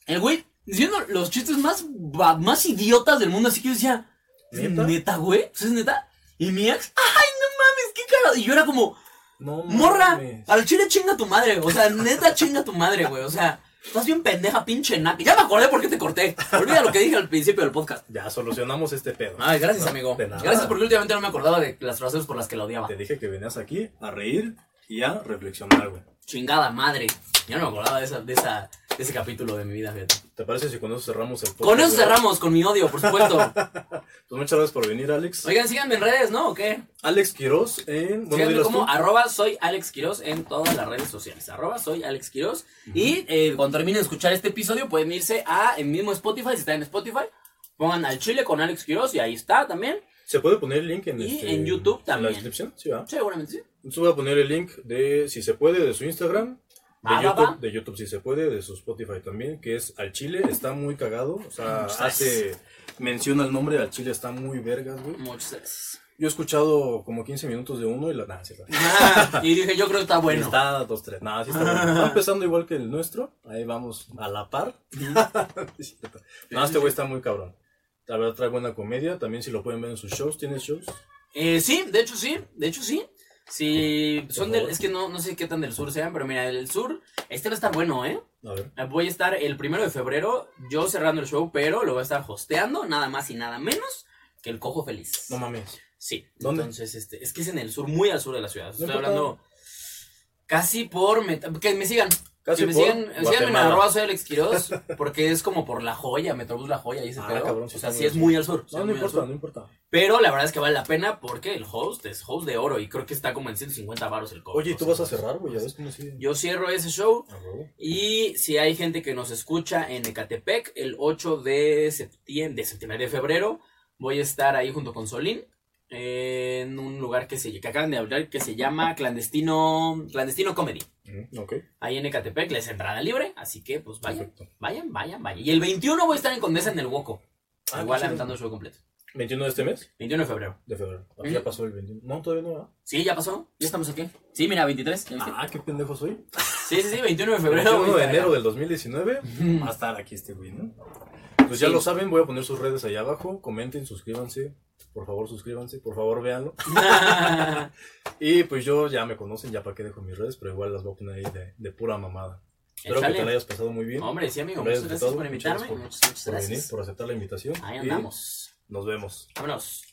S2: El güey diciendo los chistes más, ba- más idiotas del mundo, así que yo decía,
S1: ¿Neta?
S2: ¿neta, güey? ¿Pues ¿Es neta? Y mi ex, ¡ay, no mames, qué caro! Y yo era como,
S1: No,
S2: ¡morra!
S1: mames.
S2: Al chile chinga tu madre, o sea, neta chinga tu madre, güey, o sea, estás bien pendeja, pinche napi. Ya me acordé por qué te corté. Olvida lo que dije al principio del podcast.
S1: Ya solucionamos este pedo.
S2: Ay, gracias,
S1: No,
S2: amigo.
S1: de nada.
S2: Gracias porque últimamente no me acordaba de las frases por las que la odiaba.
S1: Te dije que venías aquí a reír y a reflexionar, güey.
S2: Chingada madre. Ya no me acordaba de, esa, de, esa, de ese capítulo de mi vida, fíjate.
S1: ¿Te parece si con eso cerramos el podcast?
S2: Con eso
S1: güey?
S2: cerramos, con mi odio, por supuesto.
S1: Pues muchas gracias por venir, Alex.
S2: Oigan, síganme en redes, ¿no? ¿O qué?
S1: Alex Quiroz en... Bueno,
S2: síganme
S1: dilas tú.
S2: como arroba soy Alex Quiroz en todas las redes sociales. Arroba soy Alex Quiroz. Y eh, cuando terminen de escuchar este episodio, pueden irse a el mismo Spotify, si están en Spotify. Pongan al chile con Alex Quiroz y ahí está también.
S1: ¿Se puede poner el link en
S2: Y
S1: este-
S2: en YouTube
S1: ¿En la
S2: también.
S1: descripción? Sí, va.
S2: Seguramente sí.
S1: Entonces voy a poner el link de, si se puede, de su Instagram. De
S2: Va, va,
S1: YouTube,
S2: va.
S1: de YouTube si se puede, de su Spotify también, que es Al Chile, está muy cagado, o sea,
S2: Muchas
S1: hace, menciona el nombre, Al Chile está muy vergas, güey.
S2: Muchas gracias.
S1: Yo he escuchado como 15 minutos de uno y la... Nah, sí, la-
S2: Ah, y dije, yo creo que está bueno.
S1: Está dos, tres. No, sí está bueno. Está empezando igual que el nuestro. Ahí vamos a la par. Sí, cierto. no, este güey está muy cabrón. La verdad trae buena comedia. También si lo pueden ver en sus shows. ¿Tienes shows?
S2: Eh, sí, de hecho sí, de hecho sí. Sí, son del,
S1: favor.
S2: es que no, no sé qué tan del sur sean, pero mira, del sur, este va a estar bueno, ¿eh?
S1: A ver.
S2: Voy a estar el primero de febrero, yo cerrando el show, pero lo voy a estar hosteando, nada más y nada menos que el Cojo Feliz.
S1: No mames.
S2: Sí,
S1: ¿Dónde?
S2: entonces, este, es que es en el sur, muy al sur de la ciudad. Estoy
S1: importa.
S2: hablando casi por... Meta- que me sigan.
S1: Casi
S2: que me
S1: por
S2: sigan, síganme en
S1: Guatemala.
S2: arroba soy Alex Quiroz, porque es como por la joya, Metrobús La Joya, y ese
S1: Ah,
S2: pedo.
S1: cabrón, sí
S2: o sea,
S1: está
S2: sí
S1: muy
S2: es
S1: al
S2: muy al sur. sí
S1: No, no
S2: es muy al
S1: importa,
S2: sur.
S1: no importa.
S2: Pero la verdad es que vale la pena porque el host es host de oro y creo que está como en 150 varos el costo.
S1: Oye, ¿y tú vas a cerrar,
S2: Ah,
S1: güey? ¿Ya ves cómo sigue?
S2: Yo cierro ese show
S1: Ah, güey.
S2: y si hay gente que nos escucha en Ecatepec el 8 de septiembre, de septiembre de febrero, voy a estar ahí junto con Solín en un lugar que se que acaban de hablar que se llama Clandestino Clandestino Comedy.
S1: Mm, Ok,
S2: Ahí en Ecatepec les entrada libre, así que pues vayan,
S1: perfecto.
S2: vayan, vayan, vayan. Y el 21 voy a estar en Condesa en el Woco.
S1: Ah, qué
S2: igual
S1: chido.
S2: aventando el show completo.
S1: 21 de este mes
S2: 21 de febrero.
S1: de febrero. Ah,
S2: Ujú.
S1: Ya pasó el 21. No, todavía no va.
S2: Sí, ya pasó. Ya estamos aquí. Sí, mira, 23. ¿ya viste?
S1: Ah, qué pendejo soy.
S2: Sí, sí, sí, 21 de febrero.
S1: 21 de
S2: Instagram.
S1: enero del 2019.
S2: Mm.
S1: Va a estar aquí este güey, ¿no? Pues ya
S2: Sí.
S1: lo saben, voy a poner sus redes ahí abajo. Comenten, suscríbanse. Por favor, suscríbanse. Por favor, véanlo. Y pues yo ya me conocen, ya para qué dejo mis redes, pero igual las voy a poner ahí de, de pura mamada. Espero
S2: Échale.
S1: que te la hayas pasado muy bien.
S2: Hombre, sí, amigo,
S1: Lo hayas
S2: muchas gracias
S1: disfrutado.
S2: por
S1: Muchas
S2: invitarme.
S1: gracias por-
S2: Muchas, muchas
S1: por venir,
S2: gracias.
S1: por aceptar la invitación.
S2: Ahí
S1: Y
S2: andamos.
S1: nos vemos.
S2: Vámonos.